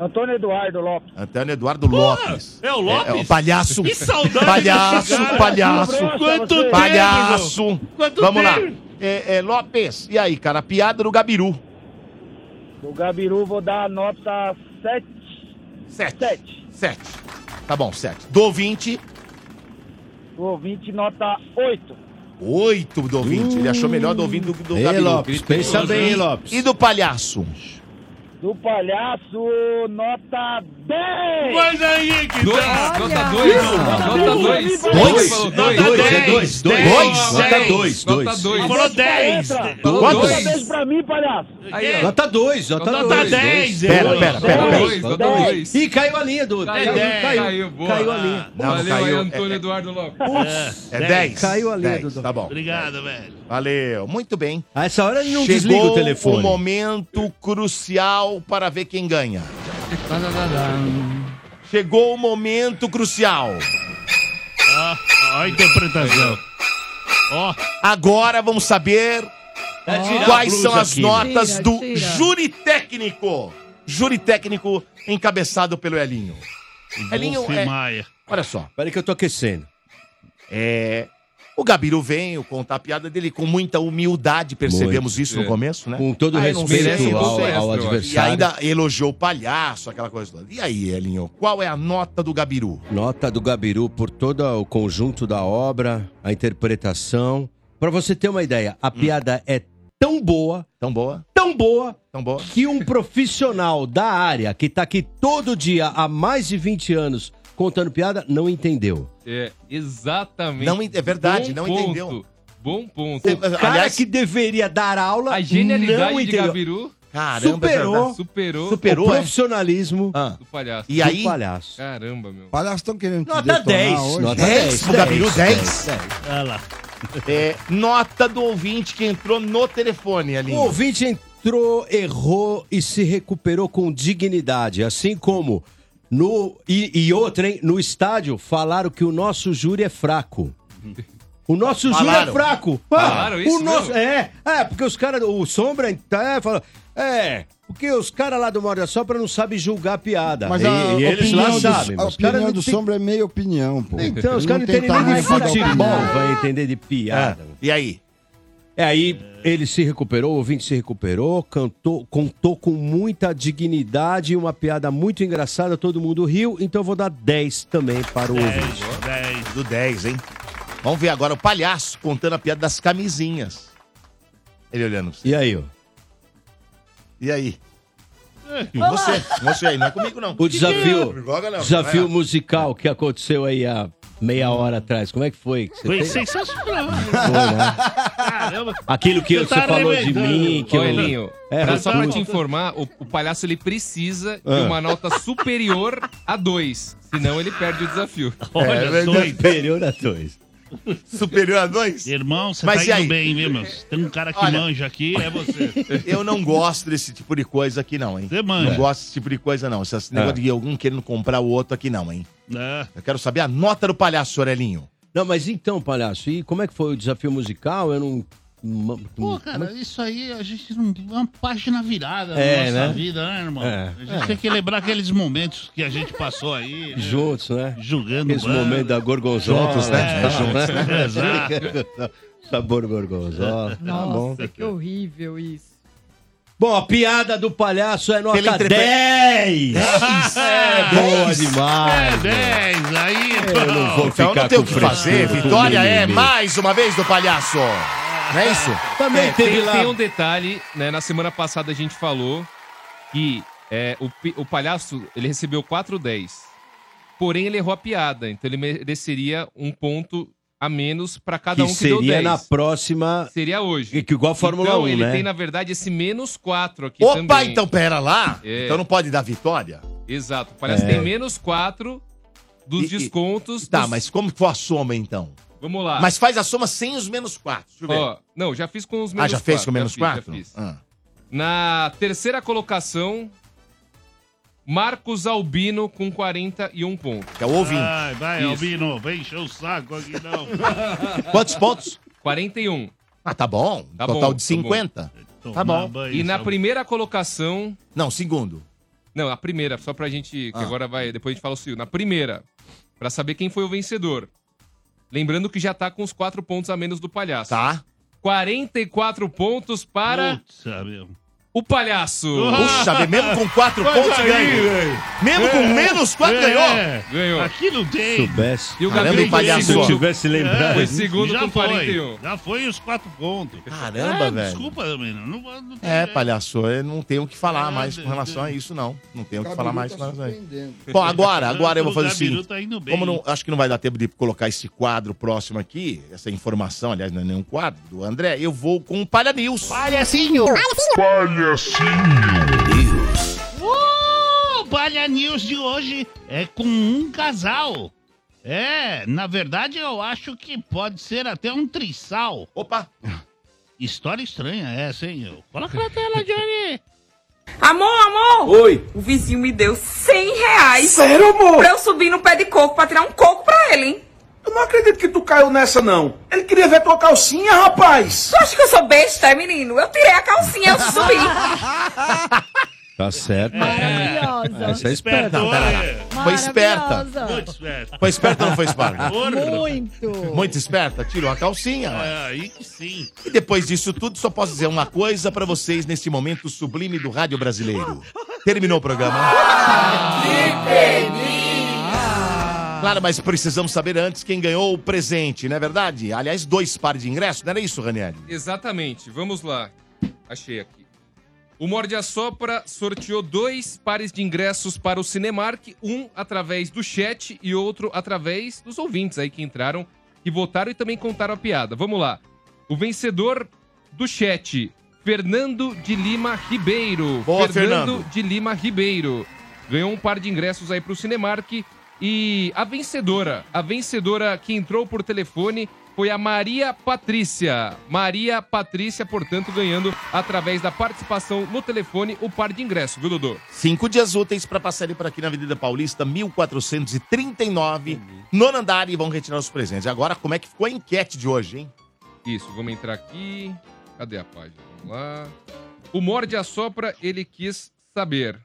Antônio Eduardo Lopes. Antônio Eduardo Lopes. é o Lopes? o um palhaço. Que saudade Palhaço, desse cara. palhaço. Um abraço pra Quanto você. tempo, Palhaço. meu. Quanto Vamos tempo. lá. É, é, Lopes, e aí, cara? Piada do Gabiru. Do Gabiru vou dar a nota 7. Sete. Sete. Tá bom, sete. Do ouvinte. Do ouvinte, nota 8. Oito do ouvinte. Ele achou melhor do ouvinte do, do Ei, Gabiru. Lopes, pensa bem, hein, E do palhaço? Do palhaço, nota 10! Mas aí que Dois, tá. nota dois, nota dois. Dois? Falou Dois, dois, é dez, dois, dois, dez, dois, nota dez, dois, nota dois. dois. Ele falou dez. Falou Quantos? dois. Deixa pra mim, palhaço. Nota 2, nota 2. Nota dez, é tá Pera, dois. pera, pera. Dois, pera. nota dois. Ih, caiu a linha do. Caiu, caiu, caiu, caiu, boa. caiu a linha. Não, Valeu caiu, aí, Antônio é- Eduardo Lopes. É 10. Caiu a linha, Dudu. Tá bom. Obrigado, velho. Valeu, muito bem. A essa hora ele não Chegou desliga o telefone. o momento crucial para ver quem ganha. Chegou o momento crucial. Ah, Ó a interpretação. Ó. Agora vamos saber É tirar a quais blusa são as aqui, né? notas Tira, do tira. júri técnico. Júri técnico encabeçado pelo Elinho. Elinho Wolf é... Maia. Olha só. Peraí que eu tô aquecendo. É... O Gabiru veio contar a piada dele com muita humildade, percebemos Muito. isso no É. começo, né? Com todo Aí não respeito merece ao- sucesso, ao eu acho. adversário. E ainda elogiou o palhaço, aquela coisa toda. E aí, Elinho, qual é a nota do Gabiru? Nota do Gabiru por todo o conjunto da obra, a interpretação. Pra você ter uma ideia, a piada é tão boa, Hum. tão boa, tão boa, tão boa, que um profissional da área que tá aqui todo dia há mais de 20 anos contando piada não entendeu. É, exatamente. Não en- é verdade, Bom não ponto. entendeu. Bom ponto. O cara que deveria dar aula A genialidade não de entendeu. Gabiru Caramba, Superou. é verdade. superou, o profissionalismo do palhaço. E aí? Do palhaço. Caramba, meu. Palhaço estão querendo te Nota detonar 10, hoje. É, nota 10, pro Gabiru, 10. Olha lá. É, nota do ouvinte que entrou no telefone, O Elinho. ouvinte entrou, errou e se recuperou com dignidade, assim como no e, e outra, hein? No estádio falaram que o nosso júri é fraco. O nosso júri Falaram. é fraco. Falaram isso o nosso, mesmo? é, é, porque os caras, o Sombra tá, é, falou, é, porque os caras lá do Morda Sopra não sabem julgar piada. Mas e, a e eles opinião, lá do, sabem. a os caras opinião não do têm- Sombra é meia opinião, pô. Então, os caras Ele não não entendem tem nem de tamanho pra dar futebol, opinião. vai entender de piada. E aí? É, aí ele se recuperou, o ouvinte se recuperou, cantou, contou com muita dignidade, uma piada muito engraçada, todo mundo riu, então eu vou dar 10 também para o ouvinte. 10. Do 10, hein? Vamos ver agora o palhaço contando a piada das camisinhas. Ele olhando. E aí, ó? E aí? Olá. Você, você aí, não é comigo não. O desafio, Não é? joga, não. desafio Vai lá. musical que aconteceu aí há meia hora atrás, como é que foi? que você Foi fez? sensacional. Caramba. Aquilo que você tá falou de arrebentando. mim, que Ô, eu... Elinho, É, pra- eu só tô- pra te informar, o, o palhaço ele precisa Ah. de uma nota superior a 2, senão ele perde o desafio. é, então. superior a dois. Superior a dois? Irmão, você Mas tá e indo aí? bem, viu, meu? Tem um cara que Olha, manja aqui, é você. Eu não gosto desse tipo de coisa aqui, não, hein? manja. Não gosto desse tipo de coisa, não. Esse negócio É. de algum querendo comprar o outro aqui, não, hein? É. Eu quero saber a nota do palhaço, Aurelinho. Não, mas então, palhaço, e como é que foi o desafio musical? Eu não... Pô, cara, isso aí a gente não. É uma página virada É, na nossa né? vida, né, irmão? É. A gente É. tem que lembrar aqueles momentos que a gente passou aí. né? Juntos, né? Julgando Esse banda. momento da gorgonzola. Juntos, né? É, juntos, né? Exato. Sabor gorgonzola. tá bom. É. Nossa, que horrível isso. Bom, a piada do palhaço é nota Pela entrepe- 10. Ah, É, boa 10. demais. É 10, né? aí, Eu não vou Então ficar não tem com o que fazer. frescura com Vitória é mimimi. mais uma vez do palhaço. Não é isso? É, tem, tem um detalhe, né? Na semana passada a gente falou que é, o, pi- o palhaço ele recebeu 4,10. Porém, ele errou a piada. Então ele mereceria um ponto a menos pra cada Que um que deu seria 10. na próxima... Seria hoje. Que igual a Fórmula então, 1, ele né? tem, na verdade, esse menos 4 aqui um, Opa, também. então pera lá. É. Então não pode dar vitória? Exato. O palhaço É. tem menos 4 dos E- e- descontos. Tá, dos- mas como que foi a soma, então? Vamos lá. Mas faz a soma sem os menos 4. Deixa eu ver. Ó, não, já fiz com os ah, menos já fez com quatro, menos Ah, já fiz, já 4? fiz. Na terceira colocação, Marcos Albino com 41 pontos. É o ouvinte. Vai, vai, Isso. Albino, vem encher o saco aqui, não. Quantos pontos? 41. Ah, tá bom. Tá Total bom, de tá 50. bom. Tá bom. E na primeira colocação. Não, segundo. Não, a primeira, só pra gente. Que Ah. agora vai. Depois a gente fala o segundo. Na primeira, pra saber quem foi o vencedor. Lembrando que já tá com os 4 pontos a menos do palhaço. Tá. 44 pontos para Putz, meu. O palhaço. Puxa, bem, mesmo com quatro Olha pontos aí, ganhou. velho. É, Mesmo com menos quatro, ganhou. Ganhou. Aqui não tem. Soubesse. E o Caramba, Gabriel o palhaço. foi Se eu segundo. tivesse lembrado. Foi segundo já com foi, 41. Já foi os quatro pontos. Caramba, Ah, velho. Desculpa, menino. Não, vou- não tem É, jeito. palhaço, eu não tenho o que falar mais com relação a isso, não. Não tenho o que falar mais com relação a isso. surpreendendo. Bom, agora, agora eu vou O fazer o Gabiru seguinte. tá indo bem. Como não, acho que não vai dar tempo de colocar esse quadro próximo aqui, essa informação, aliás, não é nenhum quadro, do André, eu vou com o Palha News. Palhacinho. Palhacinho. News. O Balha News de hoje é com um casal. É, na verdade eu acho que pode ser até um trissal. Opa! História estranha essa, hein? Eu- Coloca na tela, Johnny! Amor, amor! Oi! O vizinho me deu 100 reais. Sério, amor? Pra eu subir no pé de coco pra tirar um coco pra ele, hein? Eu não acredito que tu caiu nessa, não. Ele queria ver tua calcinha, rapaz. Tu acha que eu sou besta, é, menino? Eu tirei a calcinha, eu subi. Tá certo. Maravilhosa. Essa é esperta. Não, pera lá. Foi esperta. Muito esperta. Foi esperta ou não foi esperta? Muito. Muito esperta, tirou a calcinha. ué. É, aí que sim. E depois disso tudo, só posso dizer uma coisa pra vocês nesse momento sublime do rádio brasileiro. Terminou o programa. né? Claro, mas precisamos saber antes quem ganhou o presente, não é verdade? Aliás, dois pares de ingressos, não era isso, Ranieri? Exatamente, vamos lá. Achei aqui. O Morde a Sopra sorteou dois pares de ingressos para o Cinemark, um através do chat e outro através dos ouvintes aí que entraram e votaram e também contaram a piada. Vamos lá. O vencedor do chat, Fernando de Lima Ribeiro. Boa, Fernando. de Lima Ribeiro. Ganhou um par de ingressos aí para o Cinemark. E a vencedora, a vencedora que entrou por telefone foi a Maria Patrícia. Maria Patrícia, portanto, ganhando através da participação no telefone o par de ingressos, viu, Dudu? Cinco dias úteis para passar ali por aqui na Avenida Paulista, 1439, nono andar, e vão retirar os presentes. Agora, como é que ficou a enquete de hoje, hein? Isso, vamos entrar aqui. Cadê a página? Vamos lá. O Morde a Sopra, ele quis saber.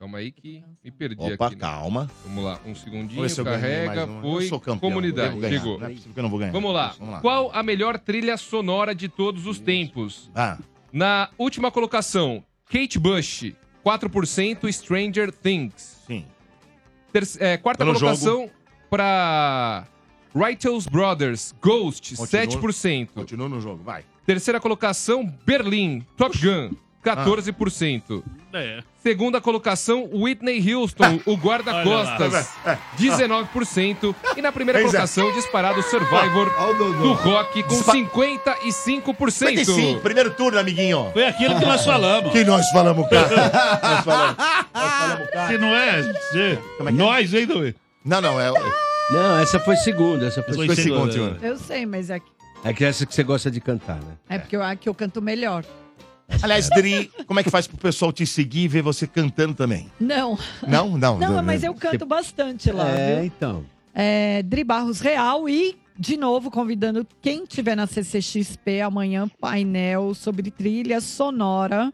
Calma aí que me perdi Opa, aqui. né? calma. Vamos lá, um segundinho, Vamos ver se eu ganhei carrega, mais uma. Eu foi, sou campeão, eu comunidade, devo ganhar. chegou. Não é possível que eu não vou ganhar. Vamos lá. Vamos lá. Qual a melhor trilha sonora de todos os tempos? Ah. Na última colocação, Kate Bush, 4% Stranger Things. é, Sim. Tá quarta no colocação para Righteous Brothers, Ghost, Continua- 7%. Continua no jogo, vai. Terceira colocação, Berlim, Top Gun, 14%. É. Segunda colocação, Whitney Houston, o guarda-costas, Olha lá. 19%. E na primeira Pois é. colocação, disparado Survivor do rock com Dispa- 55%. 55, primeiro turno, amiguinho. Foi aquilo que nós falamos. Que nós falamos, cara. nós falamos. Se não é, se- nós, hein, Doê? Não, não, é. Não, essa foi segunda. Essa foi, Foi segunda. segunda, Eu sei, mas é, que- É que essa que você gosta de cantar, né? é porque eu, é que eu canto melhor. Aliás, Dri, como é que faz pro pessoal te seguir e ver você cantando também? Não. Não, não, Não, não, mas não. eu canto bastante lá, viu? então. É, Dri Barros Real e, de novo, convidando quem tiver na CCXP amanhã, painel sobre trilha sonora.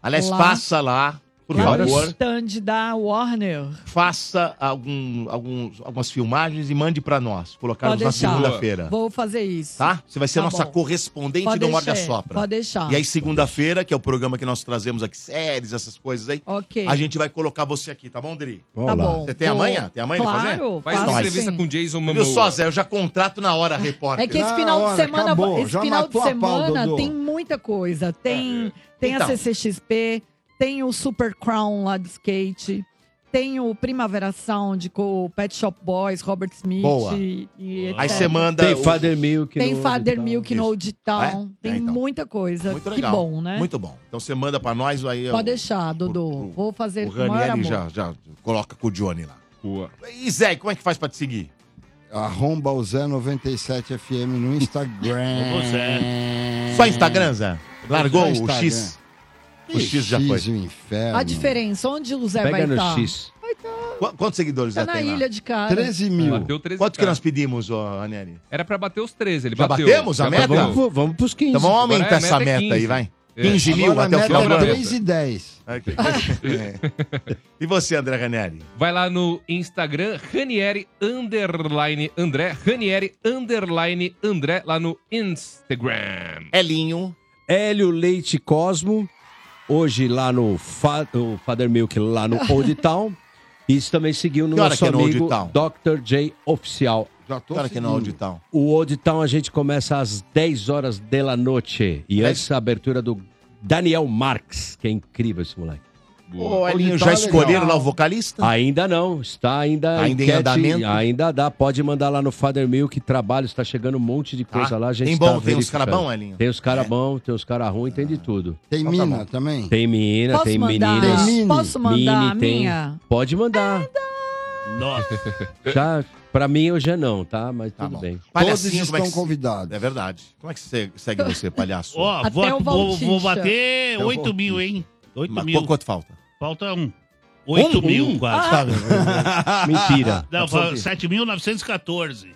Aliás, lá, passa lá, por lá no favor. stand da Warner. Faça algum, alguns, algumas filmagens e mande pra nós. Colocarmos Pode na deixar. segunda-feira. Vou fazer isso. Tá? Você vai ser a Tá nossa bom. correspondente Pode do Morda deixar, Sopra. pode deixar. E aí, segunda-feira, que é o programa que nós trazemos aqui, séries, essas coisas aí. Ok. A gente vai colocar você aqui, tá bom, Dri? Tá bom. Você tem Vou. amanhã? Tem amanhã Claro, de fazer? Faz Nós. uma entrevista com Jason Viu Momoa. só, Zé? Eu já contrato na hora, repórter. É que esse Na final hora, de semana, Ah, acabou. esse Já final de matou a pau, semana Dodô. tem muita coisa. Tem, tem Então. a CCXP, tem o Super Crown lá de skate, tem o Primavera Sound com o Pet Shop Boys, Robert Smith. Boa. E, e etc. Aí você manda. Tem o- Father Milk. Tem no- Father Milk no Old Town. É? Tem É, então. muita coisa. Muito que legal. bom, né? Muito bom. Então você manda pra nós aí. Pode o- deixar, Dodô. Vou fazer O com maior Ranieri amor. já, já coloca com o Johnny lá. Boa. E Zé, como é que faz pra te seguir? Arromba o Zé 97 FM no Instagram. Ô, Zé. Só Instagram, Zé? Largou Só o Instagram. X? O X já foi. o é inferno. um- A diferença, onde o Zé Pega vai no estar? X. Qu- Quantos seguidores Tá Zé na tem lá? ilha de cara. 13 mil. Bateu 13 Quanto que K. nós pedimos, ô, Aniele? Era pra bater os 13, ele Já bateu. batemos a Já meta? bateu. é Vamos- vamos pros 15. Então vamos aumentar essa meta aí, vai. 15 mil Agora até o a final meta do ano. é 3 e 10. É. E você, André Ranieri? Vai lá no Instagram, Ranieri underline André, Ranieri underline André, lá no Instagram. Elinho. Hélio Leite Cosmo. hoje lá no Fa- o Father Milk, lá no Old Town. E também seguiu no Que hora nosso que é no Old amigo Town? Dr. J Oficial. Já tô Que hora que é no seguindo. Old Town? O Old Town a gente começa às 10 horas da noite. E essa abertura do Daniel Marx, que é incrível esse moleque. Ô, Elinho, já escolheram lá o vocalista? tá Ainda não, está ainda Ainda em enquete, andamento? Ainda dá, pode mandar lá no Father Milk, trabalho, está chegando um monte de coisa Tá. lá, a gente Tem bom, tá tem uns verificando. cara bom, Elinho? É. Ah. Tem os cara bom, tem os cara ruim, tem de tudo. Tem Então tá mina bom. também? Tem mina, Posso tem mandar- meninas. Tem mini? Posso mandar a tem- minha? Pode mandar. Nossa. Tá, pra mim hoje é não, tá? Mas tudo bem. Palhacinho, como é que se- É verdade. Como é que você segue você, palhaço? Ó, vou, vou, vou bater 8 mil, hein? 8 Mas mil. quanto falta? Falta um. 8 Um? mil? Um, quase. Ah. Tá, meu. Mentira. Não, Pode ouvir. 7.914.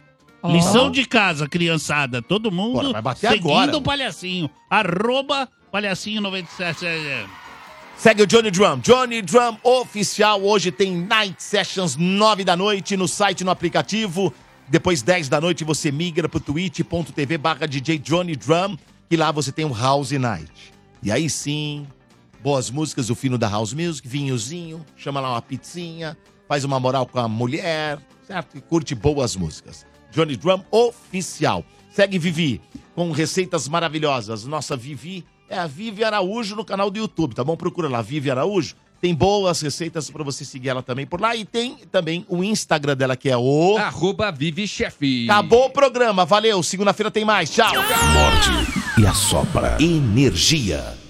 Lição de casa, criançada. Todo mundo Bora, vai bater seguindo agora. o Palhacinho. Arroba Palhacinho97. É, é. Segue o Johnny Drum. Johnny Drum oficial. Hoje tem Night Sessions, 9 da noite, no site, no aplicativo. Depois, 10 da noite, você migra pro twitch.tv barra DJ Johnny Drum, que lá você tem um House Night. E aí sim, boas músicas, o fino da House Music, vinhozinho, chama lá uma pizzinha, faz uma moral com a mulher, certo? E curte boas músicas. Johnny Drum oficial. Segue Vivi com receitas maravilhosas. Nossa Vivi é a Vivi Araújo no canal do YouTube, tá bom? Procura lá, Vivi Araújo. Tem boas receitas pra você seguir ela também por lá. E tem também o Instagram dela, que é o... Arroba Vivi Chefe. Acabou o programa, valeu. Segunda-feira tem mais. Tchau. Morde e assopra energia.